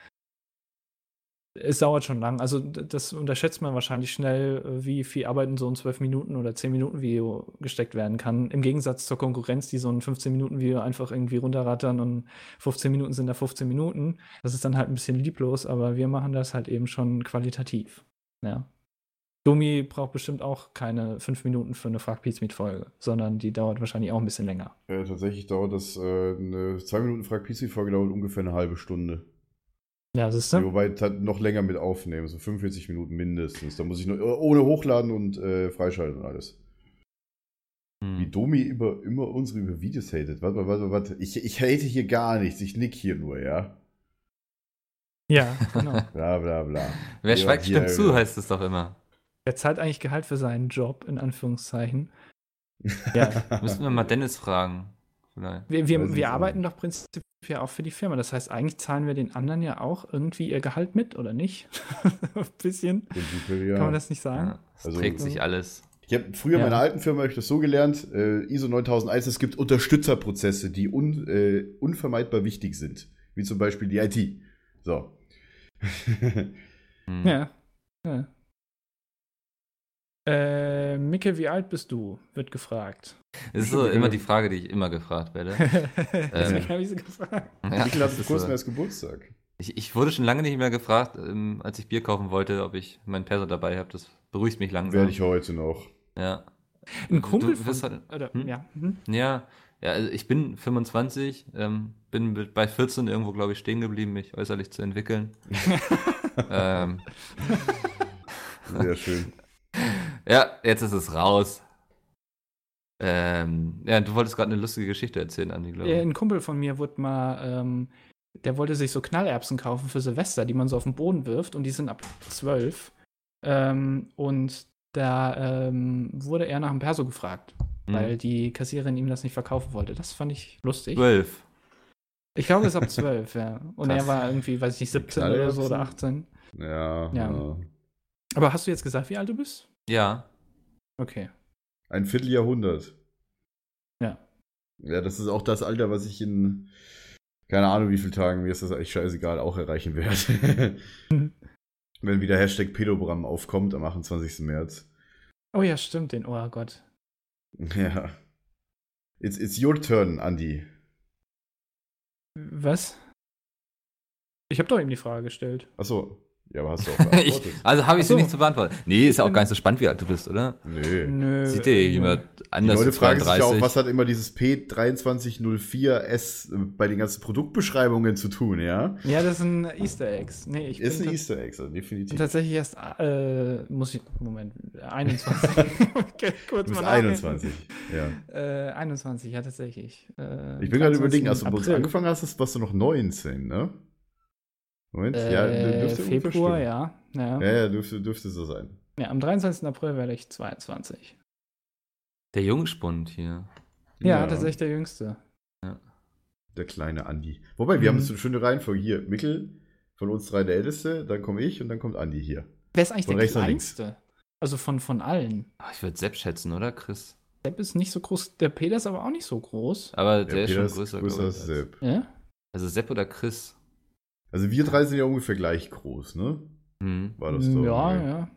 S3: es dauert schon lang. Also d- das unterschätzt man wahrscheinlich schnell, äh, wie viel Arbeit in so ein 12-Minuten- oder 10-Minuten-Video gesteckt werden kann. Im Gegensatz zur Konkurrenz, die so ein 15-Minuten-Video einfach irgendwie runterrattern und 15 Minuten sind da 15 Minuten. Das ist dann halt ein bisschen lieblos, aber wir machen das halt eben schon qualitativ. Ja. Domi braucht bestimmt auch keine 5 Minuten für eine frag meet folge sondern die dauert wahrscheinlich auch ein bisschen länger.
S5: Äh, tatsächlich dauert das äh, eine 2 Minuten frag pc folge dauert ungefähr eine halbe Stunde.
S3: Ja, siehst
S5: Ja,
S3: du?
S5: Wobei ta- noch länger mit aufnehmen, so 45 Minuten mindestens. Da muss ich nur oh, ohne hochladen und äh, freischalten und alles. Wie
S6: Hm.
S5: Domi über, immer unsere über Videos hatet. Warte, mal, warte, mal, warte. Ich, ich hate hier gar nichts. Ich nick hier nur, ja.
S3: Ja, genau.
S5: Bla bla bla.
S6: Wer
S5: Ja,
S6: schweigt,
S5: hier,
S6: stimmt zu,
S5: ja.
S6: heißt es doch immer.
S3: Wer zahlt eigentlich Gehalt für seinen Job, in Anführungszeichen? Ja,
S6: Müssten wir mal Dennis fragen. Vielleicht.
S3: Wir,
S5: Weiß ich
S3: wir,
S5: nicht.
S3: wir arbeiten doch prinzipiell ja auch für die Firma. Das heißt, eigentlich zahlen wir den anderen ja auch irgendwie ihr Gehalt mit, oder nicht? Ein bisschen.
S5: Prinzipiell, ja.
S3: Kann man das nicht sagen?
S6: Ja, es
S5: Also-
S6: trägt sich alles.
S5: Ich habe früher in
S3: Ja.
S5: meiner alten Firma hab ich das so gelernt, äh, ISO 9001, es gibt Unterstützerprozesse, die un, äh, unvermeidbar wichtig sind, wie zum Beispiel die IT. So.
S6: Hm.
S3: Ja. ja. Äh, Micke, wie alt bist du? Wird gefragt.
S6: Das ist so immer die Frage, die ich immer gefragt werde.
S3: Deswegen habe ich sie gefragt.
S6: Ja,
S5: Mikkel
S6: das
S5: hat
S6: ist
S5: kurz
S6: so.
S5: mehr als Geburtstag.
S6: ich, ich wurde schon lange nicht mehr gefragt, ähm, als ich Bier kaufen wollte, ob ich meinen Perso dabei habe. Das beruhigt mich langsam.
S5: Werde ich heute noch.
S6: Ja.
S3: Ein Kumpel
S6: Du wirst halt-
S3: Oder,
S6: Hm?
S3: ja. mhm.
S6: Ja, ja also ich bin 25, ähm, bin mit- bei 14 irgendwo, glaube ich, stehen geblieben, mich äußerlich zu entwickeln. ähm,
S5: Sehr schön.
S6: ja, jetzt ist es raus. Ähm, ja, du wolltest gerade eine lustige Geschichte erzählen, Andi, glaube
S3: Äh,
S6: ich. Hm?
S3: Ein Kumpel von mir wurde mal, ähm, der wollte sich so Knallerbsen kaufen für Silvester, die man so auf den Boden wirft und die sind ab 12. Ähm, und da ähm, wurde er nach dem Perso gefragt,
S6: Mhm.
S3: weil die Kassiererin ihm das nicht verkaufen wollte. Das fand ich lustig.
S6: 12.
S3: Ich glaube, es ist ab 12, ja. Und
S6: Krass.
S3: er war irgendwie, weiß ich nicht, 17 oder so oder 18.
S5: Ja,
S3: Ja.
S5: ja.
S3: Aber hast du jetzt gesagt, wie alt du bist?
S6: Ja.
S3: Okay.
S5: Ein Vierteljahrhundert.
S3: Ja.
S5: Ja, das ist auch das Alter, was ich in keine Ahnung wie vielen Tagen, mir ist das eigentlich scheißegal, auch erreichen werde.
S3: Mhm.
S5: Wenn wieder Hashtag Pedobram aufkommt am 28. März.
S3: Oh ja, stimmt, den, oh Gott.
S5: Ja. It's, it's your turn, Andy.
S3: Was? Ich habe doch ihm die Frage gestellt.
S5: Achso. Ja, aber hast du auch
S6: Ich,
S5: beantwortet.
S6: also habe ich
S3: Ach so.
S6: sie nicht zu beantworten. Nee, ist ja auch gar nicht so spannend, wie alt du bist, oder?
S5: Nö.
S3: Nö.
S6: Sieht dir jemand
S5: Die
S6: anders
S5: Leute
S6: zu
S5: fragen sich ja auch,
S6: 32?
S5: was hat immer dieses P2304S äh, bei den ganzen Produktbeschreibungen zu tun, ja?
S3: Ja, das sind Easter Eggs. Nee, ich
S5: Ist
S3: bin
S5: ein
S3: tats-
S5: Easter Egg, also definitiv.
S3: tatsächlich erst, äh, muss ich, Moment, 21. Okay, Kurz
S5: Du bist
S3: nachdenken.
S5: 21. Ja.
S3: Äh, 21, ja, tatsächlich. Äh,
S5: Ich bin
S3: 23.
S5: gerade überlegen, als du bei uns
S3: April.
S5: angefangen hast, ist- warst du noch 19, ne? Moment,
S3: Äh,
S5: ja, dür- dürfte ungefähr
S3: Februar,
S5: stimmen.
S3: ja. Ja.
S5: Ja, ja, dürfte, dürfte so sein.
S3: Ja, am 23. April werde ich 22.
S6: Der Jungspund hier.
S3: Ja, tatsächlich der Jüngste.
S5: Der kleine Andi. Wobei,
S3: Mhm.
S5: wir haben so eine schöne Reihenfolge hier. Mikkel, von uns drei der Älteste, dann komme ich und dann kommt Andi hier.
S3: Wer ist eigentlich
S5: Von
S3: der
S5: rechts nach links.
S3: Kleinste? Also von, von allen.
S6: Ach, ich würde Sepp schätzen, oder, Chris?
S3: Sepp ist nicht so groß, der Peter ist aber auch nicht so groß.
S6: Aber
S5: Ja,
S6: der ist
S5: Peter
S6: schon
S5: ist
S6: größer,
S5: größer
S6: glaub
S5: als
S6: ich, als-
S5: Sepp.
S3: Ja?
S6: Also Sepp oder Chris?
S5: Also wir drei sind ja ungefähr gleich groß, ne?
S6: Hm.
S5: War das doch.
S3: ja,
S5: ne?
S3: ja.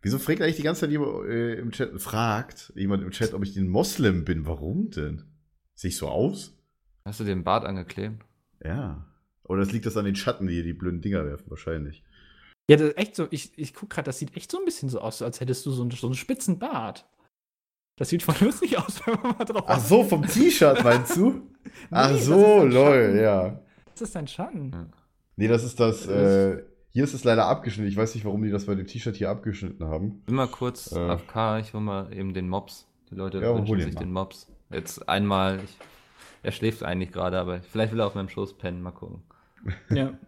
S5: Wieso fragt eigentlich die ganze Zeit jemand äh, im Chat, fragt jemand im Chat, ob ich den Moslem bin? Warum denn? Sehe ich so aus?
S6: Hast du den Bart angeklebt?
S5: Ja. Oder das liegt das an den Schatten, die hier die blöden Dinger werfen, wahrscheinlich.
S3: Ja, das ist echt so, ich, ich guck gerade, das sieht echt so ein bisschen so aus, als hättest du so einen, so einen spitzen Bart. Das sieht voll lustig aus, wenn man mal drauf
S5: Ach so, vom T-Shirt meinst du?
S3: Nee,
S5: Ach
S3: das ist
S5: so,
S3: dein
S5: lol,
S3: Schatten.
S5: ja.
S3: Das ist dein
S6: Hm.
S3: Schatten.
S5: Nee, das ist das.
S6: Das-
S5: Äh, hier ist es leider abgeschnitten. Ich weiß nicht, warum die das bei dem T-Shirt hier abgeschnitten haben.
S6: Bin mal kurz
S5: Äh.
S6: AFK, ich hol mal eben den Mops. Die Leute
S5: Ja, hol
S6: wünschen
S5: ihn
S6: sich
S5: mal.
S6: den Mops. Jetzt einmal, ich, er schläft eigentlich gerade, aber vielleicht will er auf meinem Schoß pennen, mal gucken.
S3: Ja.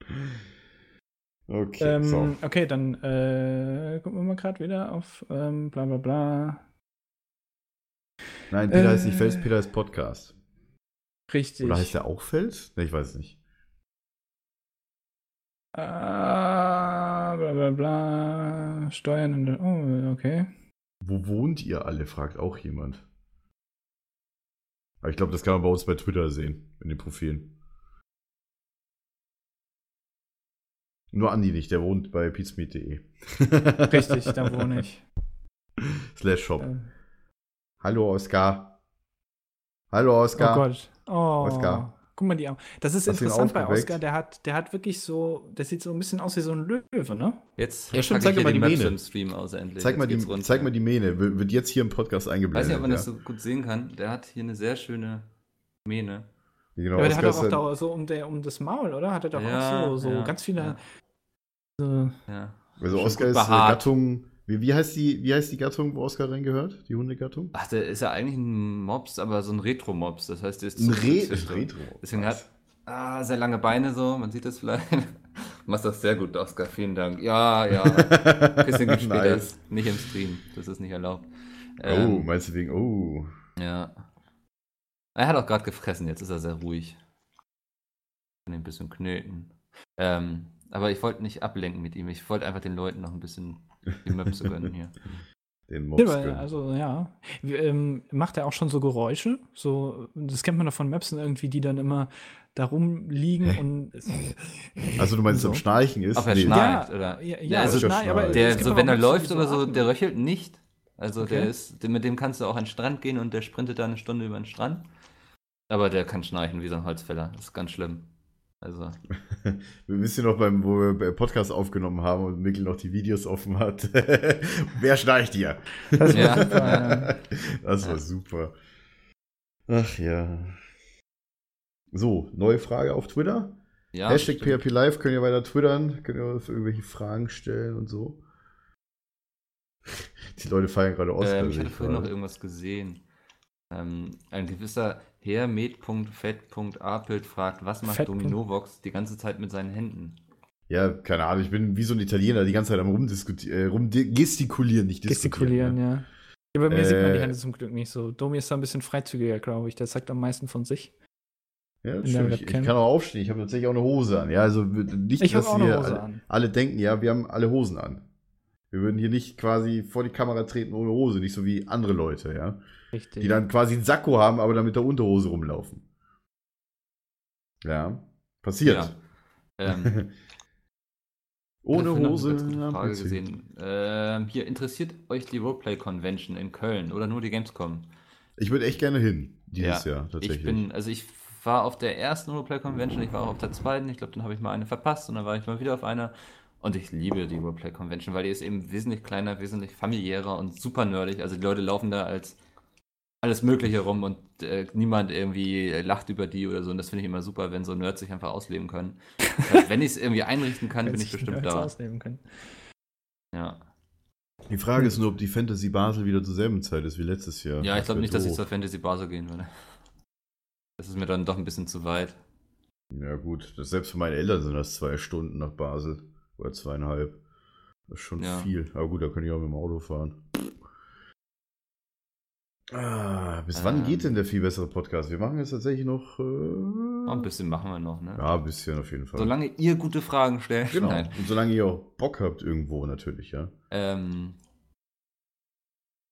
S5: okay, so.
S3: Ähm, okay, dann äh, gucken wir mal gerade wieder auf ähm, bla bla bla.
S5: Nein, Peter
S3: äh,
S5: heißt nicht Fels, Peter heißt Podcast.
S3: Richtig.
S5: Oder heißt der auch Fels? Ne, ich weiß es nicht.
S3: Ah, bla bla bla. Steuern und. Oh, okay.
S5: Wo wohnt ihr alle? fragt auch jemand. Aber ich glaube, das kann man bei uns bei Twitter sehen, in den Profilen. Nur Andi nicht, der wohnt bei pizmeet.de.
S3: Richtig, da wohne ich.
S5: Slash Shop.
S3: Äh,
S5: Hallo, Oskar. Hallo,
S3: oh
S5: Oskar.
S3: Gott. Oh.
S5: Oscar.
S3: Guck mal die Augen. Das ist
S5: Hast du ihn
S3: interessant bei
S5: aufgeweckt?
S3: Oscar. Der hat, der hat wirklich so. Der sieht so ein bisschen aus wie so ein Löwe, ne?
S6: Jetzt
S5: Ja, stimmt,
S6: packe
S5: zeig
S6: ich
S5: mir
S6: hier den
S5: mal die
S6: Maps
S5: Mähne.
S6: im Stream aus endlich.
S5: Zeig
S6: Jetzt
S5: mal, die,
S6: geht's runter.
S5: zeig mal die Mähne. Wird wird jetzt hier im Podcast
S6: Ich weiß
S5: eingeblendet.
S6: nicht, ob man das
S5: ja?
S6: so gut sehen kann. Der hat hier eine sehr schöne Mähne.
S5: genau,
S3: Aber der hat
S5: Oscar
S3: doch auch
S5: ist ja-
S3: da so um, der, um das Maul, oder? Hat er doch
S6: Ja,
S3: auch so, so
S6: ja,
S3: ganz viele.
S6: ja.
S3: So,
S6: Ja.
S5: Also
S6: schon
S5: Oscar
S6: gut
S5: ist eine
S6: behaart.
S5: Gattung. Wie, wie, heißt die, wie heißt die Gattung, wo Oscar reingehört? Die Hundegattung?
S6: Ach, der ist ja eigentlich ein Mops, aber so ein Retro-Mops. Das heißt, der ist ne?
S5: Ein
S6: zu
S5: Re
S6: züchtig.
S5: Retro.
S6: Deswegen hat- Ah, sehr lange Beine so, man sieht das vielleicht. Machst das sehr gut, Oscar, vielen Dank. Ja, ja. Bisschen
S5: nice.
S6: gespielt nice. Nicht im Stream, das ist nicht erlaubt.
S5: Oh,
S6: Ähm,
S5: meinst du wegen. Oh.
S6: ja. Er hat auch gerade gefressen, jetzt ist er sehr ruhig. Kann ihn ein bisschen kneten. Ähm, aber ich wollte nicht ablenken mit ihm, ich wollte einfach den Leuten noch ein bisschen die Möpse gönnen hier.
S5: den Mobs
S3: Silber,
S5: gönnen.
S3: also ja. Wie, Ähm, macht er auch schon so Geräusche? So, das kennt man doch von Möpsen irgendwie, die dann immer da rumliegen und.
S5: Also du meinst,
S3: so.
S5: am Schnarchen ist?
S6: Ob er schnarcht, oder?
S3: Ja, ja,
S6: Ja,
S3: also
S5: ist ja
S3: schnarch,
S5: schon
S3: aber
S5: alt.
S3: es
S6: Der,
S3: gibt
S6: so,
S3: auch
S6: wenn er
S3: Möpse, die
S6: läuft oder so,
S3: atmen.
S6: der röchelt nicht. Also der
S3: Okay.
S6: ist, mit dem kannst du auch an den Strand gehen und der sprintet da eine Stunde über den Strand. Aber der kann schnarchen wie so ein Holzfäller. Das ist ganz schlimm. Also,
S5: Wir wissen noch, beim, wo wir beim Podcast aufgenommen haben und Mikkel noch die Videos offen hat. Wer schnarcht hier?
S3: Das
S6: Ja.
S3: war super,
S5: Das war
S6: Ja.
S5: super. Ach ja. So, neue Frage auf Twitter.
S6: ja.
S5: Hashtag
S6: stimmt.
S5: PHP Live, könnt ihr weiter twittern, könnt ihr uns irgendwelche Fragen stellen und so. Die Leute feiern gerade aus.
S6: Ähm,
S5: bei
S6: ich hatte
S5: sich
S6: vorhin noch
S5: gerade.
S6: irgendwas gesehen. Ähm, ein gewisser Hermet.fett.apelt fragt, was macht
S3: Fett.
S6: Dominovox die ganze Zeit mit seinen Händen?
S5: ja, keine Ahnung, ich bin wie so ein Italiener, die ganze Zeit am rumdiskutieren, äh, rumgestikulieren, nicht diskutieren.
S3: gestikulieren,
S5: ne?
S3: ja. ja. Bei mir sieht man die
S5: Äh,
S3: Hände zum Glück nicht so. Domi ist da ein bisschen freizügiger, glaube ich. Der sagt am meisten von sich.
S5: Ja, das
S3: In der
S5: stimmt. Ich, ich
S3: Webcam.
S5: kann auch aufstehen, ich habe tatsächlich auch eine Hose an. Ja, also nicht,
S3: Ich habe
S5: dass
S3: auch eine
S5: ihr
S3: Hose
S5: alle,
S3: an.
S5: alle denken, ja, wir haben alle Hosen an. Wir würden hier nicht quasi vor die Kamera treten ohne Hose, nicht so wie andere Leute, ja.
S3: Richtig.
S5: Die dann quasi einen Sakko haben, aber dann mit der Unterhose rumlaufen. Ja, passiert.
S6: Ähm,
S5: Ohne
S6: Ich hab noch eine
S5: Hose.
S6: ganz gute
S5: am
S6: Frage
S5: PC.
S6: gesehen. Ähm, hier, interessiert euch die Roleplay Convention in Köln oder nur die Gamescom?
S5: Ich würde echt gerne hin, dieses Jahr tatsächlich.
S6: Ich bin, also ich war auf der ersten Roleplay Convention, ich war auch auf der zweiten, ich glaube, dann habe ich mal eine verpasst und dann war ich mal wieder auf einer. Und ich liebe die Roleplay Convention, weil die ist eben wesentlich kleiner, wesentlich familiärer und super nerdig. Also die Leute laufen da als alles Mögliche rum und äh, niemand irgendwie lacht über die oder so. Und das finde ich immer super, wenn so Nerds sich einfach ausleben können. Das heißt, wenn ich es irgendwie einrichten kann,
S3: Wenn
S6: bin ich
S3: sich die
S6: bestimmt
S3: Nerds
S6: da.
S3: ausnehmen können.
S6: Ja.
S5: die Frage ist nur, ob die Fantasy Basel wieder zur selben Zeit ist wie letztes Jahr.
S6: hm. Ja, ich glaube
S5: wär
S6: nicht, dass ich
S5: doof.
S6: zur Fantasy Basel gehen würde. Das ist mir dann doch ein bisschen zu weit.
S5: Ja, gut. Das, selbst für meine Eltern sind das zwei Stunden nach Basel. Oder zweieinhalb. Das ist schon
S6: Ja.
S5: viel. Aber gut, da könnte ich auch mit dem Auto fahren. Ah, bis wann
S6: Ähm.
S5: geht denn der viel bessere Podcast? Wir machen jetzt tatsächlich noch. Äh,
S6: Oh, ein bisschen machen wir noch, ne?
S5: Ja, ein bisschen auf jeden Fall.
S6: Solange ihr gute Fragen stellt.
S5: genau.
S6: Nein.
S5: Und solange ihr auch Bock habt, irgendwo natürlich, ja.
S6: Ähm,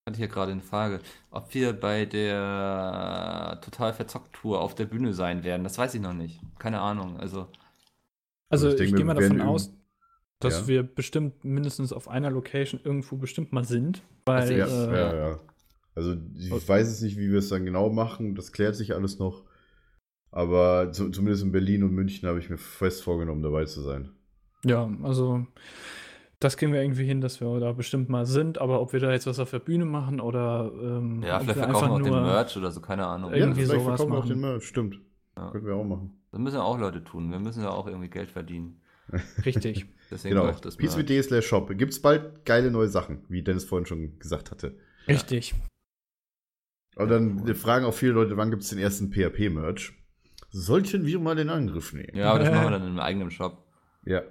S6: hatte ich ja gerade eine Frage, ob wir bei der Total Verzockt Tour auf der Bühne sein werden. Das weiß ich noch nicht. Keine Ahnung. Also,
S3: Also
S5: ich
S3: ich,
S5: denke, wir
S3: gehe mal
S5: werden
S3: davon
S5: irgend-
S3: aus, dass
S5: Ja.
S3: wir bestimmt mindestens auf einer Location irgendwo bestimmt mal sind.
S6: Also,
S3: Weil,
S5: Ja,
S3: äh,
S5: ja, ja. Also ich weiß es nicht, wie wir es dann genau machen. Das klärt sich alles noch. Aber zu, zumindest in Berlin und München habe ich mir fest vorgenommen, dabei zu sein.
S3: Ja, also das kriegen wir irgendwie hin, dass wir da bestimmt mal sind, aber ob wir da jetzt was auf der Bühne machen oder ähm,
S6: ja,
S3: ob
S6: vielleicht
S3: wir
S6: verkaufen wir auch
S3: einfach
S6: den
S3: nur
S6: Merch oder so. Keine Ahnung.
S3: Irgendwie
S5: ja,
S6: das,
S5: vielleicht
S3: sowas
S5: verkaufen wir auch
S3: machen.
S5: den Merch. Stimmt.
S6: Ja.
S5: Können wir auch machen.
S6: das müssen ja auch Leute tun. Wir müssen ja auch irgendwie Geld verdienen.
S3: richtig.
S6: Deswegen
S5: Genau.
S6: braucht es Merch.
S5: PeaceWD slash Shop. Gibt es bald geile neue Sachen, wie Dennis vorhin schon gesagt hatte.
S3: Richtig.
S5: Und dann fragen auch viele Leute, wann gibt es den ersten PHP-Merch? Sollten wir mal in Angriff nehmen?
S6: Ja, aber das machen wir dann in einem eigenen Shop.
S5: Ja.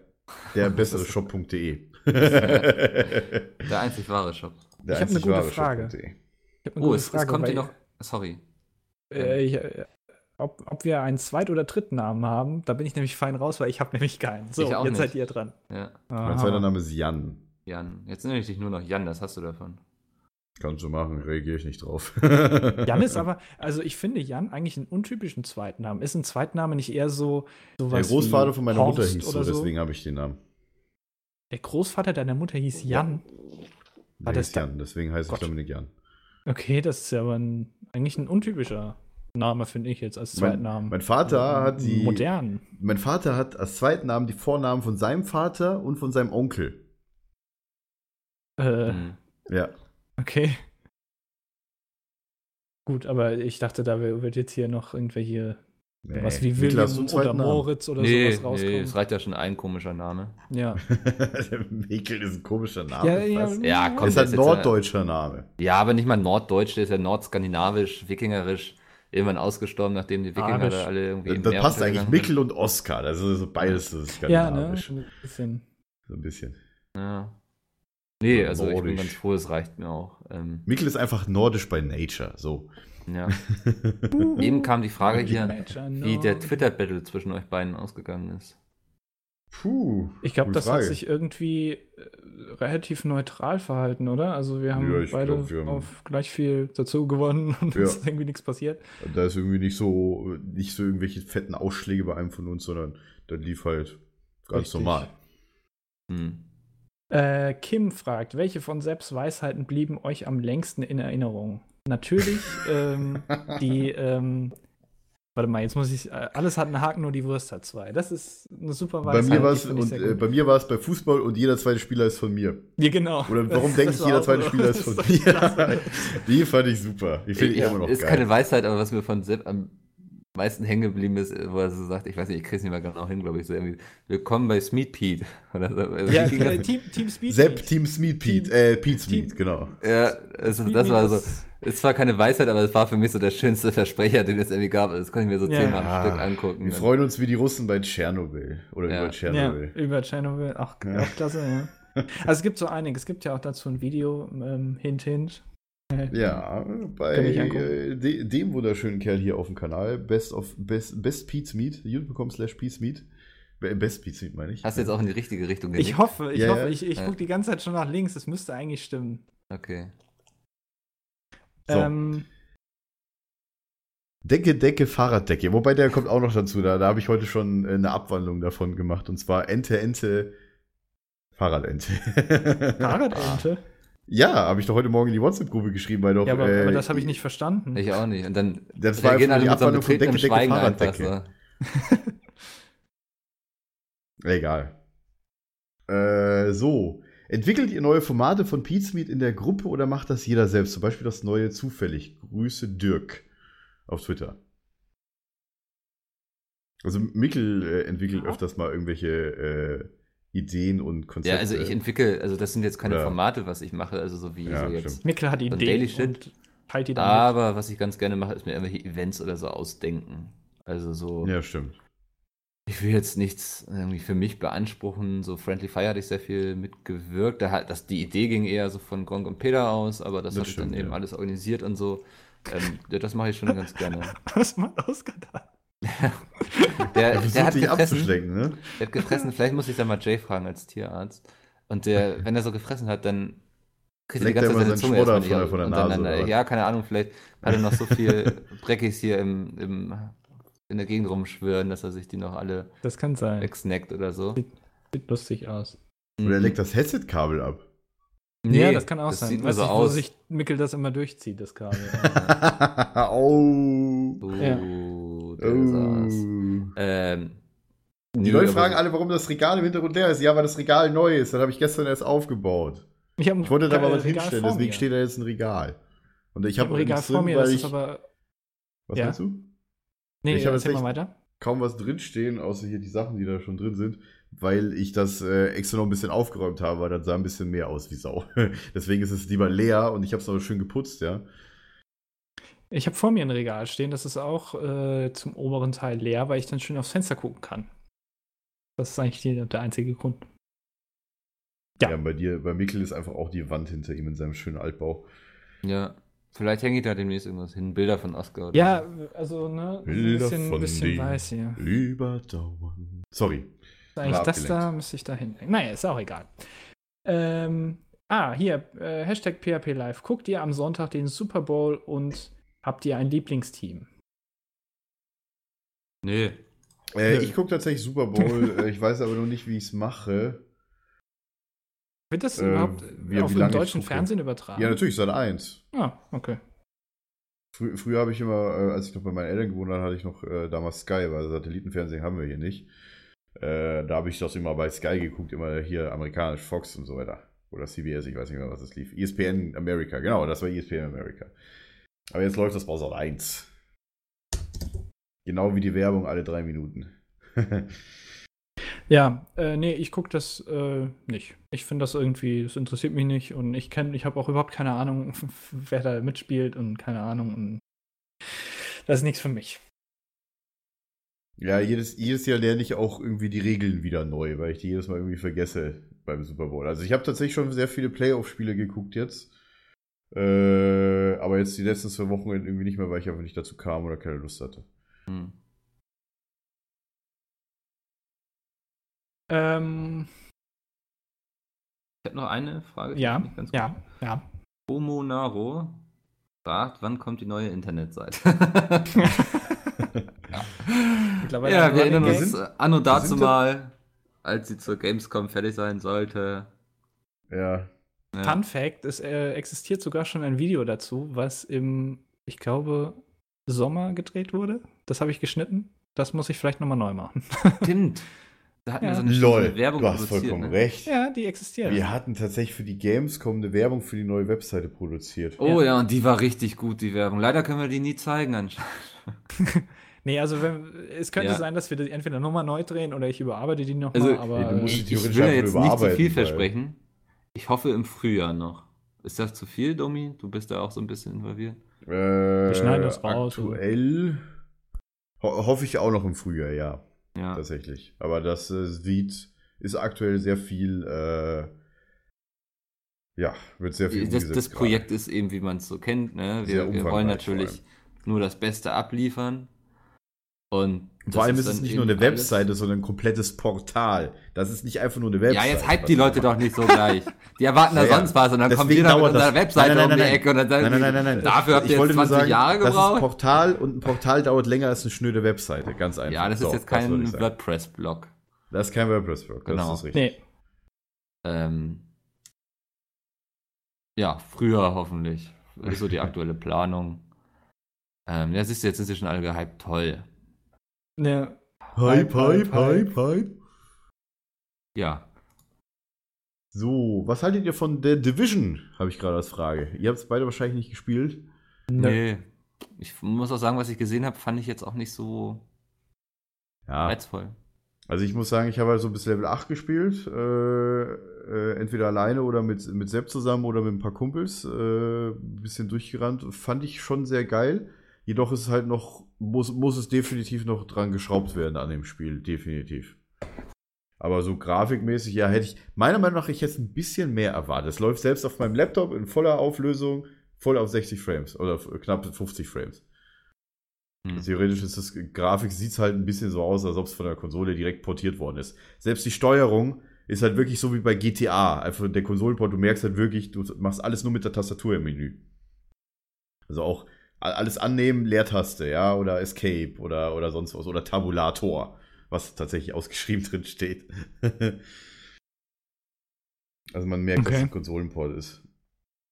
S5: Der bessere Shop.de.
S6: Der einzig wahre Shop.
S5: Der
S3: Ich hab eine
S5: einzig
S3: gute
S5: wahre
S3: Frage.
S5: Shop.de.
S3: Ich hab eine
S6: Oh,
S3: gute
S6: es,
S3: Frage,
S6: es kommt
S3: weil-
S6: hier noch. Sorry.
S3: Äh, ich, äh, ob, ob wir einen Zweit- oder Drittnamen haben, da bin ich nämlich fein raus, weil ich habe nämlich keinen. So,
S6: Ich auch
S3: jetzt
S6: nicht.
S3: seid ihr dran.
S6: Ja,
S5: Mein
S3: Aha.
S5: zweiter Name ist Jan.
S6: Jan. Jetzt nenne ich dich nur noch Jan, das hast du davon.
S5: Kannst du machen, reagiere ich nicht drauf.
S3: Jan ist aber, also ich finde Jan eigentlich einen untypischen Zweitnamen. Ist ein Zweitname nicht eher so
S5: Der
S3: sowas
S5: Großvater
S3: wie
S5: von meiner Mutter
S3: Horst
S5: hieß so,
S3: oder
S5: deswegen habe ich den Namen.
S3: Der Großvater deiner Mutter hieß Jan.
S5: Der
S3: Ah, das
S5: hieß
S3: da-
S5: Jan, deswegen heiße ich
S3: Gott.
S5: Dominik Jan.
S3: Okay, das ist ja aber ein, eigentlich ein untypischer Name, finde ich jetzt als Zweitnamen.
S5: Mein Vater hat die.
S3: Modern.
S5: Mein Vater hat als zweiten Namen die Vornamen von seinem Vater und von seinem Onkel.
S3: Äh,
S5: Mhm.
S6: Hm.
S5: Ja.
S3: Okay. Gut, aber ich dachte, da wird jetzt hier noch irgendwelche,
S5: Nee.
S3: was wie
S5: Niklas
S3: William
S5: und
S3: oder
S5: zweiten Namen.
S3: Moritz oder
S6: Nee,
S3: sowas
S6: nee,
S3: rauskommen.
S6: es reicht ja schon ein komischer Name.
S3: ja.
S5: Der Mikkel ist ein komischer Name. was?
S6: Ja, komm.
S5: ist halt
S6: das ist jetzt
S5: norddeutscher Name.
S6: Ja, aber nicht mal Norddeutsch, der ist ja nordskandinavisch, wikingerisch, irgendwann ausgestorben, nachdem die Wikinger
S3: Arisch.
S6: da alle irgendwie.
S5: Das,
S6: im
S5: das
S6: Meer
S5: passt eigentlich.
S6: untergegangen
S5: Mikkel und Oskar. Das ist so beides das ist
S3: ja, ne?
S5: skandinavisch.
S3: Ein bisschen.
S5: So ein bisschen.
S6: sind. Ja. Nee, also ich bin
S5: Nordisch.
S6: ganz froh, es reicht mir auch. Ähm,
S5: Mikkel ist einfach nordisch bei Nature. So.
S6: ja. Eben kam die Frage hier,
S3: Nature,
S6: wie der
S3: no.
S6: Twitter-Battle zwischen euch beiden ausgegangen ist.
S5: Puh.
S3: Ich glaube,
S5: gute
S3: das hat
S5: Frage.
S3: sich irgendwie äh, relativ neutral verhalten, oder? Also wir haben
S5: Ja, ich
S3: beide
S5: glaub, wir haben-
S3: auf gleich viel dazu gewonnen und
S5: Ja.
S3: es ist irgendwie nichts passiert.
S5: Da ist irgendwie nicht so, nicht so irgendwelche fetten Ausschläge bei einem von uns, sondern dann lief halt ganz
S3: Richtig.
S5: normal.
S6: Hm.
S3: Äh, Kim fragt, welche von Sepps Weisheiten blieben euch am längsten in Erinnerung? Natürlich ähm, die, ähm, warte mal, jetzt muss ich, äh, alles hat einen Haken, nur die Wurst hat zwei. Das ist eine super
S5: Bei
S3: Weisheit.
S5: mir
S3: die
S5: war es
S3: finde ich
S5: und
S3: sehr
S5: äh,
S3: gut.
S5: bei mir war es bei Fußball und jeder zweite Spieler ist von mir.
S3: ja, genau.
S5: Oder warum denke ich, jeder zweite Spieler ist von mir? Die fand ich super. Die finde ich
S6: Ja,
S5: immer noch
S6: ist
S5: geil.
S6: keine Weisheit, aber was mir von Sepp am meisten hängen geblieben ist, wo er so sagt, ich weiß nicht, ich krieg's nicht mehr genau hin, glaube ich, so irgendwie, willkommen bei Smeet Pete. Oder so. Also,
S3: Ja,
S6: wie ging
S3: äh,
S6: das?
S3: Team, Team Speed.
S5: Sepp Team Smeet Pete,
S3: Team-
S5: äh,
S3: Team-
S5: Pete Smeet, genau.
S6: ja es,
S3: Speed
S6: das war
S3: Meet
S6: so,
S3: ist-
S6: es war keine Weisheit, aber es war für mich so der schönste Versprecher, den es irgendwie gab. Das konnte ich mir so
S3: Ja.
S6: zehnmal am
S5: Ah,
S6: Stück angucken.
S5: Wir freuen uns wie die Russen bei Tschernobyl. Oder
S6: Ja.
S5: über
S3: Ja,
S5: Tschernobyl.
S3: über Tschernobyl. Ach,
S5: Ja.
S3: auch klasse, ja. Also es gibt so einiges. Es gibt ja auch dazu ein Video, ähm, hint, hint.
S5: Ja, bei
S3: Kann ich angucken.
S5: äh, de, dem wunderschönen Kerl hier auf dem Kanal, Best of Best, best Pete's Meat, youtube.com slash Pete's Meat. Be- Best Pete's Meat meine ich.
S6: Hast du jetzt auch in die richtige Richtung
S3: Ich hoffe, ich
S5: Ja,
S3: hoffe,
S5: ja.
S3: ich, ich
S6: Ja.
S3: gucke die ganze Zeit schon nach links. Es müsste eigentlich stimmen.
S6: Okay.
S5: So.
S3: Ähm,
S5: Decke, Decke, Fahrraddecke. Wobei der kommt auch noch dazu. Da, da habe ich heute schon äh, eine Abwandlung davon gemacht. Und zwar Ente, Ente, Fahrradente.
S6: Ah.
S3: Fahrradente?
S5: Ja, habe ich doch heute Morgen in die WhatsApp-Gruppe geschrieben, weil doch.
S3: ja, aber,
S5: äh,
S3: aber das habe ich nicht verstanden.
S6: Ich auch nicht. Und dann
S5: Das war
S6: reagieren
S5: einfach die
S6: alle mit so einem
S5: Abwandlung von Decke,
S6: betretenen
S5: Decke,
S6: Schweigen einfach
S5: Fahrraddecke.
S6: so.
S5: Egal. Äh, so. Entwickelt ihr neue Formate von Pizmeet in der Gruppe oder macht das jeder selbst? Zum Beispiel das neue zufällig. Grüße Dirk auf Twitter. Also Mikkel äh, entwickelt öfters mal irgendwelche äh, Ideen und
S6: Ja,
S5: Konzepte.
S6: also ich entwickle, also das sind jetzt keine
S5: Oder-
S6: Formate, was ich mache, also so wie
S5: Ja,
S6: so jetzt.
S5: stimmt.
S3: Mikkel hat Ideen
S6: Daily Shit. Ah.
S3: und teilt die dann mit.
S6: Aber was ich ganz gerne mache, ist mir irgendwelche Events oder so ausdenken. Also so,
S5: Ja, stimmt.
S6: ich will jetzt nichts irgendwie für mich beanspruchen. So Friendly Fire hatte ich sehr viel mitgewirkt. Da hat, das, die Idee ging eher so von Gronk und Peter aus, aber das,
S5: Das
S6: habe ich dann
S5: stimmt,
S6: eben
S5: ja.
S6: alles organisiert und so. Ähm, ja, das mache ich schon ganz gerne.
S3: Was man ausgedacht.
S6: Der,
S5: Er
S6: der,
S5: versucht
S6: hat
S5: dich
S6: gefressen,
S5: abzuschlecken, ne?
S6: der hat gefressen. Vielleicht muss ich da mal Jay fragen als Tierarzt. Und der, wenn er so gefressen hat, dann kriegt er die
S5: Leckt er
S6: ganze
S5: immer
S6: Zeit seine
S5: seinen
S6: Zunge
S5: Schmodder
S6: erstmal nicht
S5: von der- von der Nase
S6: untereinander.
S5: oder was?
S6: Ja, keine Ahnung, vielleicht hat er noch so viel Dreckiges hier im, im, in der Gegend rumschwirren, dass er sich die noch alle
S3: Das kann sein.
S6: wegsnackt oder so.
S3: Sieht lustig aus.
S6: Mhm.
S5: Oder er leckt das Headset-Kabel ab.
S3: ja, das kann auch sein.
S6: Sieht nur
S3: Weiß
S6: so
S3: nicht, Wo
S6: aus.
S3: sich Mikkel das immer durchzieht, das Kabel.
S5: oh.
S6: Oh,
S3: Ja.
S6: der saß.
S5: Oh.
S6: Ähm,
S5: Die
S6: nö,
S5: Leute
S6: aber-
S5: fragen alle, warum das Regal im Hintergrund leer ist. Ja, weil das Regal neu ist. Das habe ich gestern erst aufgebaut.
S3: Ich, hab ein
S5: Ich wollte da mal
S3: Regal
S5: was hinstellen,
S3: vor
S5: deswegen
S3: mir.
S5: steht da jetzt ein Regal. Und ich
S3: Ich habe
S5: habe
S3: ein Regal
S5: nichts
S3: vor
S5: drin,
S3: mir,
S5: weil
S3: das
S5: ich,
S3: ist aber.
S5: was
S3: ja.
S5: meinst du?
S3: Nee,
S5: Ich hab
S3: erzähl
S5: jetzt
S3: mal weiter.
S5: Kaum was drinstehen, außer hier die Sachen, die da schon drin sind, weil ich das äh, extra noch ein bisschen aufgeräumt habe, weil das sah ein bisschen mehr aus wie Sau. deswegen ist es lieber leer und ich habe es noch schön geputzt, ja.
S3: Ich habe vor mir ein Regal stehen, das ist auch äh, zum oberen Teil leer, weil ich dann schön aufs Fenster gucken kann. Das ist eigentlich die, der einzige Grund. Ja.
S5: bei dir, bei Mikkel ist einfach auch die Wand hinter ihm in seinem schönen Altbau.
S6: Ja, vielleicht hänge ich da demnächst irgendwas hin. Bilder von Oscar. Oder
S3: Ja, also, ne? Ein
S5: Bilder
S3: bisschen,
S5: von
S3: bisschen
S5: denen.
S3: weiß hier.
S5: Überdauern. Sorry.
S3: Ist eigentlich
S5: War
S3: das da,
S5: abgelenkt.
S3: müsste ich da hinlegen. Naja, ist auch egal. Ähm, ah, hier, äh, Hashtag PHP Live. Guckt ihr am Sonntag den Super Bowl und habt ihr ein Lieblingsteam?
S6: Nee.
S5: Äh, ich gucke tatsächlich Super Bowl. äh, ich weiß aber noch nicht, wie ich es mache.
S3: Wird das
S5: Äh,
S3: überhaupt
S5: wie-
S3: auf
S5: wie
S3: dem
S5: lange ich
S3: deutschen
S5: gucke?
S3: Fernsehen übertragen?
S5: Ja, natürlich, seit 1.
S3: Ah, okay.
S5: Frü früher habe ich immer, äh, als ich noch bei meinen Eltern gewohnt habe, hatte ich noch äh, damals Sky, weil Satellitenfernsehen haben wir hier nicht. Äh, da habe ich das immer bei Sky geguckt, immer hier amerikanisch, Fox und so weiter. Oder CBS, ich weiß nicht mehr, was das lief. E ESPN America, genau, das war ESPN America. Aber jetzt läuft das bei Sat 1. Genau wie die Werbung alle drei Minuten.
S3: Ja, äh, nee, ich gucke das äh, nicht. Ich finde das irgendwie, das interessiert mich nicht und ich kenne, ich habe auch überhaupt keine Ahnung, wer da mitspielt und keine Ahnung und das ist nichts für mich.
S5: Ja,
S3: Mhm.
S5: jedes, jedes Jahr lerne ich auch irgendwie die Regeln wieder neu, weil ich die jedes Mal irgendwie vergesse beim Super Bowl. Also ich habe tatsächlich schon sehr viele Playoff-Spiele geguckt jetzt. Äh, aber jetzt die letzten zwei Wochen irgendwie nicht mehr, weil ich einfach nicht dazu kam oder
S6: Hm.
S5: keine Lust hatte.
S6: Hm.
S3: Ähm,
S6: Ich habe noch eine Frage. die
S3: Ja,
S6: finde ich ganz
S3: ja,
S6: gut.
S3: ja.
S6: Homo Naro fragt, wann kommt die neue Internetseite?
S3: Mittlerweile
S6: ja,
S3: ein
S6: wir erinnern
S3: Running
S6: uns
S3: Gag.
S6: äh, anno dazu
S5: sind wir-
S6: mal, als sie zur Gamescom fertig sein sollte.
S5: Ja.
S6: Ja.
S3: Fun Fact: Es äh, existiert sogar schon ein Video dazu, was im, ich glaube, Sommer gedreht wurde. Das habe ich geschnitten. Das muss ich vielleicht nochmal neu machen.
S6: Stimmt. Da hatten wir
S3: Ja.
S6: so eine
S5: Lol,
S6: schöne Werbung
S5: du hast
S6: produziert,
S5: vollkommen
S6: ne?
S5: recht.
S3: ja, die existieren.
S5: Wir hatten tatsächlich für die Gamescom eine Werbung für die neue Webseite produziert.
S6: Oh ja. und die war richtig gut, die Werbung. Leider können wir die nie zeigen anscheinend.
S3: Nee, also wenn, es könnte
S6: Ja.
S3: sein, dass wir die entweder nochmal neu drehen oder ich überarbeite die nochmal,
S6: Also,
S3: aber
S5: nee, du musst-
S3: äh,
S5: die
S6: Ich will
S5: theoretisch
S6: ja
S5: einfach
S6: jetzt nicht zu
S5: überarbeiten,
S6: viel
S5: weil-
S6: versprechen. Ich hoffe im Frühjahr noch. Ist das zu viel, Domi? Du bist da auch so ein bisschen involviert.
S5: Äh, wir
S3: schneiden das raus, oder?
S5: Äh, Aktuell ho hoffe ich auch noch im Frühjahr, ja.
S6: Ja.
S5: Tatsächlich. Aber das äh, sieht, ist aktuell sehr viel, äh, ja, wird sehr viel
S6: Äh, das,
S5: umgesetzt
S6: das
S5: gerade.
S6: Projekt ist eben, wie man es so kennt. Ne?
S5: Sehr
S6: Wir, wir
S5: umfangreich
S6: wollen
S5: vor
S6: natürlich nur das Beste abliefern. Und das
S5: Vor allem ist es
S6: dann
S5: nicht
S6: eben
S5: nur eine
S6: alles-
S5: Webseite, sondern ein komplettes Portal. Das ist nicht einfach nur eine
S6: Ja,
S5: Webseite.
S6: jetzt hype die Leute doch nicht so gleich. Die erwarten da
S5: Ja, ja.
S6: sonst was und dann kommen
S5: Deswegen
S6: wir da mit
S5: dauert das-
S6: unserer Webseite
S5: Nein, nein,
S6: um die
S5: nein, nein.
S6: Ecke und dann sagen
S5: Nein, nein,
S6: die,
S5: nein, nein, nein.
S6: dafür habt
S5: Ich
S6: ihr
S5: wollte
S6: jetzt
S5: nur
S6: 20
S5: sagen,
S6: Jahre
S5: Das ist ein
S6: gebraucht.
S5: Portal und ein Portal dauert länger als eine schnöde Webseite. Ganz einfach.
S6: ja, das ist
S5: So,
S6: jetzt
S5: würde ich
S6: kein
S5: sagen.
S6: WordPress-Blog.
S5: Das ist kein WordPress-Blog.
S6: Genau.
S5: Das ist richtig.
S3: nee,
S6: Ähm, ja, früher hoffentlich. Das ist so die aktuelle Planung. Ähm, ja, siehst du, jetzt sind sie schon alle gehypt. Toll.
S3: nee,
S5: Hype, hype, hype, hype.
S6: Ja.
S5: So, was haltet ihr von The Division? Habe ich gerade als Frage. Ihr habt es beide wahrscheinlich nicht gespielt.
S6: Nee. Ich muss auch sagen, was ich gesehen habe, fand ich jetzt auch nicht so
S5: Ja.
S6: reizvoll.
S5: Also ich muss sagen, ich habe halt so bis Level 8 gespielt. Äh, äh, entweder alleine oder mit, mit Sepp zusammen oder mit ein paar Kumpels. Äh, ein bisschen durchgerannt. Fand ich schon sehr geil. Jedoch ist es halt noch, muss, muss es definitiv noch dran geschraubt werden an dem Spiel. Definitiv. Aber so grafikmäßig, ja, hätte ich, meiner Meinung nach, ich hätte ein bisschen mehr erwartet. Es läuft selbst auf meinem Laptop in voller Auflösung, voll auf 60 Frames oder f- knapp 50 Frames.
S6: Hm.
S5: Theoretisch ist das Grafik, sieht es halt ein bisschen so aus, als ob es von der Konsole direkt portiert worden ist. Selbst die Steuerung ist halt wirklich so wie bei GTA. Einfach der Konsolenport, du merkst halt wirklich, du machst alles nur mit der Tastatur im Menü. Also auch a- alles annehmen, Leertaste, ja, oder Escape oder, oder sonst was, oder Tabulator, was tatsächlich ausgeschrieben drin steht. also man merkt, dass
S3: Okay.
S5: es ein Konsolenport ist.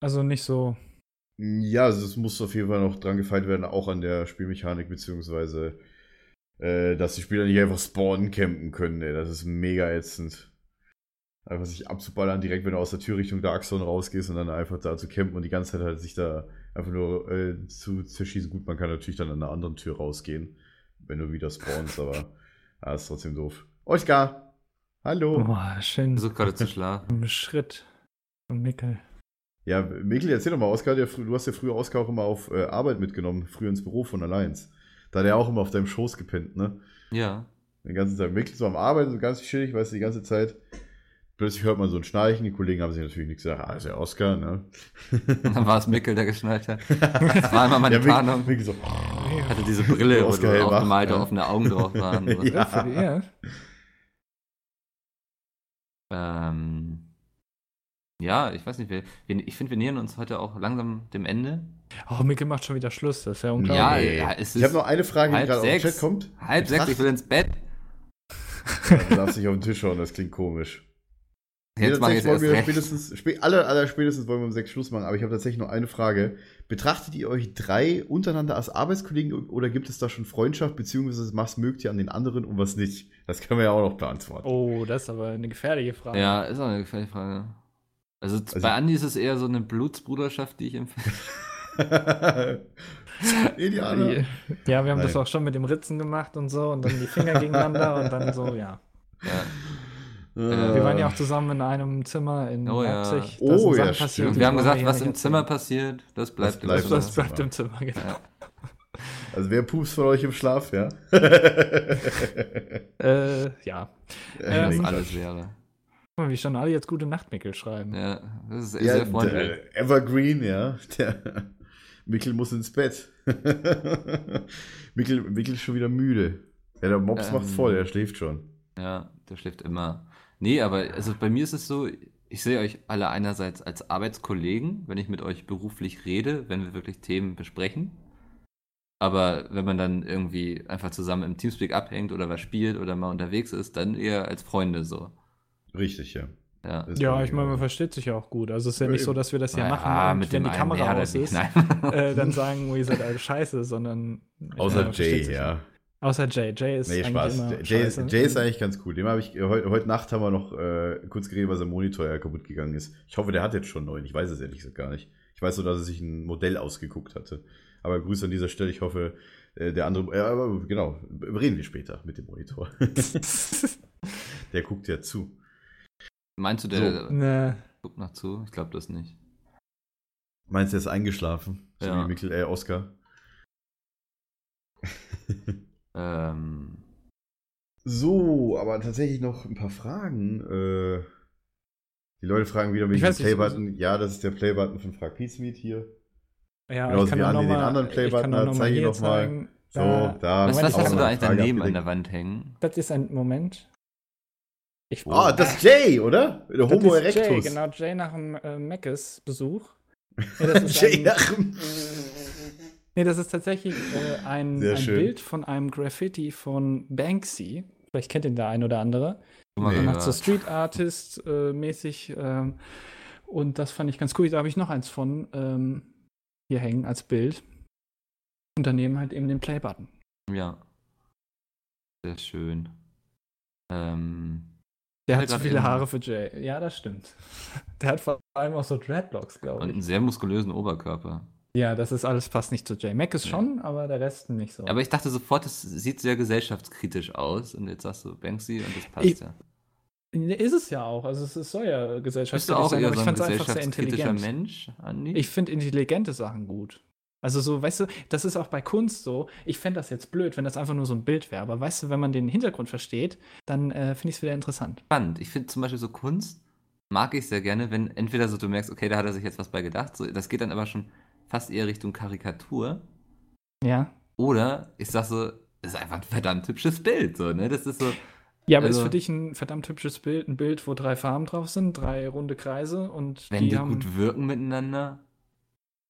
S3: also nicht so.
S5: Ja, also es muss auf jeden Fall noch dran gefeilt werden, auch an der Spielmechanik, beziehungsweise, äh, dass die Spieler nicht einfach spawnen campen können, ey. Das ist mega ätzend. Einfach sich abzuballern, direkt wenn du aus der Tür Richtung Dark Zone rausgehst und dann einfach da zu campen und die ganze Zeit halt sich da einfach nur äh, zu zerschießen. Gut, man kann natürlich dann an einer anderen Tür rausgehen, wenn du wieder spawnst, aber ja, ist trotzdem doof. Oskar! Hallo!
S3: Boah, oh, schön. So
S6: Versucht gerade zu schlafen.
S3: ein Schritt von Mickel.
S5: Ja, Mikkel, erzähl doch mal, Oskar, der, frü- du hast ja früher Oskar auch immer auf äh, Arbeit mitgenommen, früher ins Büro von Alliance. Da hat er auch immer auf deinem Schoß gepennt, ne?
S6: Ja.
S5: Den ganzen Tag. Mikkel so am Arbeiten, so ganz chillig, weißt du, die ganze Zeit. Plötzlich hört man so ein Schnarchen, die Kollegen haben sich natürlich nichts gesagt. Ah, ist ja Oskar, ne?
S6: Und dann war es Mickel, der geschnallt hat. Das war immer meine
S5: Ja, Mikkel-
S6: Planung.
S5: Mikkel so,
S6: Hatte diese Brille, wo
S5: Oscar
S6: du
S5: Hellbach,
S6: aufgemalte
S5: ja.
S6: offene Augen drauf waren. So.
S5: Ja.
S3: Für die Ehe.
S6: Ähm, ja, ich weiß nicht, wir, wir, ich finde, wir nähern uns heute auch langsam dem Ende.
S3: Oh, Mickel macht schon wieder Schluss, das ist ja unglaublich.
S6: Ja, ja, es
S5: ich habe
S6: ist
S5: noch eine Frage, die
S6: halb
S5: gerade auf den
S6: sechs.
S5: Chat kommt.
S6: Halb sechs, ich will ins Bett.
S5: Du darfst nicht auf den Tisch schauen, das klingt komisch.
S6: Jetzt mache ich es
S5: tatsächlich
S6: erst
S5: wollen wir
S6: recht.
S5: spätestens, spä alle, aller spätestens wollen wir um sechs Schluss machen, aber ich habe tatsächlich noch eine Frage. Betrachtet ihr euch drei untereinander als Arbeitskollegen oder gibt es da schon Freundschaft, beziehungsweise was mögt ihr an den anderen und was nicht? Das können wir ja auch noch beantworten.
S3: Oh, das ist aber eine gefährliche Frage.
S6: Ja, ist auch eine gefährliche Frage. Also, z-
S5: Also-
S6: bei Andi ist es eher so eine Blutsbruderschaft, die ich empfinde.
S5: Ideal.
S3: Ja, wir haben das
S5: Nein.
S3: auch schon mit dem Ritzen gemacht und so und dann die Finger gegeneinander und dann so, ja.
S6: Ja.
S5: Ah.
S3: Wir waren ja auch zusammen in einem Zimmer in
S6: Äh. Oh ja.
S3: Leipzig.
S5: Oh
S3: sind
S5: ja,
S3: Sachen passiert,
S5: stimmt.
S3: die
S6: Wir haben
S3: wollen
S6: gesagt,
S3: hier
S6: was
S3: nicht
S6: im
S3: erzählen.
S6: Zimmer passiert, das bleibt im
S5: bleibt
S6: Zimmer.
S3: Das bleibt im Zimmer, genau.
S6: Ja.
S5: Also wer pupst von euch im Schlaf, ja?
S3: Äh, ja.
S6: Wenn das
S5: nee,
S3: Ähm,
S5: Quatsch.
S6: alles wäre.
S3: Guck mal, wie schon alle jetzt gute Nacht, Mickel schreiben.
S6: Ja, das ist
S5: ja,
S6: sehr freundlich.
S5: der Evergreen, ja. Der Mikkel muss ins Bett. Mikkel, Mikkel ist schon wieder müde. Ja, der Mops
S6: Ähm.
S5: macht's voll, er schläft schon.
S6: Ja, Der schläft immer. Nee, aber also bei mir ist es so, ich sehe euch alle einerseits als Arbeitskollegen, wenn ich mit euch beruflich rede, wenn wir wirklich Themen besprechen. Aber wenn man dann irgendwie einfach zusammen im Teamspeak abhängt oder was spielt oder mal unterwegs ist, dann eher als Freunde so.
S5: Richtig, ja.
S6: Ja.
S5: Das
S3: Ja,
S5: kann
S3: ich meine, man
S5: auch.
S3: versteht sich ja auch gut. Also es ist ja
S5: Ja,
S3: nicht so,
S5: eben.
S3: dass wir das hier
S6: Naja,
S3: machen und wenn die
S6: Ah, einen
S3: Kamera
S6: Herder
S3: aus
S6: nicht,
S3: ist,
S6: Nein.
S3: äh, dann sagen, oh, ihr seid alle scheiße, sondern
S5: Außer
S3: äh, versteht
S5: Jay,
S3: sich.
S5: ja.
S3: Außer Jay. Jay ist
S5: Nee,
S3: eigentlich
S5: Spaß.
S3: immer
S5: Jay- Jay ist,
S3: scheiße.
S5: Jay ist eigentlich ganz cool. Dem habe ich, heu, heute Nacht haben wir noch äh, kurz geredet, weil sein Monitor ja kaputt gegangen ist. Ich hoffe, der hat jetzt schon einen neuen. Ich weiß es ehrlich gesagt gar nicht. Ich weiß nur, dass er sich ein Modell ausgeguckt hatte. Aber Grüße an dieser Stelle. Ich hoffe, äh, der andere. Ja, aber genau. Reden wir später mit dem Monitor. der guckt ja zu.
S6: Meinst du, der
S3: Ne,
S6: guckt noch zu? Ich glaube das nicht.
S5: Meinst du, er ist eingeschlafen? So
S6: Ja.
S5: wie Mikkel, äh, Oscar.
S6: Ähm,
S5: So, aber tatsächlich noch ein paar Fragen. Äh, die Leute fragen wieder wegen
S3: Ich
S5: dem
S3: weiß nicht,
S5: Playbutton. Ja, das ist der Playbutton von Frag Peace Meet hier.
S3: ja,
S5: Genauso
S3: ich kann
S5: wie
S3: auch
S5: Andi
S3: noch
S5: den
S3: mal-
S5: anderen
S3: ich
S5: Playbutton
S3: kann auch
S5: hat,
S3: noch mal
S5: zeig ihn
S3: hier
S5: doch mal.
S3: zeigen,
S5: So,
S3: da-
S5: da.
S6: was was
S3: Moment, ich hab
S6: hast du
S3: noch
S6: da
S3: eine
S6: eigentlich daneben an der Wand hängen?
S3: Das ist ein Moment. Ich
S5: Ah, das ist Jay, oder? Der
S3: Das
S5: Homo
S3: ist Jay,
S5: erectus.
S3: genau, Jay nach dem äh, Meckes-Besuch. Ja, das ist
S5: Jay
S3: ein-
S5: nach dem-
S3: Nee, das ist tatsächlich äh, ein,
S5: Sehr
S3: ein
S5: schön.
S3: Bild von einem Graffiti von Banksy. Vielleicht kennt ihn der ein oder andere.
S6: Guck mal,
S5: Nee.
S3: Der
S6: wenn
S3: macht
S6: wir-
S3: so Street Artist äh, mäßig. ähm, und das fand ich ganz cool. Da habe ich noch eins von ähm, hier hängen als Bild. Und daneben halt eben den Play-Button.
S6: Ja. Sehr schön. Ähm,
S3: Der
S6: Ja,
S3: hat zu
S6: gerade
S3: viele
S6: eben.
S3: Haare für Jay. Ja, das stimmt. Der hat vor allem auch so Dreadlocks,
S6: und
S3: glaube ich.
S6: einen sehr muskulösen Oberkörper.
S3: Ja, das ist alles passt nicht zu Jay. Mac ist
S6: Nee.
S3: schon, aber der Rest nicht so.
S6: Aber ich dachte sofort, das sieht sehr gesellschaftskritisch aus. Und jetzt sagst du Banksy und das passt
S3: Ich-
S6: ja.
S3: Nee, Ist es ja auch. Also es, es soll ja
S6: Bist du
S3: gesellschaftlich
S6: auch
S3: sein,
S6: eher
S3: aber
S6: so
S3: ich
S6: ein
S3: fand es einfach sehr
S6: gesellschaftskritischer
S3: intelligent.
S6: Mensch, Andi?
S3: Ich finde intelligente Sachen gut. Also so, weißt du, das ist auch bei Kunst so. Ich fände das jetzt blöd, wenn das einfach nur so ein Bild wäre. Aber weißt du, wenn man den Hintergrund versteht, dann äh, finde ich es wieder interessant.
S6: spannend. Ich finde zum Beispiel so Kunst mag ich sehr gerne, wenn entweder so du merkst, okay, da hat er sich jetzt was bei gedacht. So, das geht dann aber schon fast eher Richtung Karikatur.
S3: Ja.
S6: Oder ich sag so, das ist einfach ein verdammt hübsches Bild. So, ne? Das ist so,
S3: Ja, aber ist
S6: Also-
S3: für dich ein verdammt hübsches Bild, ein Bild, wo drei Farben drauf sind, drei runde Kreise und
S6: wenn die
S3: die haben.
S6: gut wirken miteinander,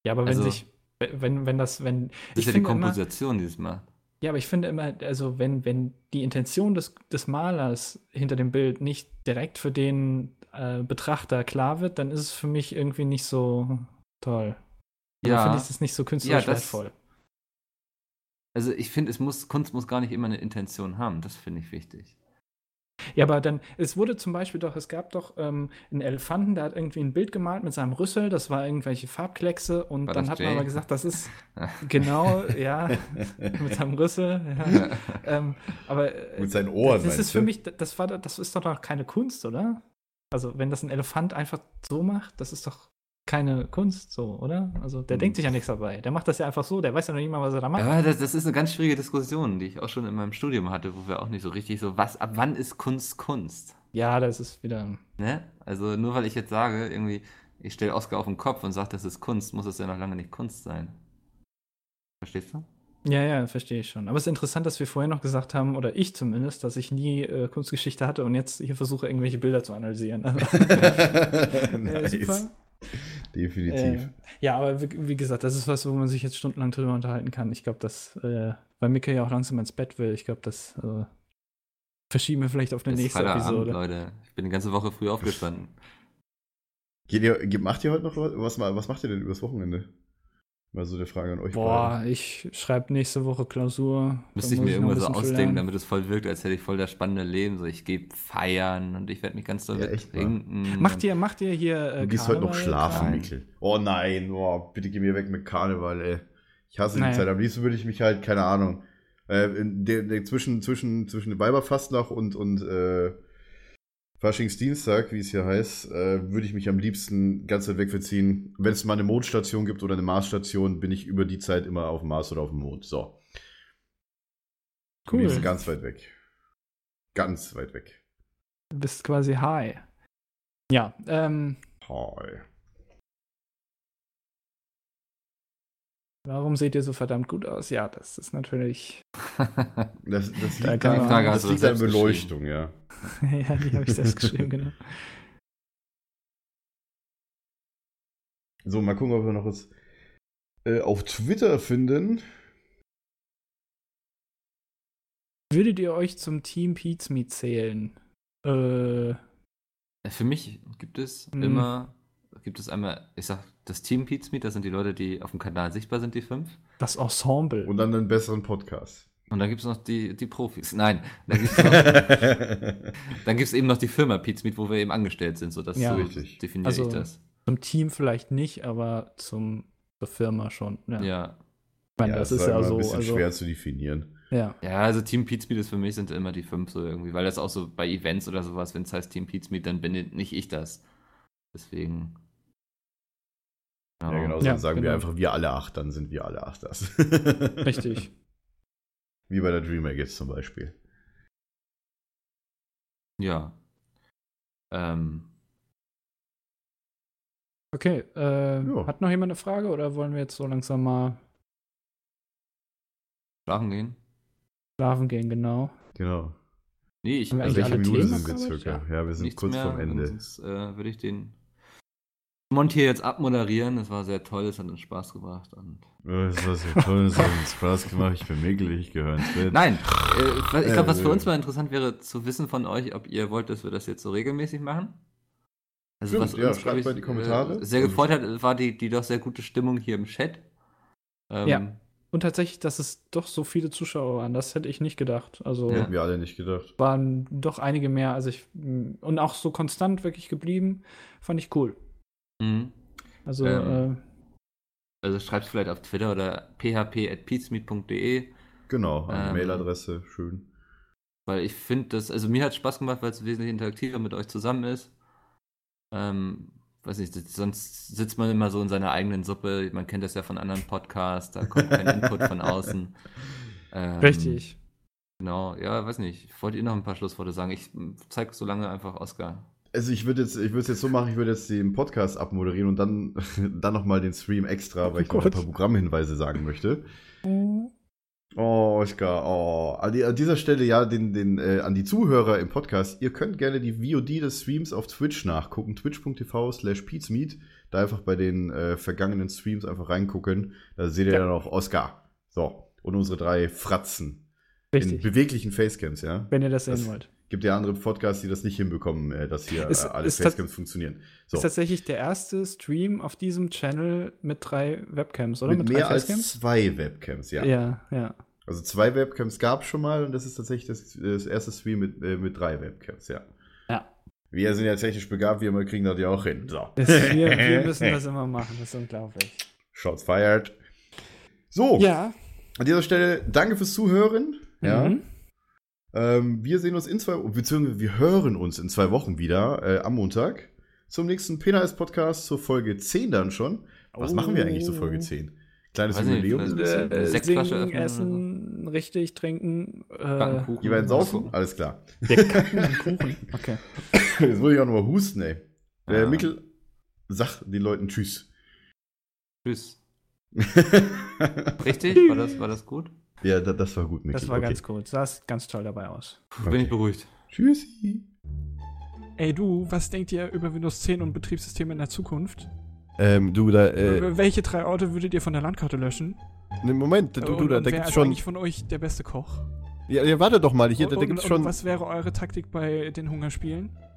S3: ja, aber wenn
S6: also-
S3: sich, wenn, wenn das, wenn.
S6: das ist ja die
S3: finde immer-
S6: Komposition, die es macht.
S3: Ja, aber ich finde immer, also wenn, wenn die Intention des, des Malers hinter dem Bild nicht direkt für den äh, Betrachter klar wird, dann ist es für mich irgendwie nicht so toll. Ja. Dann finde ich das nicht so künstlerisch
S6: Ja, das-
S3: wertvoll.
S6: Also ich finde, es muss, Kunst muss gar nicht immer eine Intention haben. Das finde ich wichtig.
S3: Ja, aber dann, es wurde zum Beispiel doch, es gab doch ähm, einen Elefanten, der hat irgendwie ein Bild gemalt mit seinem Rüssel, das war irgendwelche Farbkleckse und
S6: War
S3: dann
S6: das
S3: hat
S6: Jay?
S3: man aber gesagt, das ist genau, ja, mit seinem Rüssel, ja.
S6: Mit
S3: ähm, aber äh,
S5: Mit seinen Ohren,
S3: Das ist
S5: meinst
S3: für
S5: du?
S3: mich, das, war, das ist doch noch keine Kunst, oder? Also, wenn das ein Elefant einfach so macht, das ist doch keine Kunst, so, oder? Also, der denkt sich ja nichts dabei. Der macht das ja einfach so, der weiß ja noch nicht mal, was er da macht.
S6: Aber das, das ist eine ganz schwierige Diskussion, die ich auch schon in meinem Studium hatte, wo wir auch nicht so richtig so, was, ab wann ist Kunst Kunst?
S3: Ja, das ist wieder.
S6: Ne? Also nur weil ich jetzt sage, irgendwie, ich stelle Oscar auf den Kopf und sage, das ist Kunst, muss es ja noch lange nicht Kunst sein. Verstehst du?
S3: Ja, ja, verstehe ich schon. Aber es ist interessant, dass wir vorher noch gesagt haben, oder ich zumindest, dass ich nie äh, Kunstgeschichte hatte und jetzt hier versuche, irgendwelche Bilder zu analysieren. Also, äh,
S5: nice.
S3: super.
S5: Definitiv.
S3: Äh, ja, aber wie, wie gesagt, das ist was, wo man sich jetzt stundenlang drüber unterhalten kann. Ich glaube, dass, äh, weil Micke ja auch langsam ins Bett will, ich glaube, das äh, verschieben wir vielleicht auf eine
S6: Ist
S3: nächste
S6: Feierabend,
S3: Episode.
S6: Leute. Ich bin die ganze Woche früh aufgestanden.
S5: Geht ihr, ge- macht ihr heute noch was? Was, ma- was macht ihr denn übers Wochenende? Mal so eine Frage an euch.
S3: Boah, ich schreibe nächste Woche Klausur. Da
S6: Müsste ich
S3: muss
S6: mir
S3: noch
S6: irgendwas so
S3: ein bisschen für
S6: ausdenken,
S3: lernen.
S6: damit es voll wirkt, als hätte ich voll das spannende Leben. So, ich gehe feiern und ich werde mich ganz doll
S5: Ja,
S6: ja,
S5: echt, ne?
S6: trinken.
S3: Macht ihr, macht ihr hier. äh,
S5: Du gehst heute noch schlafen,
S6: Nein.
S5: Mikkel. Oh nein, boah, bitte geh mir weg mit Karneval, ey. Ich hasse
S3: Nein.
S5: die Zeit. Am liebsten würde ich mich halt, keine Ahnung, äh, in der, der zwischen, zwischen, zwischen Weiberfastnacht und, und äh, Faschingsdienstag, wie es hier heißt, äh, würde ich mich am liebsten ganz weit wegverziehen. Wenn es mal eine Mondstation gibt oder eine Marsstation, bin ich über die Zeit immer auf dem Mars oder auf dem Mond. So. Am liebsten
S3: Cool.
S5: ganz weit weg. Ganz weit weg.
S3: Du bist quasi high. Ja, ähm,
S5: Hi.
S3: Warum seht ihr so verdammt gut aus? Ja, das ist natürlich.
S6: Äh,
S5: Das, das
S3: Da
S5: liegt
S3: kann
S5: an,
S3: man- Frage
S5: das
S2: hast du
S5: liegt an
S2: selbst
S5: Beleuchtung, ja.
S3: ja, die habe ich selbst geschrieben, genau.
S5: So, mal gucken, ob wir noch was äh, auf Twitter finden.
S3: Würdet ihr euch zum Team Pizmeet zählen? Äh,
S6: Für mich gibt es
S3: Hm.
S6: immer, gibt es einmal, ich sag, das Team Pete's Meet, das sind die Leute, die auf dem Kanal sichtbar sind, die fünf.
S3: das Ensemble.
S5: Und dann einen besseren Podcast.
S6: Und dann gibt es noch die, die Profis. Nein, dann gibt es noch Dann gibt es eben noch die Firma Pizmeet, wo wir eben angestellt sind. So, das
S3: Ja.
S6: so
S5: Richtig.
S6: definiere
S3: Also-
S6: ich das.
S3: Zum Team vielleicht nicht, aber zum, zur Firma schon.
S6: Ja.
S3: Ja, ich
S6: ja.
S3: meine, das ist ja
S5: immer
S3: so.
S5: ein bisschen
S3: Also,
S5: schwer zu definieren.
S3: ja.
S6: also Team Pizmeet ist für mich sind immer die fünf so irgendwie, weil das auch so bei Events oder sowas, wenn es heißt Team Pizmeet, dann bin nicht ich das. Deswegen.
S5: Ja, genau,
S3: Ja,
S5: dann sagen wir
S3: genau.
S5: einfach, wir alle acht, dann sind wir alle acht das.
S3: Richtig.
S5: Wie bei der DreamHack jetzt zum Beispiel.
S6: Ja. Ähm,
S3: Okay, äh,
S5: Ja.
S3: hat noch jemand eine Frage oder wollen wir jetzt so langsam mal
S6: schlafen gehen?
S3: schlafen gehen, genau?
S5: Genau.
S6: Nee, ich
S3: Haben wir eigentlich
S5: Also welche
S3: alle
S5: Minute
S3: Themen
S5: sind wir
S3: abgearbeitet?
S5: circa? Ja, wir sind
S6: nichts
S5: kurz
S6: mehr,
S5: vorm Ende.
S6: Sonst äh, würde ich den Mont hier jetzt abmoderieren. Das war sehr toll, es hat uns Spaß gebracht. Und
S5: Ja, Das war so toll, das hat uns Spaß gemacht. Ich bin migelig, ich gehöre ins Bett.
S6: Nein, äh, ich glaube, was
S5: Äh.
S6: für uns mal interessant wäre, zu wissen von euch, ob ihr wollt, dass wir das jetzt so regelmäßig machen. Also
S5: Stimmt,
S6: was
S5: ja,
S6: uns,
S5: schreibt
S6: glaub ich,
S5: mal in die Kommentare. Also
S6: äh, sehr
S5: Und-
S6: gefreut hat, war die, die doch sehr gute Stimmung hier im Chat. Ähm,
S3: Ja. Und tatsächlich, dass es doch so viele Zuschauer waren, das hätte ich nicht gedacht. Also
S6: Ja.
S5: Hätten wir alle nicht gedacht.
S3: waren doch einige mehr, also ich und auch so konstant wirklich geblieben, fand ich cool.
S6: mhm.
S3: Also
S6: Ähm.
S3: äh,
S6: Also schreibt vielleicht auf Twitter oder php.peacemeet.de,
S5: Genau, an
S6: Ähm.
S5: Mailadresse, schön.
S6: weil ich finde, das, also mir hat Spaß gemacht, weil es wesentlich interaktiver mit euch zusammen ist. Ähm, weiß nicht, sonst sitzt man immer so in seiner eigenen Suppe. Man kennt das ja von anderen Podcasts, da kommt kein Input von außen. Ähm,
S3: richtig.
S6: Genau, ja, weiß nicht. Wollt ihr noch ein paar Schlussworte sagen? Ich m, zeig so lange einfach Oscar.
S5: Also ich würde jetzt, ich würde es jetzt so machen, ich würde jetzt den Podcast abmoderieren und dann, dann nochmal den Stream extra, weil ich noch ein
S3: Gott.
S5: paar Programmhinweise sagen möchte.
S3: Mhm.
S5: Oh, Oskar, oh. An, die, an dieser Stelle ja den, den, äh, an die Zuhörer im Podcast. Ihr könnt gerne die VOD des Streams auf Twitch nachgucken. Twitch.tv slash Pizmeet. Da einfach bei den äh, vergangenen Streams einfach reingucken. Da seht ihr ja. dann auch Oskar. So. Und unsere drei Fratzen. In
S3: Richtig.
S5: beweglichen Facecams, ja.
S3: Wenn ihr das sehen
S5: Das-
S3: wollt.
S5: Gibt ja andere Podcasts, die das nicht hinbekommen, äh, dass hier
S3: Ist-
S5: äh, alle
S3: ist
S5: Facecams funktionieren. So.
S3: Ist tatsächlich der erste Stream auf diesem Channel mit drei Webcams, oder?
S5: Mit,
S3: drei
S5: mehr als
S3: Facecams?
S5: zwei Webcams, ja.
S3: Ja, ja.
S5: Also zwei Webcams gab es schon mal und das ist tatsächlich das, das erste Stream mit, äh, mit drei Webcams, ja.
S3: Ja.
S5: Wir sind ja technisch begabt, wir mal kriegen das ja auch hin. So.
S3: Das, wir, wir müssen das immer machen, das ist unglaublich.
S5: Shots fired. So,
S3: Ja.
S5: an dieser Stelle danke fürs Zuhören. Ja.
S3: Mhm.
S5: Ähm, wir sehen uns in zwei, beziehungsweise wir hören uns in zwei Wochen wieder äh, am Montag zum nächsten PNAS Podcast zur Folge 10 dann schon. Was machen wir eigentlich zur
S3: Oh.
S5: Folge 10? Kleines
S6: Weiß nicht,
S5: Jubiläum. so ein
S6: vielleicht-
S5: bisschen?
S6: Äh,
S3: Äh,
S6: Sechsflasche öffnen
S3: singen,
S6: oder so.
S3: essen, richtig trinken, äh,
S6: Backenkuchen.
S5: Die werden saufen?
S6: Achso.
S5: Alles klar.
S3: wir kacken am Kuchen. Okay.
S5: Jetzt muss ich auch nochmal husten, ey. Äh,
S6: Ja.
S5: Mikkel, sag den Leuten Tschüss.
S6: Tschüss. Richtig? War das, war das gut?
S5: ja, da, das war gut, Mikkel.
S3: Das war
S5: Okay.
S3: ganz cool. Sah ganz toll dabei aus.
S6: Bin ich beruhigt.
S5: Tschüssi.
S9: Ey du, was denkt ihr über Windows 10 und Betriebssysteme in der Zukunft?
S8: Ähm, du, da, äh,
S9: Äh, Welche drei Orte würdet ihr von der Landkarte löschen?
S8: ne, Moment, du,
S9: Äh,
S8: du,
S9: und,
S8: da, da
S9: und wer
S8: gibt's
S9: ist
S8: schon,
S9: eigentlich von euch der beste Koch?
S8: ja, ja, warte doch mal, hier, da, da
S9: und,
S8: gibt's
S9: und,
S8: schon,
S9: was wäre eure Taktik bei den Hungerspielen?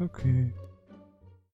S9: Okay.